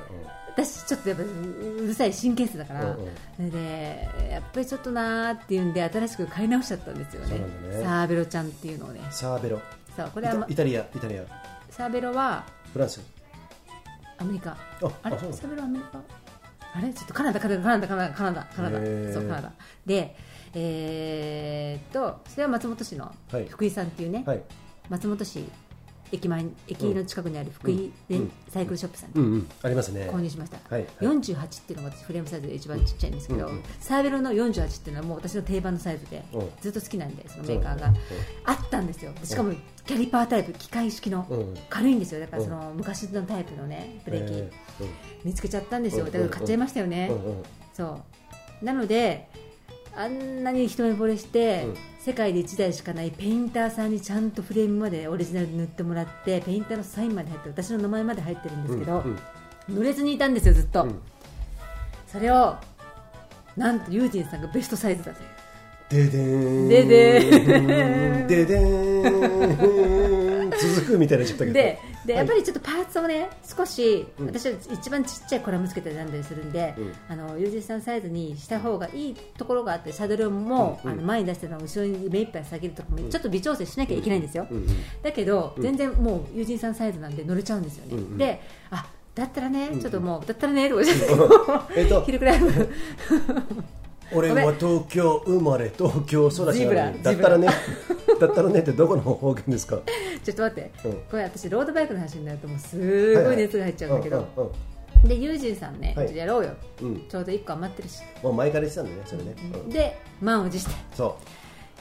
Speaker 2: 私ちょっとやっぱううるさい神経質だから、
Speaker 1: うんうん
Speaker 2: それでやっぱりちょっとなーっていうんで新しく買い直しちゃったんですよ
Speaker 1: そ
Speaker 2: ね
Speaker 1: うなんだね
Speaker 2: サーベロちゃんっていうのをね
Speaker 1: うんサーベロ
Speaker 2: そうこ
Speaker 1: イ
Speaker 2: れは
Speaker 1: タ
Speaker 2: ま
Speaker 1: イタリアイタリア
Speaker 2: サーベロは
Speaker 1: フランス
Speaker 2: アメリカ
Speaker 1: あ
Speaker 2: あれ
Speaker 1: あそうなんだ
Speaker 2: サブロアメリカあれちょっとカナダカナダカナダカナダカナダカナダ
Speaker 1: へー
Speaker 2: そうカナダでえーっとそれは松本市の
Speaker 1: はい
Speaker 2: 福井さんっていうね、
Speaker 1: はい
Speaker 2: 松本市駅前駅の近くにある福井
Speaker 1: うん
Speaker 2: レ
Speaker 1: うん
Speaker 2: ンサイクルショップさんに
Speaker 1: うんうんありますね
Speaker 2: 購入しました、
Speaker 1: はいはい
Speaker 2: 48っていうのが私フレームサイズで一番ちっちゃいんですけど、
Speaker 1: うんうん
Speaker 2: サーベロの48っていうのはもう私の定番のサイズで、
Speaker 1: うん
Speaker 2: ずっと好きなんでその
Speaker 1: そ
Speaker 2: メ
Speaker 1: う
Speaker 2: ーカ
Speaker 1: なん
Speaker 2: ー
Speaker 1: だ
Speaker 2: が、あったんですよしかもキャリパータイプ機械式の、
Speaker 1: うんうん
Speaker 2: 軽いんですよだからその昔のタイプのねブレーキ、
Speaker 1: えー
Speaker 2: 見つけちゃったんですよ
Speaker 1: うん
Speaker 2: だから買っちゃいましたよね、
Speaker 1: うんうんうん
Speaker 2: そうなのであんなに一目惚れして、
Speaker 1: うん
Speaker 2: 世界で1台しかないペインターさんにちゃんとフレームまでオリジナルで塗ってもらってペインターのサインまで入って私の名前まで入ってるんですけど、
Speaker 1: うん
Speaker 2: 乗れずにいたんですよずっと、
Speaker 1: うん
Speaker 2: それをなんとユージンさんがベストサイズだという
Speaker 1: ででーん
Speaker 2: ででーん
Speaker 1: でで ーん続くみたいなちょっとけど
Speaker 2: でで
Speaker 1: は
Speaker 2: や
Speaker 1: い
Speaker 2: っぱりちょっとパーツをね少し、
Speaker 1: うん
Speaker 2: 私は一番ちっちゃいコラムつけて選んだりするんで、
Speaker 1: うん
Speaker 2: あのユージさんサイズにした方がいいところがあってサドルも、
Speaker 1: うんうん
Speaker 2: あの前に出してるのを後ろに目いっぱい下げるとかも、ちょっと微調整しなきゃいけないんですよ、
Speaker 1: うんうん
Speaker 2: だけど、全然もう友人さんサイズなんで乗れちゃうんですよね、
Speaker 1: うんうん
Speaker 2: であだったらね、ちょっともうだったらねとか言っ
Speaker 1: えっと
Speaker 2: て 昼くらい
Speaker 1: 俺
Speaker 2: ごめ
Speaker 1: は
Speaker 2: ん
Speaker 1: 東京生まれ東京育ち
Speaker 2: ジブ
Speaker 1: な
Speaker 2: ラ
Speaker 1: のにだったらね だったらねってどこの方言 ですか
Speaker 2: ちょっと待って、
Speaker 1: うん
Speaker 2: これ私ロードバイクの話になるともうすごい熱が入っちゃうんだけど、
Speaker 1: うんうん
Speaker 2: でユージンさんね、
Speaker 1: はい
Speaker 2: ちょっとやろうよ、
Speaker 1: うん
Speaker 2: ちょうど1個余ってるし、
Speaker 1: もう前から言ってたんだよねそれねうん
Speaker 2: で満を持して
Speaker 1: そ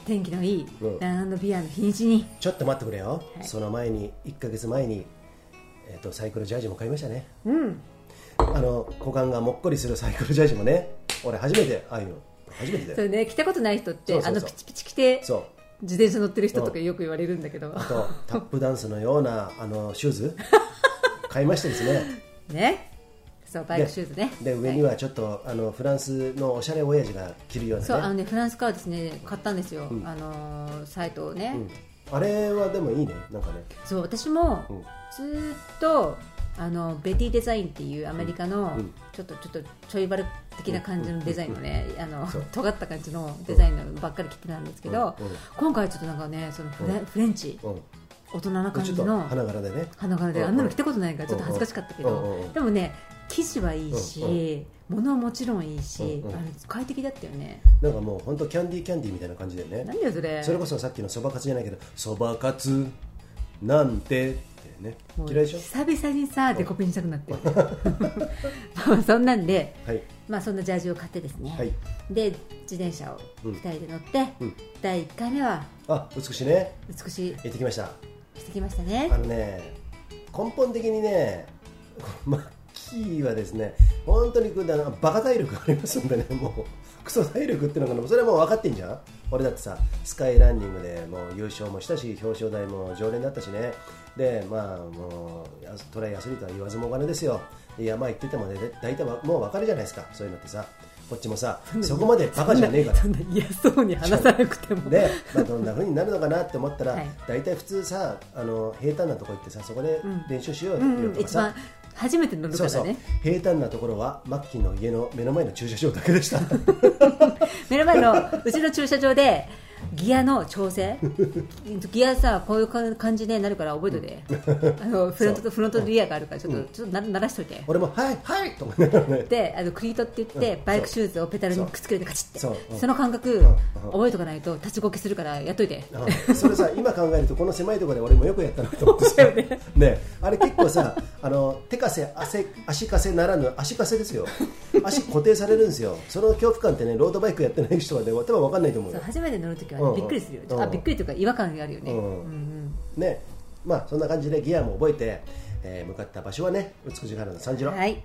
Speaker 2: 天気のいい
Speaker 1: うん
Speaker 2: ランドビアの日にちに
Speaker 1: うちょっと待ってくれよ
Speaker 2: はい
Speaker 1: その前に1ヶ月前にえっとサイクルジャージも買いましたね
Speaker 2: うん
Speaker 1: あの股間がもっこりするサイクルジャージもね俺初めてああいうの初めて
Speaker 2: そ
Speaker 1: だよ
Speaker 2: れね着たことない人っ
Speaker 1: そ
Speaker 2: て
Speaker 1: うそう
Speaker 2: あ
Speaker 1: そう
Speaker 2: のピチピチ着て
Speaker 1: そう
Speaker 2: 自転車乗ってる人とかよく言われるんだけど
Speaker 1: あとタップダンスのようなあのシューズ買いましてですね
Speaker 2: ねそうバイクシューズね
Speaker 1: で上にはちょっとあのフランスのおしゃれ親父が着るよう
Speaker 2: そうあ
Speaker 1: な
Speaker 2: の
Speaker 1: ね
Speaker 2: ねフランスからですね買ったんですよ、
Speaker 1: うん
Speaker 2: あのーサイトをね、
Speaker 1: うんあれはでもいいねなんかね
Speaker 2: そう私も
Speaker 1: うん
Speaker 2: ずーっとあのベティデザインっていうアメリカの
Speaker 1: うん
Speaker 2: ちょっとちょっとちょいバル的な感じのデザインのねあの
Speaker 1: そう
Speaker 2: 尖った感じのデザインのばっかり着てたんですけど
Speaker 1: うんうん
Speaker 2: 今回はちょっとなんかねそのフレ
Speaker 1: うん
Speaker 2: フレンチ
Speaker 1: うん
Speaker 2: 大人な感
Speaker 1: ちょ
Speaker 2: じ
Speaker 1: っと
Speaker 2: の
Speaker 1: 花柄でね
Speaker 2: 花柄で
Speaker 1: うん
Speaker 2: あんなの着たことないからちょっと恥ずかしかったけ
Speaker 1: うんうんう
Speaker 2: ど
Speaker 1: ん
Speaker 2: でもね生地はいいし物はもちろんいいし
Speaker 1: うんうん
Speaker 2: あの快適だったよね
Speaker 1: なんかもう本当キャンディーキャンディーみたいな感じでね
Speaker 2: 何だよそれ
Speaker 1: それこそさっきのそばかつじゃないけどそばかつなんてってね
Speaker 2: もう
Speaker 1: 嫌いでしょ
Speaker 2: 久々にさデコピンしたくなって まあそんなんで
Speaker 1: はい
Speaker 2: まあそんなジャージを買ってですね、
Speaker 1: はい
Speaker 2: で自転車を2人で乗って、
Speaker 1: うん
Speaker 2: 第1回目は
Speaker 1: あ美しいね
Speaker 2: 美しい
Speaker 1: 行ってきました
Speaker 2: してきましたね
Speaker 1: あのね根本的にね マッキーはですね本当にあのバカ体力がありますんでね もうクソ体力っていうのかなそれはもう分かってんじゃん俺だってさスカイランニングでもう優勝もしたし表彰台も常連だったしねでまあもうやトライアスリートは言わずもがなですよで山行っててもねで大体わもう分かるじゃないですかそういうのってさこっちもさそこまでバカじゃねえから
Speaker 2: そんな嫌そうに話さなくても
Speaker 1: で、まあ、どんな風になるのかなって思ったら、
Speaker 2: はい
Speaker 1: 大体普通さあの平坦なとこ行ってさそこで
Speaker 2: うん
Speaker 1: 練習しようよ
Speaker 2: うんうん
Speaker 1: とか
Speaker 2: 一
Speaker 1: さ、
Speaker 2: 番初めて乗るか
Speaker 1: そう
Speaker 2: ら
Speaker 1: そう
Speaker 2: ね
Speaker 1: 平坦なところはマッキーの家の目の前の駐車場だけでした
Speaker 2: 目の前のうちの駐車場でギアの調整ギアさこういうか感じでなるから覚えといて、あのフロントとフロントとリアがあるからちょっと,、ちょっとな鳴らしといて
Speaker 1: 俺も「はいはい!」と思いながらね
Speaker 2: であのクリートって言って、
Speaker 1: うん
Speaker 2: バイクシューズをペダルにくっつけてカチッて
Speaker 1: そう
Speaker 2: そ,、
Speaker 1: うん
Speaker 2: の感覚、
Speaker 1: んうん
Speaker 2: 覚えとかないと立ちこけするからやっといて、
Speaker 1: あそれさ今考えるとこの狭いところで俺もよくやったなと思ってさ、ねあれ結構さあの手かせ汗足かせならぬ足かせですよ足固定されるんですよその恐怖感ってねロードバイクやってない人はね多分分かんないと思う
Speaker 2: そ
Speaker 1: よ
Speaker 2: う初めて乗るときは、
Speaker 1: う
Speaker 2: ね
Speaker 1: んうん
Speaker 2: びっくりするよ、
Speaker 1: うん
Speaker 2: あびっくりというか違和感があるよね、
Speaker 1: う
Speaker 2: うんんうん
Speaker 1: ねまあそんな感じでギアも覚えて、えー向かった場所はね美し原の三次郎、
Speaker 2: はい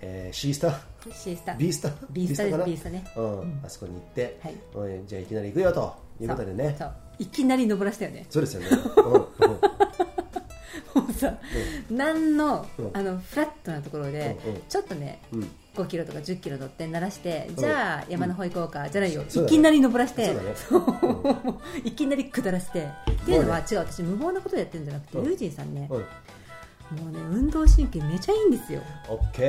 Speaker 1: えー、シースター
Speaker 2: シースタ
Speaker 1: B スター
Speaker 2: B スタです
Speaker 1: かな
Speaker 2: B スタね
Speaker 1: うんあそこに行って、
Speaker 2: はい
Speaker 1: うんじゃあいきなり行くよということでね
Speaker 2: そうそういきなり登らしたよね
Speaker 1: そうですよね、うんうん
Speaker 2: もうさ、何の,、
Speaker 1: うん
Speaker 2: あのフラットなところで、
Speaker 1: うんうん
Speaker 2: ちょっとね、
Speaker 1: うん
Speaker 2: 5キロとか10キロ乗って鳴らして、じゃあ山の方行こうか、じゃないよ、
Speaker 1: そう
Speaker 2: い
Speaker 1: だね
Speaker 2: きなり登らして
Speaker 1: そうだね
Speaker 2: そうもういきなり下らして、っていうのは違う私無謀なことやってるんじゃなくて、
Speaker 1: うん
Speaker 2: ユージンさんね、
Speaker 1: うん、
Speaker 2: もうね運動神経めちゃいいんですよ
Speaker 1: オッケ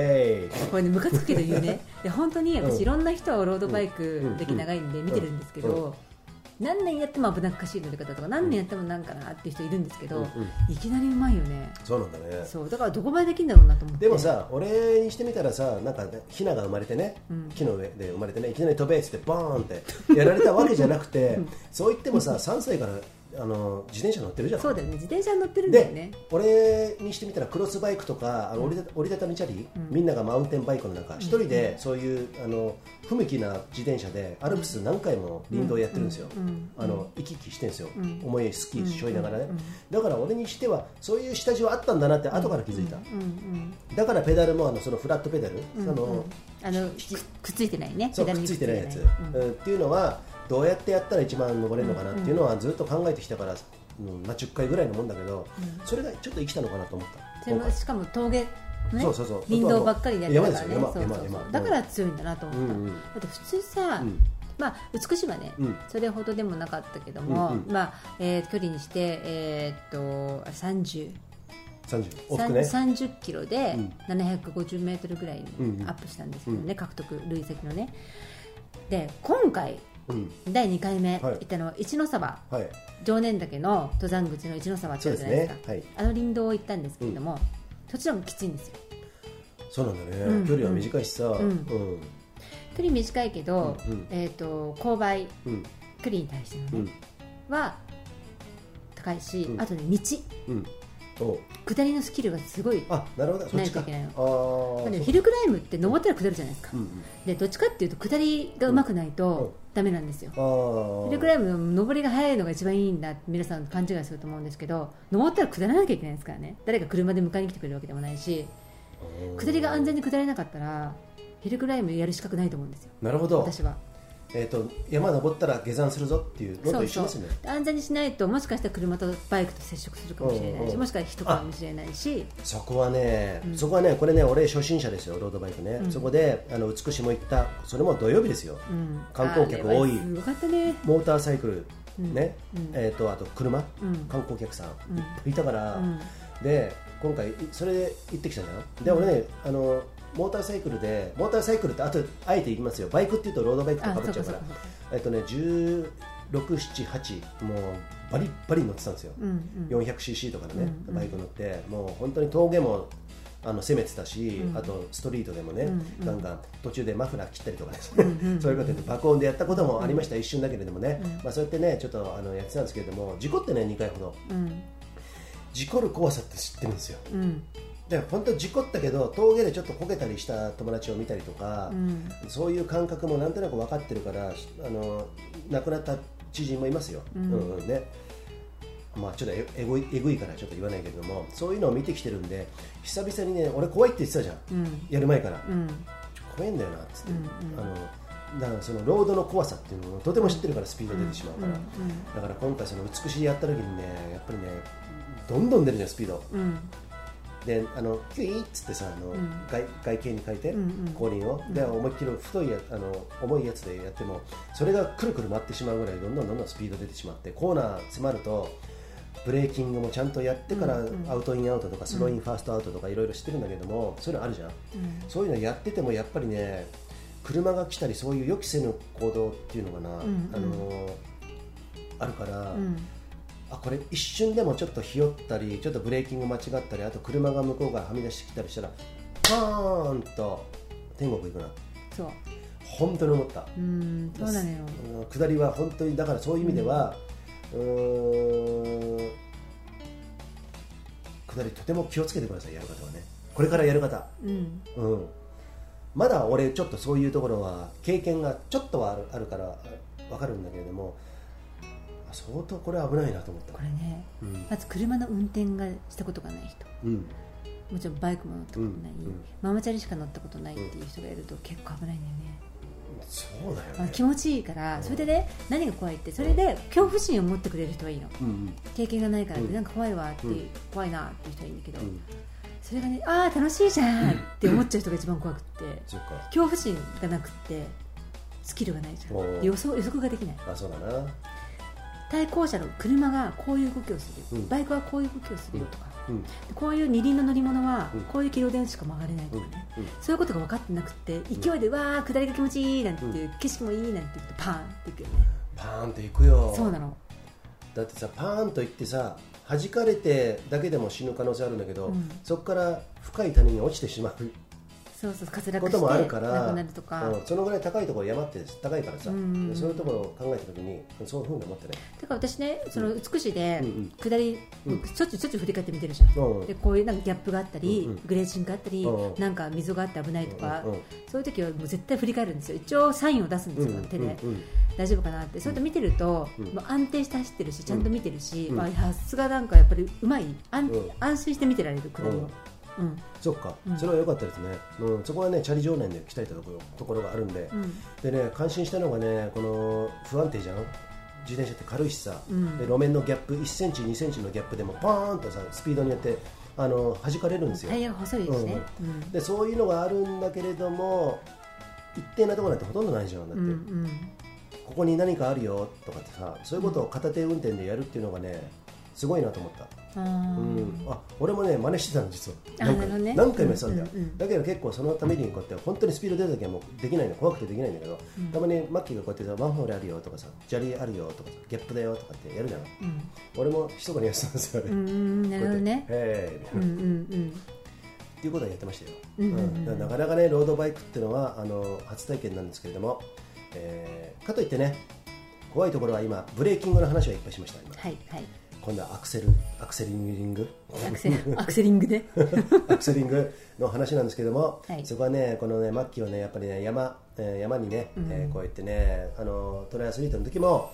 Speaker 1: ー
Speaker 2: これねムカつくけど言うねで本当に
Speaker 1: うん
Speaker 2: 私いろんな人をロードバイ
Speaker 1: う
Speaker 2: ク
Speaker 1: ん
Speaker 2: 歴長いんで見てるんですけ
Speaker 1: う
Speaker 2: ど何年やっても危なっかしい乗り方とか何年やってもなんかなっていう人いるんですけ
Speaker 1: うんう
Speaker 2: ど
Speaker 1: ん
Speaker 2: いきなりうまいよね
Speaker 1: そうなんだね
Speaker 2: そうだからどこまでできるんだろうなと思って
Speaker 1: でもさ俺にしてみたらさなんかねヒナが生まれてね、木の上で生まれてねいきなり飛べっつってボーンってやられたわけじゃなくてそう言ってもさ3歳からあの自転車乗ってるじゃん
Speaker 2: そうだよね自転車に乗ってるんだよ
Speaker 1: で、
Speaker 2: ね
Speaker 1: 俺にしてみたらクロスバイクとかあの折りた折りたたみチャリ、みんながマウンテンバイクの中、一人でそういうあの不向きな自転車でアルプス何回も林道やってるんですよ、あの行き来してるんですよ、重いスキーしょいながらね、だから俺にしてはそういう下地はあったんだなって後から気づいた、だからペダルもあのそのフラットペダル、あの
Speaker 2: あのくくっついてないね
Speaker 1: そうく
Speaker 2: ペダ
Speaker 1: っ
Speaker 2: ルに
Speaker 1: ついてないやつ、
Speaker 2: うん
Speaker 1: うんっていうのはどうやってやったら一番登れるのかなっていうのはずっと考えてきたから、うんまあ、10回ぐらいのもんだけど、それがちょっと生きたのかなと思った
Speaker 2: それ
Speaker 1: 今
Speaker 2: も
Speaker 1: 回
Speaker 2: しかも峠のね
Speaker 1: そうそうそう
Speaker 2: 林道ばっかりでやってたからね
Speaker 1: 山です
Speaker 2: そう
Speaker 1: よ山山
Speaker 2: そうそう
Speaker 1: 山
Speaker 2: だから強いんだなと思った、
Speaker 1: うんうん
Speaker 2: だって普通さ、
Speaker 1: うん
Speaker 2: まあ、美しいはね、
Speaker 1: うん
Speaker 2: それほどでもなかったけども、
Speaker 1: うんう
Speaker 2: まあえー距離にして、えーっと30
Speaker 1: 30往復ね
Speaker 2: 30キロで
Speaker 1: うん
Speaker 2: 750メートルぐらいに
Speaker 1: うんうん
Speaker 2: アップしたんですけどね、獲得累積のねで今回
Speaker 1: うん
Speaker 2: 第2回目
Speaker 1: はい
Speaker 2: 行ったのは一ノ沢、
Speaker 1: はい
Speaker 2: 常念岳の登山口の一ノ沢ってあるじゃないですか
Speaker 1: そうですね
Speaker 2: あの林道を行ったんですけれども、そっちの方がきついんですよ
Speaker 1: そうなんだね、
Speaker 2: うん
Speaker 1: 距離は短いしさうんうん
Speaker 2: 距離短いけど、
Speaker 1: うんうん
Speaker 2: えー、と勾配
Speaker 1: うん
Speaker 2: 距離に対しての
Speaker 1: う
Speaker 2: ね、
Speaker 1: ん
Speaker 2: は高いし、
Speaker 1: うん
Speaker 2: あとね道
Speaker 1: うんお
Speaker 2: 下りのスキルがすごい
Speaker 1: あなるほどそっちかあ
Speaker 2: ないといけないの
Speaker 1: あー
Speaker 2: ね
Speaker 1: そっ
Speaker 2: ヒルクライムって登ったら下るじゃないですか、
Speaker 1: うんうん
Speaker 2: でどっちかっていうと下りがうまくないとダメなんですよ、
Speaker 1: あー
Speaker 2: ヒルクライムの登りが速いのが一番いいんだって皆さん勘違いすると思うんですけど登ったら下らなきゃいけないですからね誰か車で迎えに来てくれるわけでもないし
Speaker 1: うん
Speaker 2: 下りが安全に下れなかったらヒルクライムやる資格ないと思うんですよ
Speaker 1: なるほど
Speaker 2: 私は
Speaker 1: えー、と山登ったら下山するぞっていうのと一緒ですね
Speaker 2: 安全にしないともしかしたら車とバイクと接触するかもし
Speaker 1: う
Speaker 2: れないし、
Speaker 1: んうん
Speaker 2: もしかしたら人かもしれないし
Speaker 1: そこはね、
Speaker 2: うん
Speaker 1: そこはねこれね俺初心者ですよロードバイクね、
Speaker 2: うん
Speaker 1: そこであの美しも行ったそれも土曜日ですよ、
Speaker 2: うん
Speaker 1: 観光客多い
Speaker 2: あれはすごかったね
Speaker 1: モーターサイクル、
Speaker 2: うん
Speaker 1: ね、
Speaker 2: うん
Speaker 1: えー、とあと車、
Speaker 2: うん
Speaker 1: 観光客さん
Speaker 2: うん
Speaker 1: いっぱいいたから、
Speaker 2: うん
Speaker 1: で今回それで行ってきたじゃんで俺ねあのモーターサイクルでモーターサイクルってあとあえて言いますよバイクっていうとロードバイクとかぶっちゃうから
Speaker 2: あそうかそうか
Speaker 1: えっとね1678もうバリッバリ乗ってたんですよ、
Speaker 2: うんうん
Speaker 1: 400cc とかでね、
Speaker 2: うんうん
Speaker 1: バイク乗ってもう本当に峠もあの攻めてたし、
Speaker 2: うん
Speaker 1: あとストリートでもね、
Speaker 2: うんうん
Speaker 1: ガンガン途中でマフラー切ったりとかね、
Speaker 2: んう ん
Speaker 1: そういうことで爆音でやったこともありました、一瞬だけれどもね、
Speaker 2: うん
Speaker 1: まあ、そうやってねちょっとあのやってたんですけれども事故ってね2回ほど
Speaker 2: うん
Speaker 1: 事故る怖さって知ってるんですよ
Speaker 2: うん
Speaker 1: で本当事故ったけど峠でちょっとこけたりした友達を見たりとか、
Speaker 2: うん
Speaker 1: そういう感覚もなんとなく分かってるからあの亡くなった知人もいますよ、う
Speaker 2: うんん
Speaker 1: うんねまあ、ちょっとええごいえぐいからちょっと言わないけれどもそういうのを見てきてるんで久々にね俺怖いって言ってたじゃん、
Speaker 2: うん
Speaker 1: やる前から、
Speaker 2: うん
Speaker 1: 怖いんだよなっつって、
Speaker 2: うんうん
Speaker 1: あのだからそのロードの怖さっていうのをとても知ってるからスピード出てしまうから、だから今回その美しいやった時にねやっぱりねどんどん出るじゃんスピード、
Speaker 2: うん
Speaker 1: であのキュイーっつってさあの、
Speaker 2: うん
Speaker 1: 外外形に書いて、
Speaker 2: うんうん
Speaker 1: 後輪をで
Speaker 2: うん
Speaker 1: 思いっきり太いやあの重いやつでやってもそれがくるくる回ってしまうぐらいどんどんどんどんスピード出てしまってコーナー迫るとブレーキングもちゃんとやってから、
Speaker 2: うんうん
Speaker 1: アウトインアウトとかスローインファーストアウトとかいろいろしてるんだけどもそういうのあるじゃん
Speaker 2: うん
Speaker 1: そういうのやっててもやっぱりね車が来たりそういう予期せぬ行動っていうのかな、
Speaker 2: んうん
Speaker 1: あのあるから、
Speaker 2: うん
Speaker 1: あこれ一瞬でもちょっとひよったりちょっとブレーキング間違ったりあと車が向こうからはみ出してきたりしたらパーンと天国行くな
Speaker 2: そう
Speaker 1: 本当に思った
Speaker 2: うんそうなのよ
Speaker 1: うん下りは本当にだからそういう意味では、うーん下りとても気をつけてくださいやる方はねこれからやる方
Speaker 2: うん
Speaker 1: うんまだ俺ちょっとそういうところは経験がちょっとはあるあるから分かるんだけれどもあ相当これ危ないなと思った
Speaker 2: これね
Speaker 1: うん
Speaker 2: まず車の運転がしたことがない人
Speaker 1: うん
Speaker 2: もちろんバイクも乗ったことない、
Speaker 1: うんうん
Speaker 2: ママチャリしか乗ったことないっていう人がいると結構危ないんだよね、
Speaker 1: そうだよ
Speaker 2: まあ
Speaker 1: ね。
Speaker 2: 気持ちいいからそれでね何が怖いってそれで恐怖心を持ってくれる人はいいの
Speaker 1: うん
Speaker 2: 経験がないからっ
Speaker 1: うん
Speaker 2: てなんか怖いわっていう、
Speaker 1: うん
Speaker 2: 怖いなっていう人はいいんだけど、
Speaker 1: うん、
Speaker 2: それがねああ楽しいじゃんって思っちゃう人が一番怖くって、
Speaker 1: そっか。
Speaker 2: 恐怖心がなくってスキルがないじゃ
Speaker 1: おー
Speaker 2: ん予想予測ができない
Speaker 1: あ、そうだな。
Speaker 2: 対向車の車がこういう動きをする、
Speaker 1: うん
Speaker 2: バイクはこういう動きをするよとか、
Speaker 1: うん、
Speaker 2: こういう二輪の乗り物は
Speaker 1: うん
Speaker 2: こういう軌道でしか曲がれないと
Speaker 1: うん、
Speaker 2: かね、
Speaker 1: うん。
Speaker 2: そういうことが分かってなくて勢いで、わー下りが気持ちいいなんていう、景色もいいなんて言うとパーンっていくよね
Speaker 1: パーンと行くよ。
Speaker 2: そうなの
Speaker 1: だってさ、パーンと行ってさ、弾かれてだけでも死ぬ可能性あるんだけど、
Speaker 2: うん
Speaker 1: そこから深い谷に落ちてしまう
Speaker 2: そうそう滑落
Speaker 1: こ
Speaker 2: して
Speaker 1: ともある
Speaker 2: なく
Speaker 1: から、
Speaker 2: なるとか、
Speaker 1: うんそのぐらい高いところ山って高いからさ、
Speaker 2: うん
Speaker 1: でそういうところを考えたときに、そういうふうに思ってね。
Speaker 2: だから私ねその美しいで
Speaker 1: うんうん
Speaker 2: 下り、
Speaker 1: うん
Speaker 2: しょっちゅうしょっちゅう振り返って見てるじゃん、
Speaker 1: うん
Speaker 2: でこういうなんかギャップがあったり、
Speaker 1: うんうん
Speaker 2: グレーチングがあったり、
Speaker 1: うん
Speaker 2: なんか溝があって危ないとか、
Speaker 1: うんうん
Speaker 2: そういう時はもう絶対振り返るんですよ一応サインを出すんですよ、手で、
Speaker 1: うん
Speaker 2: 大丈夫かなってそれと見てると、
Speaker 1: うん
Speaker 2: もう安定して走ってるしちゃんと見てるし、
Speaker 1: うん
Speaker 2: まあ、さすがなんかやっぱりうまい安,、
Speaker 1: うん
Speaker 2: 安心して見てられる下りを、うん
Speaker 1: そっか、
Speaker 2: うん
Speaker 1: それは良かったですね、うん、そこはねチャリ常年で鍛えたところところがあるんで、
Speaker 2: うん
Speaker 1: でね感心したのがねこの不安定じゃん自転車って軽いしさ、
Speaker 2: うん
Speaker 1: で路面のギャップ1センチ2センチのギャップでもパーンとさスピードによってあの弾かれるんですよ
Speaker 2: タイヤが細いですね、うん
Speaker 1: でそういうのがあるんだけれども一定なところなんてほとんどないじゃんだって、
Speaker 2: うんうん
Speaker 1: ここに何かあるよとかってさそういうことを片手運転でやるっていうのがねすごいなと思った
Speaker 2: あ
Speaker 1: うん、
Speaker 2: ー
Speaker 1: あ俺もね真似してたの実は
Speaker 2: あ
Speaker 1: 何
Speaker 2: なるほ
Speaker 1: 回,、
Speaker 2: どね
Speaker 1: 何回もやってたんだよ、
Speaker 2: うんうんうん
Speaker 1: だけど結構そのためにこうやって本当にスピード出るときはもうできないの怖くてできないんだけど、
Speaker 2: うん
Speaker 1: たまにマッキーがこうやってさワンホールあるよとかさ砂利あるよとかさギャップだよとかってやるじゃん
Speaker 2: うん
Speaker 1: 俺も密かにやってたんですよね、
Speaker 2: うんうんなるほどね
Speaker 1: こうやってへーみた
Speaker 2: う
Speaker 1: い
Speaker 2: ん
Speaker 1: な、っ
Speaker 2: うんうん
Speaker 1: ていうことはやってましたよ、
Speaker 2: うんうんうん
Speaker 1: だからなかなかねロードバイクっていうのはあの初体験なんですけれども、えーかといってね怖いところは今ブレーキングの話はいっぱいしました今、
Speaker 2: はいはい
Speaker 1: 今度はアクセルアクセリング
Speaker 2: アクセルアクセリングね
Speaker 1: アクセリングの話なんですけども、
Speaker 2: はい
Speaker 1: そこはね、このね、末期をね、やっぱりね、山、えー山にね、えーこうやってね、あの、トライアスリートの時も、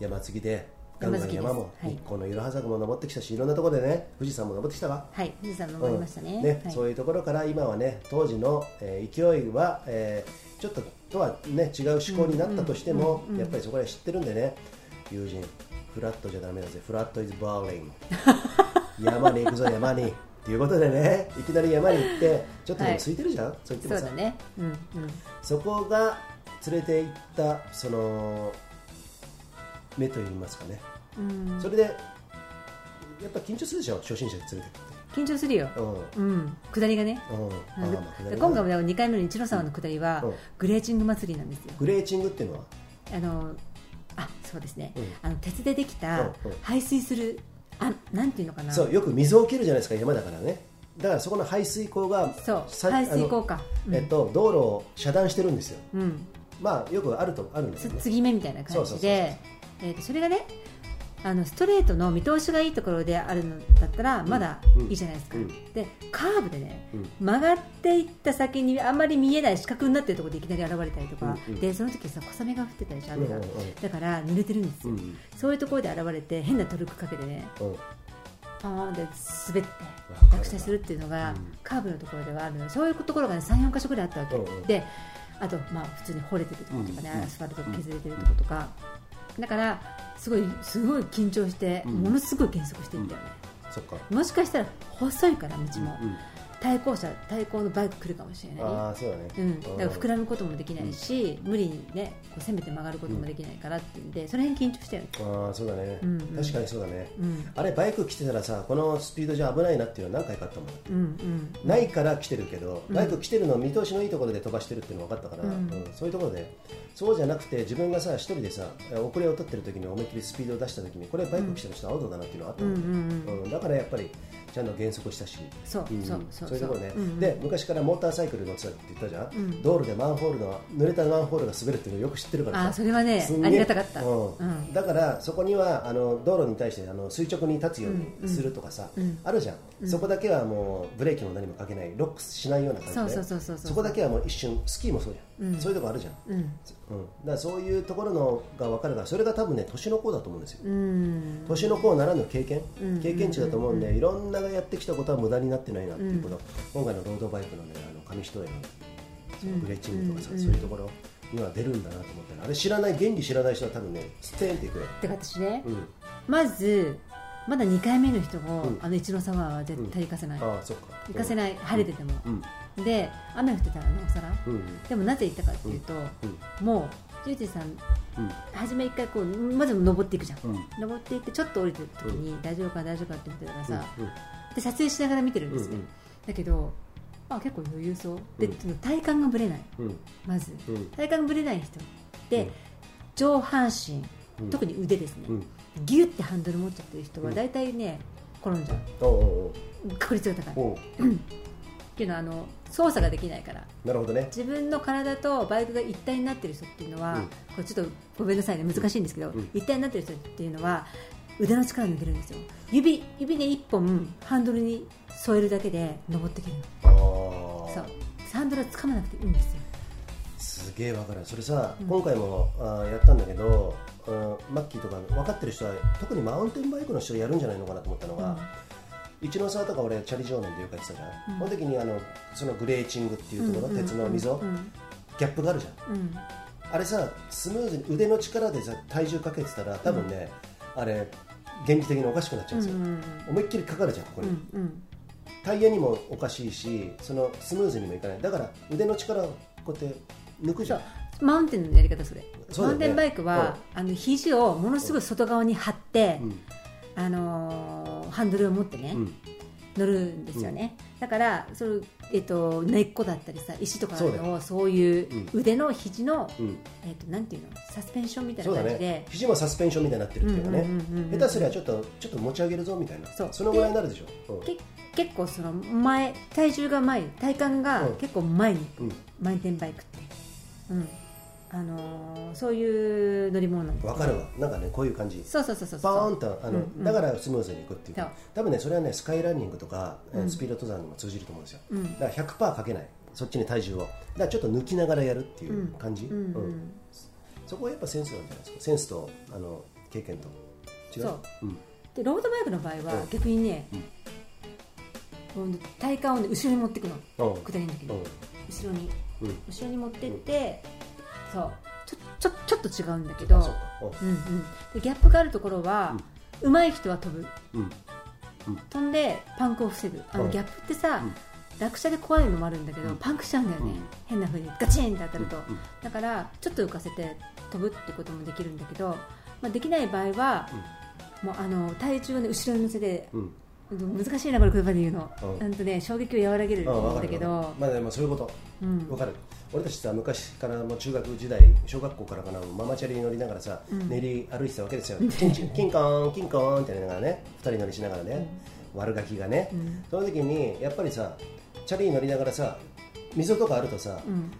Speaker 1: 山継ぎで、ガンガ
Speaker 2: 山
Speaker 1: ン
Speaker 2: 継ぎです
Speaker 1: 山も、
Speaker 2: はい
Speaker 1: 日光のいろは坂も登ってきたし、いろんなところでね、富士山も登ってきたわ。
Speaker 2: はい富士山
Speaker 1: う
Speaker 2: 登
Speaker 1: ん
Speaker 2: りましたね,、はい、
Speaker 1: そういうところから今はね当時の、えー勢いは、えーちょっととは、ね、違う思考になったとしても、
Speaker 2: うんうんうんうん
Speaker 1: やっぱりそこら辺知ってるんでね友人フラットじゃダメだぜフラットイズバーリ ン山に行くぞ山にということでねいきなり山に行ってちょっとでも空いてるじゃん、そう言って
Speaker 2: そ
Speaker 1: も
Speaker 2: う
Speaker 1: さ
Speaker 2: だねうんうん
Speaker 1: そこが連れて行ったその目といいますかね
Speaker 2: うん
Speaker 1: それでやっぱ緊張するでしょ初心者に連れて
Speaker 2: 緊張するよ
Speaker 1: 行くっ
Speaker 2: うん下りがね
Speaker 1: てうん、うん
Speaker 2: うん
Speaker 1: まあまあまあ
Speaker 2: で今回もでも2回目の一ノ沢の下りは
Speaker 1: うん
Speaker 2: グレーチング祭りなんですよ
Speaker 1: グレーチングっていうのは
Speaker 2: あのあそうですね、
Speaker 1: うん
Speaker 2: あの鉄でできた
Speaker 1: うんうん
Speaker 2: 排水するあなんていうのかな
Speaker 1: そうよく水を切るじゃないですか山だからねだからそこの排水口が
Speaker 2: そう
Speaker 1: さ
Speaker 2: 排水
Speaker 1: あの
Speaker 2: 効果、うん
Speaker 1: えっと、道路を遮断してるんですよ
Speaker 2: うん、
Speaker 1: まあよくあるとあるんです
Speaker 2: つ
Speaker 1: よね
Speaker 2: 継ぎ目みたいな感
Speaker 1: そうそうそうそう
Speaker 2: じでえーとそれがねあのストレートの見通しがいいところであるのだったらまだ
Speaker 1: うん
Speaker 2: いいじゃないですか、
Speaker 1: うん
Speaker 2: でカーブでね
Speaker 1: うん
Speaker 2: 曲がっていった先にあんまり見えない四角になってるところでいきなり現れたりとか、
Speaker 1: うんうん
Speaker 2: でその時さ小雨が降ってたでしょ
Speaker 1: うん
Speaker 2: 雨
Speaker 1: うん
Speaker 2: が、
Speaker 1: うん
Speaker 2: だから濡れてるんです
Speaker 1: う
Speaker 2: よ、
Speaker 1: ん
Speaker 2: そういうところで現れて変なトルクかけてね
Speaker 1: うん
Speaker 2: パーンで滑って
Speaker 1: る
Speaker 2: 落車するっていうのが
Speaker 1: うん
Speaker 2: カーブのところではあるのそういうところが、ね、34箇所ぐらいあったわけ、
Speaker 1: うんうん
Speaker 2: であと、まあ、普通に掘れてるところとかね、
Speaker 1: うんうん
Speaker 2: アスファルトが削れてるところとか、だからすごいすごい緊張して、
Speaker 1: うん
Speaker 2: ものすごい減速していったよね、
Speaker 1: そっか
Speaker 2: もしかしたら細いから道も、
Speaker 1: うん
Speaker 2: 対向車対向のバイク来るかもしれない
Speaker 1: ああそうだね
Speaker 2: うん、だから
Speaker 1: ら
Speaker 2: 膨らむこともできないし、無理にねこう攻めて曲がることもできないからっていうんでその辺緊張したよね、
Speaker 1: ああそうだね
Speaker 2: うんうん
Speaker 1: 確かにそうだね
Speaker 2: うん、
Speaker 1: あれバイク来てたらさこのスピードじゃ危ないなっていうのは何回かあったもん
Speaker 2: うんうん
Speaker 1: ないから来てるけど、
Speaker 2: うん
Speaker 1: バイク来てるのを見通しのいいところで飛ばしてるっていうの分かったから、
Speaker 2: うん
Speaker 1: うんそういうところでそうじゃなくて自分がさ一人でさ遅れを取ってる時に思いっきりスピードを出した時にこれバイク来てる人アウトだなっていうのがあった
Speaker 2: うんう
Speaker 1: の、
Speaker 2: んうんうん
Speaker 1: うんだからやっぱりちゃんと減速したし、
Speaker 2: そう
Speaker 1: うん
Speaker 2: そうそう
Speaker 1: いうところね、
Speaker 2: うんうん
Speaker 1: で昔からモーターサイクル乗ってたって言ったじゃん、
Speaker 2: うん
Speaker 1: 道路でマンホールの濡れたマンホールが滑るっていうのをよく知ってるからさ
Speaker 2: あそれはね
Speaker 1: すんげえ
Speaker 2: ありがたかった、
Speaker 1: うん
Speaker 2: うん
Speaker 1: だからそこにはあの道路に対してあの垂直に立つよ
Speaker 2: うん
Speaker 1: う
Speaker 2: うん
Speaker 1: にするとかさ、
Speaker 2: うん
Speaker 1: あるじゃん、そこだけはもうブレーキも何もかけないロックしないような感じで
Speaker 2: そうそうそうそうそう
Speaker 1: こだけはもう一瞬スキーもそうじゃん、
Speaker 2: うん
Speaker 1: そういうとこあるじゃん、
Speaker 2: うん
Speaker 1: うん、だからそういうところのが分かるからそれが多分ね年の功だと思うんですよ、
Speaker 2: うん
Speaker 1: 年の功ならぬ経験、
Speaker 2: うん
Speaker 1: 経験値だと思うんでいろんなやってきたことは無駄になってないなっていうこと、今回のロードバイクのねあの紙一重のそのグレッチングとかさ、
Speaker 2: うん
Speaker 1: そういうところには出るんだなと思ったらあれ知らない原理知らない人は多分ねステーンっていくよ、
Speaker 2: てか私ね、
Speaker 1: うん、
Speaker 2: まずまだ2回目の人も、
Speaker 1: うん
Speaker 2: あの一ノ沢は絶対行かせない、
Speaker 1: ああそっか
Speaker 2: 行かせない晴れてても
Speaker 1: う、ん
Speaker 2: で雨降ってたらなおさら
Speaker 1: うんうん
Speaker 2: でもなぜ行ったかっていうと、
Speaker 1: うん
Speaker 2: もうジュージーさん
Speaker 1: うん
Speaker 2: 初め一回こうまず登っていくじゃん、
Speaker 1: うん
Speaker 2: 登っていってちょっと降りてる時に、大丈夫か大丈夫かって見てたらさ、
Speaker 1: うん
Speaker 2: で撮影しながら見てるんですよ、
Speaker 1: うんうん
Speaker 2: だけどあ結構余裕そうで、
Speaker 1: うん
Speaker 2: その体幹がぶれない
Speaker 1: うん
Speaker 2: まず
Speaker 1: うん
Speaker 2: 体幹がぶれない人って、
Speaker 1: うん
Speaker 2: 上半身、
Speaker 1: うん
Speaker 2: 特に腕ですね、
Speaker 1: うん
Speaker 2: ギュッてハンドル持っちゃってる人は
Speaker 1: うん
Speaker 2: 大体ね転んじゃう
Speaker 1: おう
Speaker 2: 確率が高い
Speaker 1: おうおうおう
Speaker 2: っていうのはあの操作ができないから
Speaker 1: なるほどね
Speaker 2: 自分の体とバイクが一体になってる人っていうのは、
Speaker 1: うん
Speaker 2: これちょっとごめんなさいね難しいんですけど、
Speaker 1: うん
Speaker 2: 一体になってる人っていうのは腕の力抜けるんですよ指指で1本ハンドルに添えるだけで登っていける
Speaker 1: あ
Speaker 2: の
Speaker 1: あ
Speaker 2: そうハンドルは掴まなくていいんですよ
Speaker 1: すげえわかるそれさ、
Speaker 2: うん
Speaker 1: 今回もあーやったんだけど、うん、マッキーとか分かってる人は特にマウンテンバイクの人やるんじゃないのかなと思ったのが、一ノ沢とか俺チャリ常連でよくやってたじゃん、
Speaker 2: うん
Speaker 1: この時にあのそのグレーチングっていうところ、
Speaker 2: うんうんうん
Speaker 1: 鉄の溝、
Speaker 2: うん
Speaker 1: ギャップがあるじゃん
Speaker 2: うん
Speaker 1: あれさスムーズに腕の力でさ体重かけてたら多分ね、あれ現実的におかしくなっちゃうんですよ、思いっきりかかるじゃんここ
Speaker 2: うんう
Speaker 1: に、
Speaker 2: んうん
Speaker 1: タイヤにもおかしいしそのスムーズにもいかないだから腕の力をこうやって抜くじゃん
Speaker 2: マウンテンのやり方それ
Speaker 1: そう
Speaker 2: マ
Speaker 1: だよ
Speaker 2: ウン
Speaker 1: ね
Speaker 2: テンバイクは、あの肘をものすごい外側に張って、
Speaker 1: うん
Speaker 2: あのーハンドルを持ってね、
Speaker 1: うん
Speaker 2: 乗るんですよね、だからそれ、えっと根っこだったりさ石とかある
Speaker 1: そうだ
Speaker 2: のをそういう
Speaker 1: う
Speaker 2: 腕の肘の、
Speaker 1: うん
Speaker 2: えっとなんていうのサスペンションみたい
Speaker 1: そ
Speaker 2: な
Speaker 1: うだ
Speaker 2: 感じで、
Speaker 1: ね肘もサスペンションみたいになってるっていうかね、
Speaker 2: うんうんうんうんうん
Speaker 1: 下手すりゃちょっとちょっと持ち上げるぞみたいな
Speaker 2: そう
Speaker 1: のぐらいになるでしょ、うん
Speaker 2: け結構その前体重が前に体幹が
Speaker 1: うん
Speaker 2: 結構前に行く、
Speaker 1: うん
Speaker 2: マウンテンバイクって、うんあのーそういう乗り物なんです
Speaker 1: わかるわなんかねこういう感じ
Speaker 2: そうそうそうそうそう
Speaker 1: バーンとあの、
Speaker 2: うんうん
Speaker 1: だからスムーズにいくっていう
Speaker 2: そう
Speaker 1: 多分ねそれはねスカイランニングとか、えー
Speaker 2: うん
Speaker 1: スピード登山にも通じると思うんですよ、
Speaker 2: うん
Speaker 1: だから100%かけないそっちに体重をだからちょっと抜きながらやるっていう感じ、
Speaker 2: うんうん
Speaker 1: うんそこはやっぱセンスなんじゃないですかセンスとあの経験と違う
Speaker 2: そう、
Speaker 1: うん、
Speaker 2: でロードバイクの場合は
Speaker 1: うん
Speaker 2: 逆にね、こう体幹をね後ろに持ってくの
Speaker 1: うん
Speaker 2: 下りの時に、
Speaker 1: うん
Speaker 2: 後ろに
Speaker 1: うん
Speaker 2: 後ろに持ってって、そうちょちょちょっと違うんだけ
Speaker 1: あ
Speaker 2: ど
Speaker 1: そうか
Speaker 2: うんうん、でギャップがあるところは、上手い人は飛ぶ
Speaker 1: うんうん
Speaker 2: 飛んでパンクを防ぐ
Speaker 1: う
Speaker 2: あの
Speaker 1: ん
Speaker 2: ギャップってさ、
Speaker 1: うん
Speaker 2: 落車で怖いのもあるんだけど、
Speaker 1: うん
Speaker 2: パンクしちゃうんだよね、
Speaker 1: うん
Speaker 2: 変な風にガチンって当たると、
Speaker 1: うんうん
Speaker 2: だからちょっと浮かせて飛ぶってこともできるんだけど、まあ、できない場合は、もうあの体重を、ね、後ろに乗せて、
Speaker 1: うん
Speaker 2: 難しいなこれ言葉で言うの、
Speaker 1: うん
Speaker 2: なんとね衝撃を和らげるん
Speaker 1: あわか
Speaker 2: だ
Speaker 1: る
Speaker 2: け
Speaker 1: わか
Speaker 2: ど
Speaker 1: る、まあでもそういうこと
Speaker 2: うん
Speaker 1: わかる俺たちさ昔からもう中学時代小学校からかなママチャリに乗りながらさ、練り歩いてたわけですよキンチン キンコーンキンコーンってやりながらね二人乗りしながらね、悪ガキがね、その時にやっぱりさチャリに乗りながらさ溝とかあるとさ、
Speaker 2: うん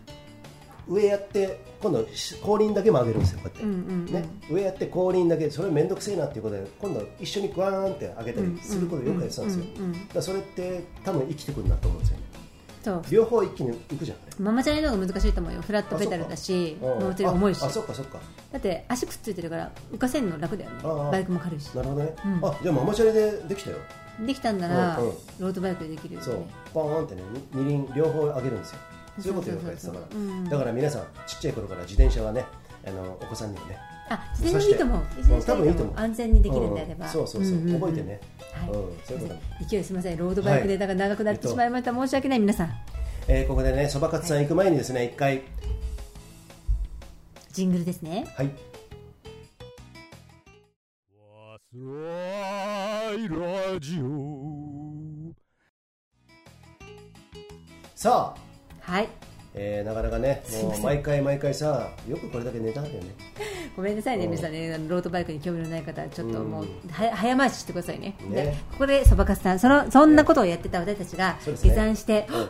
Speaker 1: 上やって今度し後輪だけ曲げるんですよこうやって、
Speaker 2: うんうんうん
Speaker 1: ね、上やって後輪だけそれ面倒くせえなっていうことで今度一緒にグワーンって上げたりすることをよくやってたんですよ、
Speaker 2: うんうんうんうん
Speaker 1: だからそれって多分生きてくるなと思うんですよね
Speaker 2: そう
Speaker 1: 両方一気に行くじゃん
Speaker 2: ママチャリの方が難しいと思うよフラットペダルだし
Speaker 1: あれうん
Speaker 2: 乗ってる重いし
Speaker 1: ああそっかそっか
Speaker 2: だって足くっついてるから浮かせるの楽だよね
Speaker 1: ああ
Speaker 2: バイクも軽いし
Speaker 1: なるほどね、
Speaker 2: うん
Speaker 1: あじゃあママチャリでできたよ
Speaker 2: できたんなら、
Speaker 1: うんうん
Speaker 2: ロードバイクでできるよね
Speaker 1: そうポーンってね二輪両方上げるんですよそういうことよくやってたから、
Speaker 2: そうそうそうそううん
Speaker 1: だから皆さんちっちゃい頃から自転車はねあのお子さんにもね
Speaker 2: あ自転車いいと思う
Speaker 1: そして
Speaker 2: 自転
Speaker 1: 多
Speaker 2: 車
Speaker 1: 分いいと思う
Speaker 2: 安全にできるんであれば、
Speaker 1: うんそうそうそう、
Speaker 2: んんん
Speaker 1: 覚えてね、
Speaker 2: はい
Speaker 1: うん、そういうことね
Speaker 2: 勢いすみませんロードバイク
Speaker 1: は
Speaker 2: で
Speaker 1: い
Speaker 2: だから長くなってしまいました、申し訳ない皆さん
Speaker 1: えーここでねそばかつさん行く前にですね一回
Speaker 2: ジングルですね
Speaker 1: はいさあ、
Speaker 2: はい
Speaker 1: えーなかなかね
Speaker 2: すい
Speaker 1: もう
Speaker 2: ません
Speaker 1: 毎回毎回さよくこれだけネタあったよね
Speaker 2: ごめんなさいね
Speaker 1: うん
Speaker 2: 皆さんねあのロードバイクに興味のない方はちょっともう
Speaker 1: う
Speaker 2: は早回ししてくださいね
Speaker 1: ね
Speaker 2: でここでそばかすさんそのそんなことをやってた私たちが
Speaker 1: そうですね
Speaker 2: 下山して、
Speaker 1: うん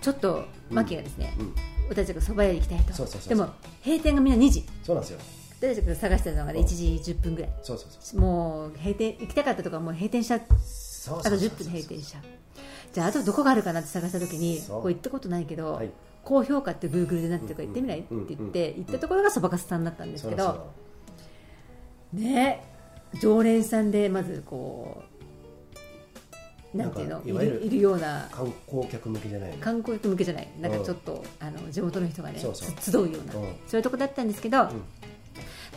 Speaker 2: ちょっとマキがですね、
Speaker 1: うん
Speaker 2: 私たちがそば屋に行きたいと
Speaker 1: そうそうそうそう
Speaker 2: でも閉店がみんな2時
Speaker 1: そうなんですよ
Speaker 2: 私たちが探してたのが、ね、1時10分ぐらい
Speaker 1: そうそうそう
Speaker 2: もう閉店行きたかったとかもう閉店しちゃう
Speaker 1: そう
Speaker 2: あ
Speaker 1: そう
Speaker 2: と
Speaker 1: そう
Speaker 2: 10分で閉店しちゃうじゃああとどこがあるかなって探した時に
Speaker 1: そう
Speaker 2: こう行ったことないけど、
Speaker 1: はい
Speaker 2: 高評価ってグーグルでなんていうか行ってみない、
Speaker 1: うんうん
Speaker 2: って言って行ったところがそばかすさんだったんです
Speaker 1: そう
Speaker 2: け
Speaker 1: なん
Speaker 2: ど、
Speaker 1: ですよ
Speaker 2: ね常連さんでまずこうなんていう
Speaker 1: な
Speaker 2: の
Speaker 1: んか
Speaker 2: い
Speaker 1: いわゆる
Speaker 2: るいるような
Speaker 1: 観光客向けじゃないの
Speaker 2: 観光客向けじゃないなんかちょっと、あの地元の人がね
Speaker 1: そうそう
Speaker 2: つ集うような、
Speaker 1: うん
Speaker 2: そういうとこだったんですけど、ま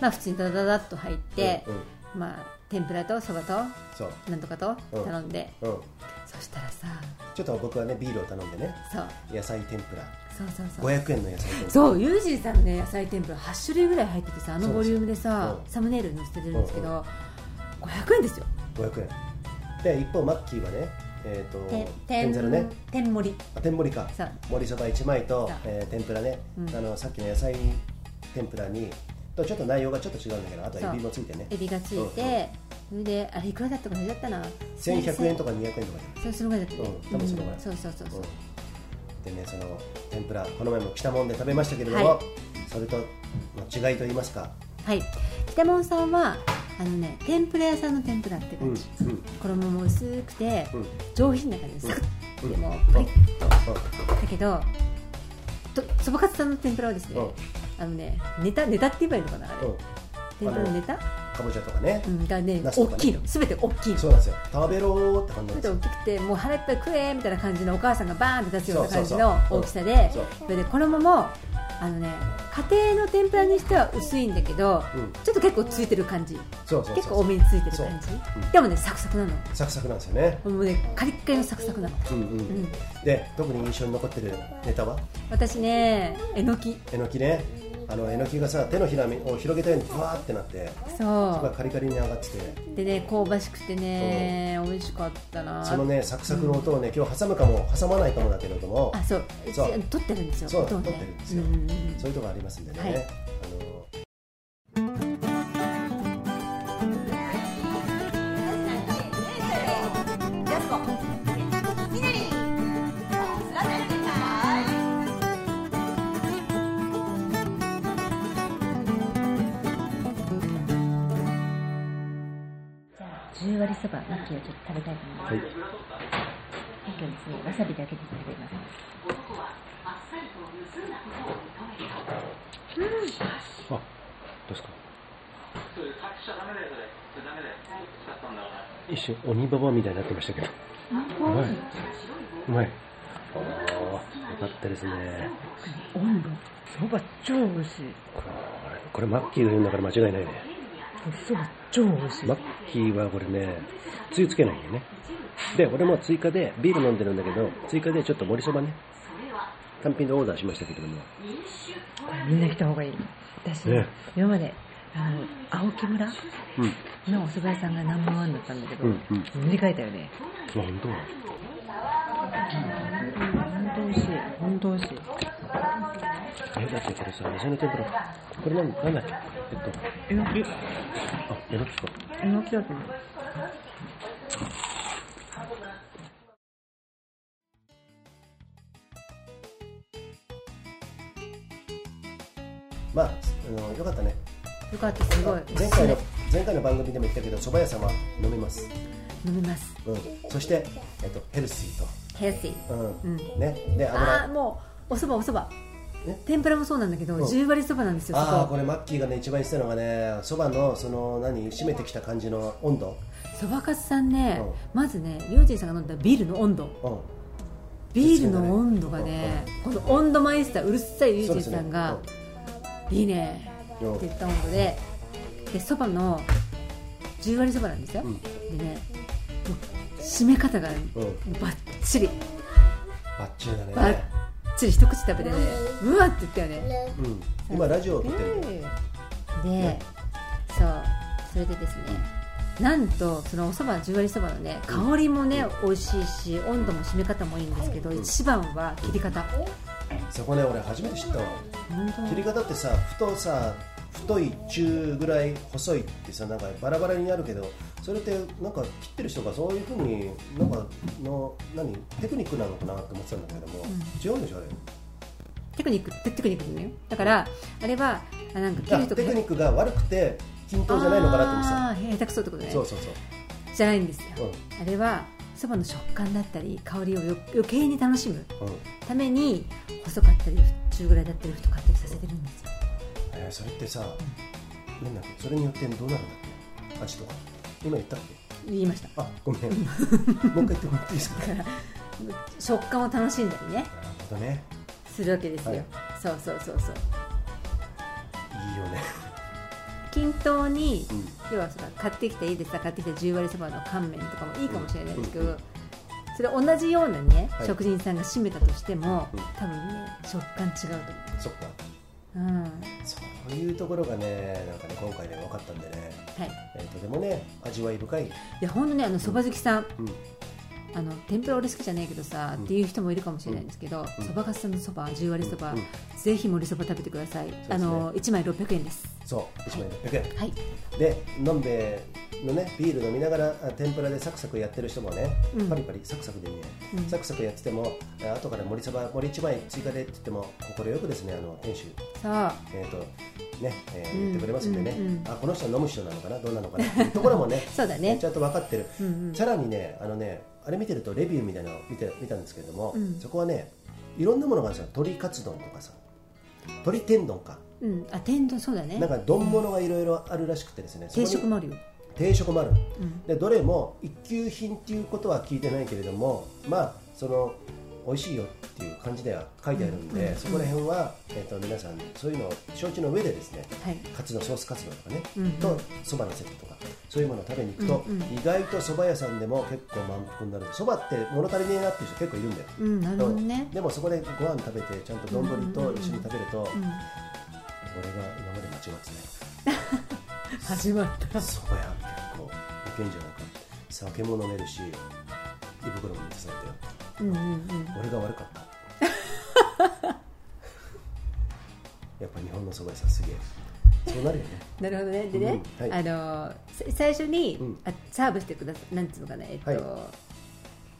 Speaker 2: あ普通にダダダッと入って、
Speaker 1: うんうん
Speaker 2: まあ天ぷらとそばと
Speaker 1: そう、
Speaker 2: なんとかと
Speaker 1: うん
Speaker 2: 頼んで、
Speaker 1: うん、
Speaker 2: そしたらさ
Speaker 1: ちょっと僕はねビールを頼んでね
Speaker 2: そう
Speaker 1: 野菜天ぷら
Speaker 2: そうそうそう
Speaker 1: 500円の野菜天ぷら
Speaker 2: そうユージーさんの、ね、野菜天ぷら8種類ぐらい入っててさあのボリュームで
Speaker 1: そう
Speaker 2: さ
Speaker 1: です
Speaker 2: サムネイルに載せてるんですけど、500円ですよ
Speaker 1: 500円で一方マッキーはねえっ、と
Speaker 2: て
Speaker 1: 天ざるね
Speaker 2: 天盛り
Speaker 1: あ天盛りか
Speaker 2: そう
Speaker 1: 盛りそば1枚と
Speaker 2: そう、
Speaker 1: えー天ぷらね、
Speaker 2: うん
Speaker 1: あのさっきの野菜天ぷらにとちょっと内容がちょっと違うんだけどあとエビもついてね
Speaker 2: エビがついて、それであれいくらだったかなだったな
Speaker 1: 1100円とか200円とか
Speaker 2: そうそのぐらいだったね、
Speaker 1: うん多分そのぐらい
Speaker 2: そうそうそう
Speaker 1: じ
Speaker 2: そ
Speaker 1: ゃ
Speaker 2: う、
Speaker 1: ん、うん、でねその天ぷらこの前も来たもんで食べましたけれども、
Speaker 2: はい
Speaker 1: それとの違いと言いますか
Speaker 2: はい北門さんはあのね天ぷら屋さんの天ぷらって
Speaker 1: うんうん
Speaker 2: 感じ、衣も薄くて、
Speaker 1: うん
Speaker 2: 上品な感じでサク
Speaker 1: うん
Speaker 2: ッてもう
Speaker 1: うん
Speaker 2: パリッだけどとそばかつさんの天ぷらはですね、
Speaker 1: うん
Speaker 2: あのねネタネタって言えばいいのかなあれ、
Speaker 1: うんうん
Speaker 2: 天ぷらのネタ、
Speaker 1: かぼちゃとかね、
Speaker 2: うん、がね
Speaker 1: ナスと
Speaker 2: 大
Speaker 1: かね
Speaker 2: きいの全て大きいの
Speaker 1: そうなんですよ食べろーって感じなん
Speaker 2: ち
Speaker 1: で
Speaker 2: ょ
Speaker 1: す
Speaker 2: っ
Speaker 1: よ
Speaker 2: と大きくてもう腹いっぱい食えみたいな感じのお母さんがバーンって出すような感じの
Speaker 1: そうそうそう
Speaker 2: 大きさで
Speaker 1: そう
Speaker 2: それで衣もあのね家庭の天ぷらにしては薄いんだけど、
Speaker 1: うん
Speaker 2: ちょっと結構ついてる感じ
Speaker 1: そうそうそう
Speaker 2: 結構多めについてる感じ
Speaker 1: そう、うん
Speaker 2: でもねサクサクなの
Speaker 1: サクサクなんですよね、
Speaker 2: もうねカリッカリのサクサクなの、
Speaker 1: うんうん
Speaker 2: うん、
Speaker 1: で特に印象に残ってるネタは
Speaker 2: 私ねえのき
Speaker 1: えのきねあのえのきがさ手のひらを広げたようにふわーってなって
Speaker 2: そ
Speaker 1: すごいうカリカリに上がってて
Speaker 2: でね香ばしくてね美味しかったな
Speaker 1: そのねサクサクの音をね今日挟むかも挟まないかもだけれども
Speaker 2: あそう
Speaker 1: そう
Speaker 2: 撮ってるんですよ
Speaker 1: そう
Speaker 2: 音をね
Speaker 1: 撮ってるんですよ
Speaker 2: うんうんうん
Speaker 1: そういうとこありますんでね、
Speaker 2: はい
Speaker 1: あの
Speaker 6: じゃあ、十割そば、マッキーをちょっと食べたいと思います。
Speaker 1: はい
Speaker 6: マッキーはですね、わさびだけで食べます。
Speaker 1: どうですか一瞬鬼ババアみたいになってましたけどうまいうまいおーよかったですね。
Speaker 6: 温度そば超美味しい
Speaker 1: これ、これマッキーが言うんだから間違いないね。
Speaker 6: そば超美味しい
Speaker 1: マッキーはこれね、つゆつけないんだよね。で、俺も追加で、ビール飲んでるんだけど、追加でちょっと盛りそばね、単品でオーダーしましたけども。
Speaker 6: これみんな来た方がいい私、
Speaker 1: ね
Speaker 6: 今まであの青木村
Speaker 1: うん。
Speaker 6: のお蕎麦屋さんがナンバーワンだったんだけど、
Speaker 1: うんうん
Speaker 6: 塗り替えたよね
Speaker 1: 本当
Speaker 6: 本当美味しい本当美味しい
Speaker 1: え、だってこれさ、野菜の天ぷら。これなんなんだっけえっと、
Speaker 6: えのき
Speaker 1: あ、えのきか。
Speaker 6: えのきだと思う
Speaker 1: まあ、あのよかったね。
Speaker 2: よかったすごい
Speaker 1: 前回の、前回の番組でも言ったけど、蕎麦屋さんは飲めます。
Speaker 2: 飲みます
Speaker 1: うん。そして、えっと、ヘルシー
Speaker 2: ヘルシー
Speaker 1: と。うん。
Speaker 2: うん
Speaker 1: ね。で、
Speaker 2: ああ
Speaker 1: 油。
Speaker 2: もうおそばおそば
Speaker 1: え
Speaker 2: 天ぷらもそうなんだけど
Speaker 1: うん
Speaker 2: 十割そばなんですよそ
Speaker 1: ああーこ
Speaker 2: こ
Speaker 1: れマッキーがね一番言ってたのがねそばのその何締めてきた感じの温度
Speaker 2: そばかすさんね
Speaker 1: うん
Speaker 2: まずねりょうじんさんが飲んだビールの温度
Speaker 1: うん
Speaker 2: ビールの温度がねこの温度マイスターうるさいりゅうじんさんがいいね
Speaker 1: うん
Speaker 2: って言った温度ででそばの十割そばなんですよ
Speaker 1: うん
Speaker 2: でねもう締め方がも
Speaker 1: うん
Speaker 2: うバッチリ
Speaker 1: バッチリだ
Speaker 2: バッ
Speaker 1: ね
Speaker 2: チリ一口食べてねうわって言ったよね
Speaker 1: うん今ラジオを撮ってるんだよ
Speaker 2: でそうそれでですねなんとそのおそば十割そばのね香りもね美味しいし温度も締め方もいいんですけど一番は切り方
Speaker 1: そこね俺初めて知ったわ
Speaker 2: 本当
Speaker 1: 切り方ってさ太さ太い中ぐらい細いってさなんかバラバラになるけどそれってなんか切ってる人がそういうふうになんかの何テクニックなのかなって思ってたんだけども、違うんでしょあれ
Speaker 2: テクニックってテクニックなのよだからあれはあなんか切
Speaker 1: あ
Speaker 2: ると
Speaker 1: テクニックが悪くて均等じゃないのかなって思ってた
Speaker 2: あー下手くそってことね
Speaker 1: そうそうそう
Speaker 2: じゃないんです
Speaker 1: う
Speaker 2: よあれはそばの食感だったり香りをよ余計に楽しむ
Speaker 1: んうん
Speaker 2: ために細かったり中ぐらいだったり太かったりさせてるんですよ
Speaker 1: えーそれってさ、なんだっけそれによってどうなるんだっけ味とか今言ったっけ
Speaker 2: 言いました
Speaker 1: あごめんもう一回言ってもらっていいです かなる
Speaker 2: 食感を楽しんだりね
Speaker 1: ほどね
Speaker 2: するわけですよ、
Speaker 1: はい
Speaker 2: そうそうそうそう
Speaker 1: いいよね
Speaker 2: 均等に、
Speaker 1: うん
Speaker 2: 要はその買ってきたいいですか買ってきた十割そばの乾麺とかもいいかもしれないですけど、
Speaker 1: うんう
Speaker 2: それ同じようなね、
Speaker 1: はい
Speaker 2: 食人さんが締めたとしても、
Speaker 1: うん
Speaker 2: 多分ね食感違うと
Speaker 1: そっか
Speaker 2: 思う、うんは
Speaker 1: そういうところがねなんかね今回ね分かったんでね、
Speaker 2: い、
Speaker 1: えー、とてもね味わい深い、
Speaker 2: いや本当ねあのそば好きさん、
Speaker 1: うん、
Speaker 2: あの天ぷら俺好きじゃないけどさ、っていう人もいるかもしれないんですけど
Speaker 1: うん
Speaker 2: そば、かすさんのそば十割そば、
Speaker 1: うん
Speaker 2: ぜひ盛りそば食べてください、
Speaker 1: すね
Speaker 2: あの1枚600円です
Speaker 1: そう1枚600円、
Speaker 2: はい
Speaker 1: で飲んでのねビール飲みながらあ天ぷらでサクサクやってる人もね、
Speaker 2: うん
Speaker 1: パリパリサクサクでいいね、
Speaker 2: うん
Speaker 1: サクサクやっててもあ後から盛りそば盛り一枚追加でって言っても快くですねあの店主
Speaker 2: さあ
Speaker 1: えーとねえー言ってくれますんでね、
Speaker 2: うんうんうん
Speaker 1: あこの人は飲む人なのかなどうなのかなっていうところもね
Speaker 2: そうだね
Speaker 1: ちゃんと分かってる、
Speaker 2: うんうん
Speaker 1: さらにねあのねあれ見てるとレビューみたいなのを見て見たんですけれども、
Speaker 2: うん
Speaker 1: そこはねいろんなものがあるんですよ鶏カツ丼とかさ鶏天丼か
Speaker 2: うんあ天丼そうだね
Speaker 1: なんか丼物がいろいろあるらしくてですねそこ
Speaker 2: 定
Speaker 1: に
Speaker 2: 食もあるよ
Speaker 1: 定食もある、
Speaker 2: うん
Speaker 1: でどれも一級品っていうことは聞いてないけれどもまあその美味しいよっていう感じでは書いてあるんで、そこら辺は、えー、と皆さんそういうのを承知の上でですね
Speaker 2: はい
Speaker 1: カツのソースカツ丼とかね、
Speaker 2: うんうん
Speaker 1: とそばのセットとかそういうものを食べに行くと、
Speaker 2: うんうん
Speaker 1: 意外とそば屋さんでも結構満腹になるそばって物足りねえなっていう人結構いるんだよ、
Speaker 2: うんなるほどね
Speaker 1: でもそこでご飯食べてちゃんと丼と一緒に食べると、
Speaker 2: うん
Speaker 1: 俺が今まで間違ってない
Speaker 2: 始まった
Speaker 1: そば屋結構いけんじゃないか酒も飲めるし胃袋も満たされて
Speaker 2: うんうんうん
Speaker 1: 俺が悪かった やっぱ日本のそば屋さんすげえそうなるよね
Speaker 2: なるほどねでね、
Speaker 1: うんはい
Speaker 2: あのさ最初に、
Speaker 1: うん
Speaker 2: あサーブしてくださなんていうのかなえっと、
Speaker 1: は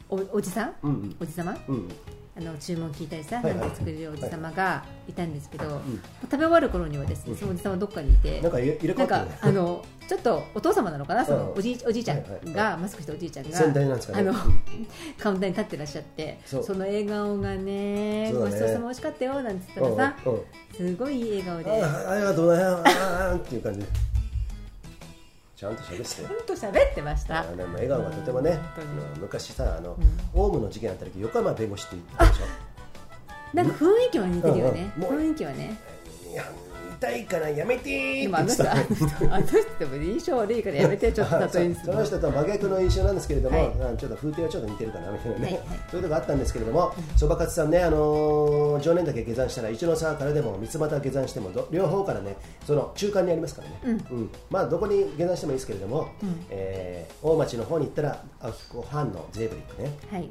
Speaker 2: おおじさん、
Speaker 1: うんうん
Speaker 2: おじさま
Speaker 1: うん
Speaker 2: あの注文聞いたりさ、
Speaker 1: はいはい
Speaker 2: なんか作れるおじさまがいたんですけど、
Speaker 1: ん
Speaker 2: 食べ終わる頃にはですね、そのおじさまどっかにいて
Speaker 1: なんか入れ入れ替わ
Speaker 2: な
Speaker 1: っ
Speaker 2: ん
Speaker 1: てる
Speaker 2: か
Speaker 1: ね
Speaker 2: あのちょっとお父様なのかなその
Speaker 1: うん
Speaker 2: おじいおじいちゃんが、
Speaker 1: はいはいは
Speaker 2: マスクしたおじいちゃんが
Speaker 1: 先代なんですかね
Speaker 2: あの
Speaker 1: う ん
Speaker 2: カウンターに立ってらっしゃって
Speaker 1: そ
Speaker 2: そうの笑顔がね
Speaker 1: そうだ
Speaker 2: ご
Speaker 1: ね
Speaker 2: ちそうさま美味しかったよなん
Speaker 1: う
Speaker 2: て言っ
Speaker 1: ん
Speaker 2: たらさ、
Speaker 1: うんうん
Speaker 2: すごいいい笑顔
Speaker 1: あ
Speaker 2: で
Speaker 1: あありがとうございますああああっていう感じじちゃんと喋ってたよ
Speaker 2: ほんと喋ってました
Speaker 1: あの笑顔がとてもね
Speaker 2: 本当に
Speaker 1: あの昔さあの、
Speaker 2: ん
Speaker 1: オウムの事件あった時横山弁護士って言ったでしょ
Speaker 2: なんか雰囲気は似てるよね、
Speaker 1: うんうんもう
Speaker 2: 雰囲気はね
Speaker 1: いや痛いからやめて
Speaker 2: で
Speaker 1: ー
Speaker 2: も
Speaker 1: っ
Speaker 2: あ
Speaker 1: て
Speaker 2: の
Speaker 1: 言って
Speaker 2: 人あ
Speaker 1: た
Speaker 2: の人あの人でも印象悪いからやめてちょっと例えに す
Speaker 1: そ
Speaker 2: る
Speaker 1: の人とは真逆の印象なんですけれども、
Speaker 2: はい
Speaker 1: あのちょっと風景はちょっと似てるかなみたいなね、
Speaker 2: はいはい
Speaker 1: そういうとこあったんですけれども、そばかつさんね、あのー常年岳下山したら、一ノ沢からでも三俣下山してもど、両方からね、その中間にありますからね、うんまあ、どこに下山してもいいですけれども、えー大町の方に行ったら、あここ藩のゼーブリックね、
Speaker 2: はい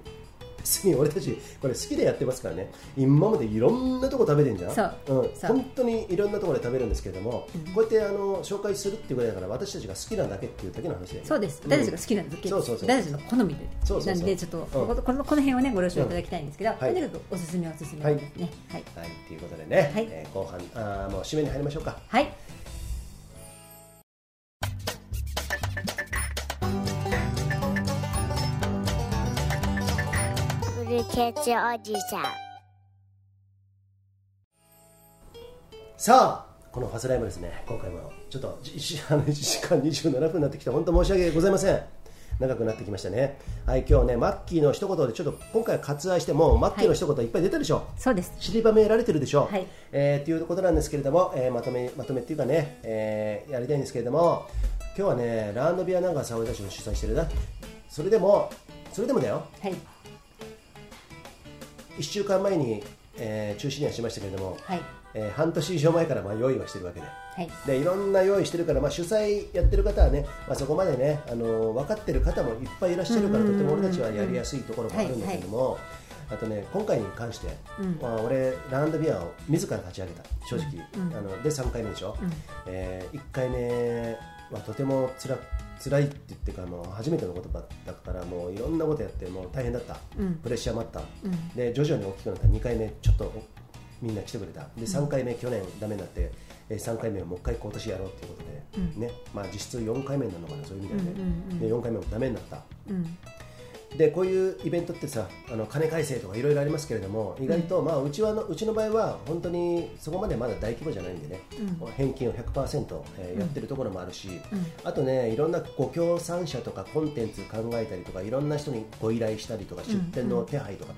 Speaker 1: 別に俺たち、これ好きでやってますからね、今までいろんなとこ食べてんじゃん、
Speaker 2: そう
Speaker 1: うん、
Speaker 2: そう
Speaker 1: 本当にいろんなところで食べるんですけれども、こうやってあの紹介するっていうぐらいだから、私たちが好きなだけっていうだけの話で、
Speaker 2: そうです私たちが好きなだけ、
Speaker 1: そうそうそう
Speaker 2: 私たちの好みで
Speaker 1: そうそうそう
Speaker 2: なんでちょっと、
Speaker 1: うん
Speaker 2: ここのこの辺はねご了承いただきたいんですけど、
Speaker 1: い
Speaker 2: とにかくおすすめおすすめですねはい
Speaker 1: はい、ということでね、
Speaker 2: はい
Speaker 1: えー後半あーもう締めに入りましょうか。
Speaker 2: はい、
Speaker 7: ブルケツおじさん
Speaker 1: さあ、このファスライブですね、今回もちょっとじしあの1時間27分になってきて、本当申し訳ございません。長くなってきましたね。はい、今日ね、マッキーの一言で、ちょっと今回は割愛して、もうマッキーの一言いっぱい出たでしょ。
Speaker 2: そうです
Speaker 1: 散りばめられてるでしょう、
Speaker 2: はい
Speaker 1: えーということなんですけれども、えーまとめまとめっていうかね、えーやりたいんですけれども今日はねラウンドビアなんかさ俺たちも主催してるなそれでもそれでもだよ
Speaker 2: はい
Speaker 1: 1週間前に、えー中止にはしましたけれども、
Speaker 2: はい
Speaker 1: えー半年以上前からまあ用意はしてるわけで
Speaker 2: はい
Speaker 1: でいろんな用意してるから、まあ、主催やってる方はね、まあ、そこまでね、あのー分かってる方もいっぱいいらっしゃるから、とても俺たちはやりやすいところもあるんだけども、あとね、今回に関して、まあ、俺、ラウンドビアを自ら立ち上げた、正直、あので3回目でしょ、え1回目はとてもつら辛いって言ってからもう初めてのことだったからもういろんなことやってもう大変だった、プレッシャーもあった、で徐々に大きくなった2回目ちょっとみんな来てくれたで3回目去年ダメになって、えー、3回目をもう一回今年やろうということで、ねまあ、実質4回目になるのかなそういう意味ではね、で4回目もダメになった、でこういうイベントってさあの金返せとかいろいろありますけれども意外と、まあ、うちはのうちの場合は本当にそこまでまだ大規模じゃないんでね、返金を100%、えーやってるところもあるし、あとねいろんなご協賛者とかコンテンツ考えたりとかいろんな人にご依頼したりとか出店の手配とか。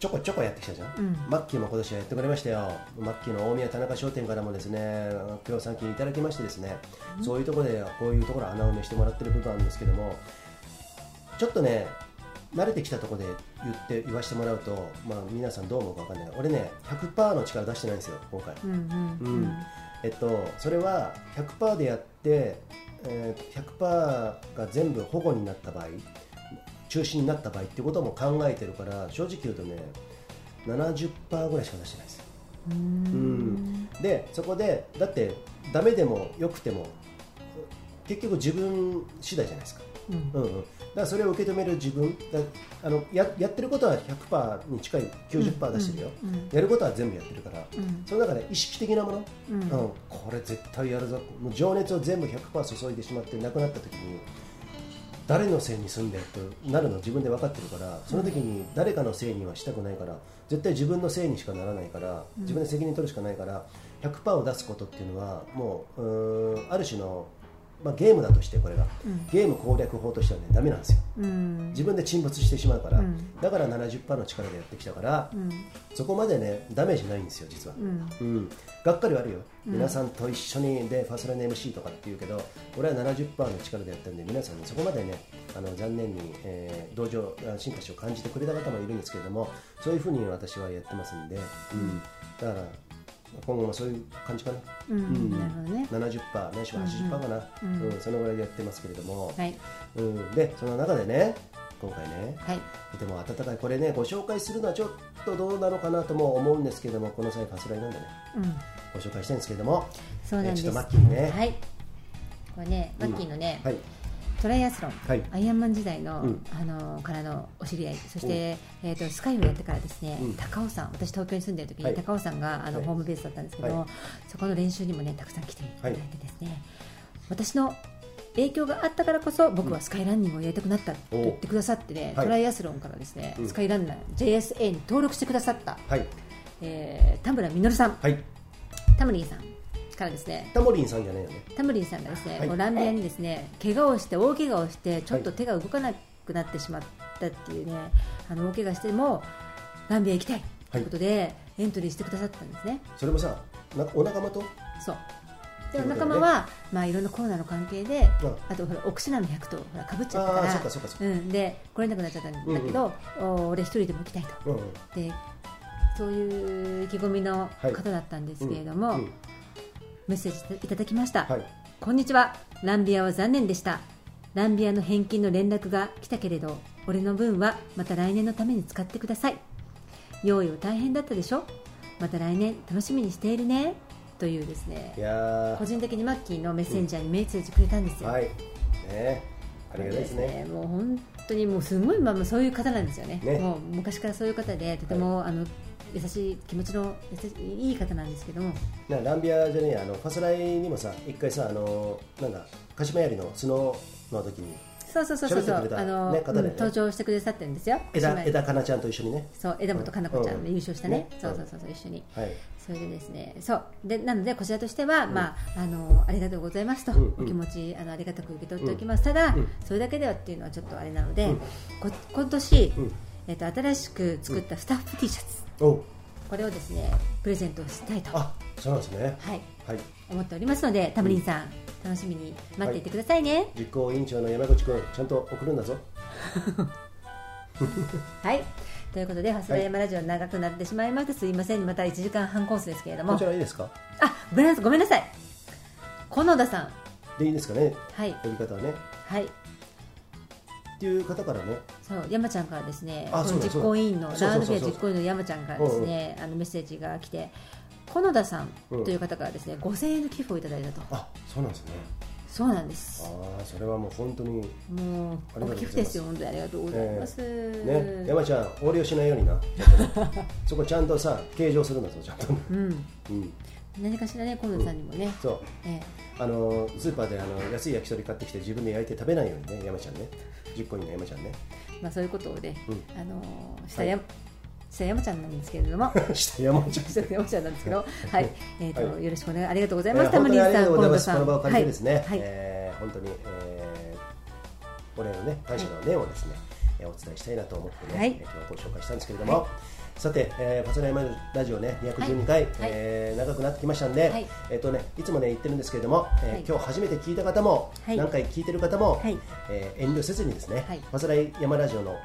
Speaker 1: ちょこちょこやってきたじゃん、マッキーも今年はやってくれましたよマッキーの大宮田中商店からもですね協賛金いただきましてですね、そういうところでこういうところ穴埋めしてもらってる部分あるんですけどもちょっとね慣れてきたところで言って言わせてもらうと、まあ、皆さんどう思うか分かんない俺ね100%の力出してないんですよ今回、
Speaker 2: うんう
Speaker 1: う
Speaker 2: ん
Speaker 1: んえっと、それは100%でやって、えー100%が全部保護になった場合中止になった場合っていうことも考えてるから正直言うとね70%ぐらいしか出してないですうんでそこでだってダメでも良くても結局自分次第じゃないですか、うんうんだからそれを受け止める自分だあのややってることは100%に近い90%出してるよ、やることは全部やってるから、その中で意識的なもの、うんこれ絶対やるぞもう情熱を全部100%注いでしまってなくなった時に誰のせいにすんだよとなるの自分で分かってるからその時に誰かのせいにはしたくないから絶対自分のせいにしかならないから自分で責任取るしかないから100%を出すことっていうのはもううーんある種の、まあ、ゲームだとしてこれが、ゲーム攻略法としてはねダメなんですよ、自分で沈没してしまうから、だから70%の力でやってきたから、そこまでねダメージないんですよ実は、うんがっかりはあるよ、皆さんと一緒にでファスラの MC とかって言うけど俺は70%の力でやったんで皆さんねそこまでねあの残念に、えー同情あ進化しを感じてくれた方もいるんですけれどもそういうふうに私はやってますんで、うん、だから今後もそういう感じかな、
Speaker 2: うん、
Speaker 1: うん
Speaker 2: なるほどね
Speaker 1: 70%ないしは80%かな、うんそのぐらいでやってますけれども、
Speaker 2: はい
Speaker 1: うん、でその中でね今回ね、
Speaker 2: はい
Speaker 1: とても温かいこれねご紹介するのはちょっとどうなのかなとも思うんですけどもこの際ファスライなんでね
Speaker 2: うん
Speaker 1: ご紹介したいんですけれども
Speaker 2: そうなんです、
Speaker 1: えちょっとマッキーね
Speaker 2: はいこれねマッキーのね、
Speaker 1: はい
Speaker 2: トライアスロン、
Speaker 1: はい
Speaker 2: アイアンマン時代の、
Speaker 1: うん
Speaker 2: あのからのお知り合いそして、えー、とスカイをやってからですね、
Speaker 1: うん
Speaker 2: 高尾さん私東京に住んでる時に、
Speaker 1: はい
Speaker 2: 高尾さんがあの、
Speaker 1: はい
Speaker 2: ホームベースだったんですけど、
Speaker 1: はい
Speaker 2: そこの練習にもねたくさん来ていただいてですね、私の影響があったからこそ僕はスカイランニングをやりたくなったと言ってくださってね、
Speaker 1: おはい
Speaker 2: トライアスロンからですね、
Speaker 1: うん
Speaker 2: スカイランナー JSA に登録してくださった、
Speaker 1: はい
Speaker 2: えー田村実さん、
Speaker 1: はい
Speaker 2: タムリーさんからですね
Speaker 1: タモリンさんじゃないよね
Speaker 2: タムリンさんがですね、
Speaker 1: はい
Speaker 2: こうラーメン屋にですね怪我をして大怪我をしてちょっと手が動かなくなってしまったっていうね、あの大怪我してもラーメン屋行きたいということで、エントリーしてくださったんですね
Speaker 1: それもさなんかお仲間と
Speaker 2: そう
Speaker 1: そう
Speaker 2: でお
Speaker 1: だよね
Speaker 2: 仲間は、まあ、いろんなコロナの関係で、
Speaker 1: うん
Speaker 2: あとほら奥品の100とほらかぶっちゃった
Speaker 1: あ
Speaker 2: か
Speaker 1: あ
Speaker 2: ら
Speaker 1: そっかそっかそっか
Speaker 2: うん、で来れなくなっちゃったんだけど、お俺一人でも行きたいと
Speaker 1: うんうん
Speaker 2: でそういう意気込みの方だったんですけれども、
Speaker 1: うんうん
Speaker 2: メッセージいただきました、
Speaker 1: はい
Speaker 2: こんにちはランビアは残念でしたランビアの返金の連絡が来たけれど俺の分はまた来年のために使ってください用意は大変だったでしょまた来年楽しみにしているねというですね
Speaker 1: いや
Speaker 2: 個人的にマッキーのメッセンジャーにメッセージくれたんです
Speaker 1: ー
Speaker 2: よ、
Speaker 1: はいねありがたいですね
Speaker 2: もう本当にもうすごいまあまあそういう方なんですよね
Speaker 1: ね
Speaker 2: もう昔からそういう方でとても、あの優しい気持ちの優しいいい方なんですけども
Speaker 1: なランビアじゃねえやあのファスライにもさ一回さあのなんだ鹿島槍の角の時に
Speaker 2: そうそうそうそうそ
Speaker 1: 喋ってくれ
Speaker 2: う
Speaker 1: た
Speaker 2: あの、
Speaker 1: ね方だよね
Speaker 2: うん登場してくださってるんですよ
Speaker 1: 枝
Speaker 2: 島根
Speaker 1: 枝かなちゃんと一緒にね
Speaker 2: そう枝本かな子ちゃん
Speaker 1: うん
Speaker 2: で優勝したね,、
Speaker 1: ね
Speaker 2: そうそうそうそう一緒に
Speaker 1: はい
Speaker 2: それでですねそうでなのでこちらとしては、まあ、あのありがとうございますと、
Speaker 1: うんうん
Speaker 2: お気持ちあのありがたく受け取っておきます、ただ、
Speaker 1: うん
Speaker 2: それだけではっていうのはちょっとあれなので、こ今年、
Speaker 1: うん
Speaker 2: えっと新しく作ったスタッフ T シャツ、
Speaker 1: お
Speaker 2: これをですねプレゼントしたいと、は
Speaker 1: あそうなんですね
Speaker 2: い、
Speaker 1: はい
Speaker 2: 思っておりますのでタムリンさん、楽しみに待っていてくださいね
Speaker 1: 実行委員長の山口君ちゃんと送るんだぞ
Speaker 2: はい、ということで「ファスライヤマラジオ」長くなってしまいましてすいませんまた1時間半コースですけれど
Speaker 1: こ
Speaker 2: も
Speaker 1: ちらいいですか
Speaker 2: あごめんなさいごめんなさい小野田さん
Speaker 1: でいいですかね
Speaker 2: はい
Speaker 1: 呼び方はね
Speaker 2: はい
Speaker 1: っていう方からね
Speaker 2: そう山ちゃんからですね、
Speaker 1: あ
Speaker 2: この
Speaker 1: そうだ
Speaker 2: 実行委員の、ラ
Speaker 1: そうだ
Speaker 2: ードフェア
Speaker 1: そうそうそうそう
Speaker 2: 実行委員の山ちゃんからですね、あのメッセージが来て、小野田さん
Speaker 1: うん
Speaker 2: という方からですね、5000円の寄付をいただいたと、
Speaker 1: あそうなんですね
Speaker 2: そうなんです、
Speaker 1: ああそれはもう本当にあり
Speaker 2: もう
Speaker 1: がとうございます
Speaker 2: お寄付ですよ、本当にありがとうございます。
Speaker 1: ね山ちゃん横領しないようになそこちゃんとさ計上するんだぞちゃんと
Speaker 2: うん、
Speaker 1: うん
Speaker 2: 何かしらね、小野田さんにもね、
Speaker 1: そう
Speaker 2: え
Speaker 1: あのスーパーであの安い焼き鳥買ってきて自分で焼いて食べないようにね山ちゃんね実行委員の山ちゃんね
Speaker 2: えまあ、そういうことをね、
Speaker 1: うん
Speaker 2: あのーしたや、した山ちゃんなんですけれども。
Speaker 1: 下山ちゃん
Speaker 2: した山ちゃんなんで すけど、はい、えっ、と、
Speaker 1: はい
Speaker 2: よろしくお願い、ありがとうござ
Speaker 1: え
Speaker 2: いま
Speaker 1: ー
Speaker 2: す。タ
Speaker 1: 本
Speaker 2: ム
Speaker 1: 当
Speaker 2: リ
Speaker 1: に
Speaker 2: ン
Speaker 1: ありが
Speaker 2: さん、
Speaker 1: とうございま
Speaker 2: 小野田
Speaker 1: す
Speaker 2: さ
Speaker 1: こ
Speaker 2: ん、
Speaker 1: の場を借りてですね、
Speaker 2: はい、はい
Speaker 1: えー本当に、えー、お礼のね感謝の念をですね、えーお伝えしたいなと思ってね、
Speaker 2: はい
Speaker 1: えー今日はご紹介したんですけれども、さて、えー、パソナイマルラジオね212回、
Speaker 2: はい
Speaker 1: えー長くなってきましたんで、
Speaker 2: はい
Speaker 1: えっ、とねいつもね言ってるんですけれども、えー
Speaker 2: はい
Speaker 1: 今日初めて聞いた方も、
Speaker 2: はい
Speaker 1: 何回聞いてる方も、
Speaker 2: はい
Speaker 1: えー遠慮せずにですね、
Speaker 2: はい
Speaker 1: パソナイ山ラジオの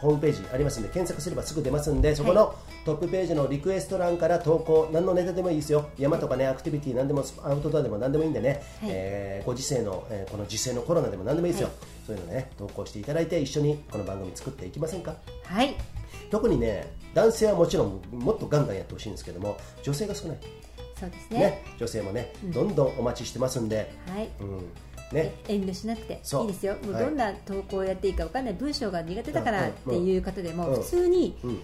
Speaker 1: ホームページありますんで検索すればすぐ出ますんでそこのトップページのリクエスト欄から投稿何のネタでもいいですよ山とかねアクティビティ何でもアウトドアでも何でもいいんでね、
Speaker 2: はい
Speaker 1: えーご時世の、えーこの時世のコロナでも何でもいいですよ、
Speaker 2: はい
Speaker 1: そういうのね投稿していただいて一緒にこの番組作っていきませんか
Speaker 2: はい、
Speaker 1: 特にね男性はもちろんもっとガンガンやってほしいんですけども女性が少ない、
Speaker 2: そうです
Speaker 1: ね
Speaker 2: ね。
Speaker 1: 女性もねどんどんお待ちしてますんで、
Speaker 2: はい。
Speaker 1: うんね、
Speaker 2: 遠慮しなくて
Speaker 1: そう
Speaker 2: いいですよ、もう
Speaker 1: はい
Speaker 2: どんな投稿をやっていいか分かんない、文章が苦手だからっていう方で
Speaker 1: うん
Speaker 2: も、
Speaker 1: うん
Speaker 2: 普通に
Speaker 1: うん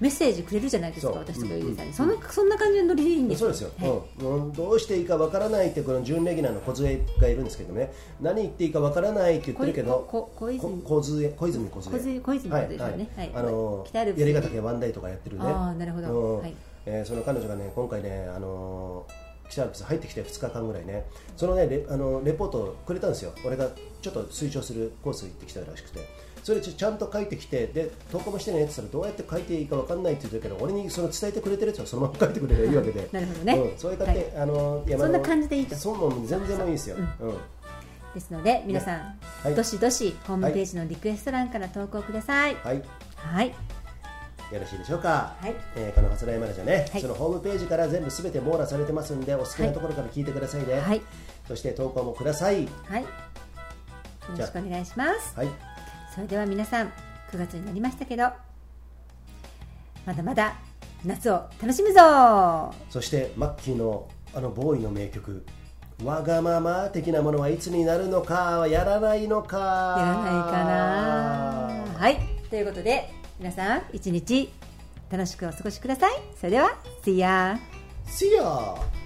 Speaker 2: メッセージくれるじゃないですか、
Speaker 1: そう
Speaker 2: 私とかゆうじさんに、
Speaker 1: う
Speaker 2: そ
Speaker 1: ん
Speaker 2: のそんな感じのノリでいいんです
Speaker 1: そうですよ、
Speaker 2: はい
Speaker 1: うんうん、どうしていいかわからないってこの準レギュラーの小杖がいるんですけどね何言っていいかわからないって言ってるけど
Speaker 2: ここ小泉
Speaker 1: こ小杖小泉小杖
Speaker 2: 小泉小泉小杖ですよね
Speaker 1: はい
Speaker 2: はい
Speaker 1: あの
Speaker 2: 北アルプス
Speaker 1: やり方でワンダイとかやってるね
Speaker 2: あーなるほど
Speaker 1: うん
Speaker 2: はい
Speaker 1: えーその彼女がね今回ねあのー北アルプス入ってきて2日間ぐらいねそのねレあのレポートをくれたんですよ俺がちょっと推奨するコース行ってきたらしくてそれちょちゃんと書いてきてで投稿もしてねって言ったらどうやって書いていいかわかんないって言ってるけど俺にその伝えてくれてるやつはそのまま書いてくれればいいわけで
Speaker 2: なるほどね
Speaker 1: うん、そういう感じで、あのー山の
Speaker 2: そんな感じでいいと
Speaker 1: そうもう全然もういいですよ、うん
Speaker 2: ですので、皆さん、
Speaker 1: はい
Speaker 2: どしどしホームページのリクエスト欄から投稿ください。
Speaker 1: はい
Speaker 2: はい、
Speaker 1: よろしいでしょうか、
Speaker 2: はい
Speaker 1: えーこの「初来マラジオね」
Speaker 2: はい
Speaker 1: そのホームページから全部すべて網羅されてますんでお好きなところから聞いてくださいね、
Speaker 2: はい、
Speaker 1: そして投稿もください
Speaker 2: はい、よろしくお願いします。
Speaker 1: はい
Speaker 2: それでは皆さん、9月になりましたけど、まだまだ夏を楽しむぞ
Speaker 1: そしてマッキーのあのボーイの名曲「わがまま」的なものはいつになるのかやらないのか
Speaker 2: やらないかなはいということで皆さん一日楽しくお過ごしくださいそれでは See ya!
Speaker 1: See ya!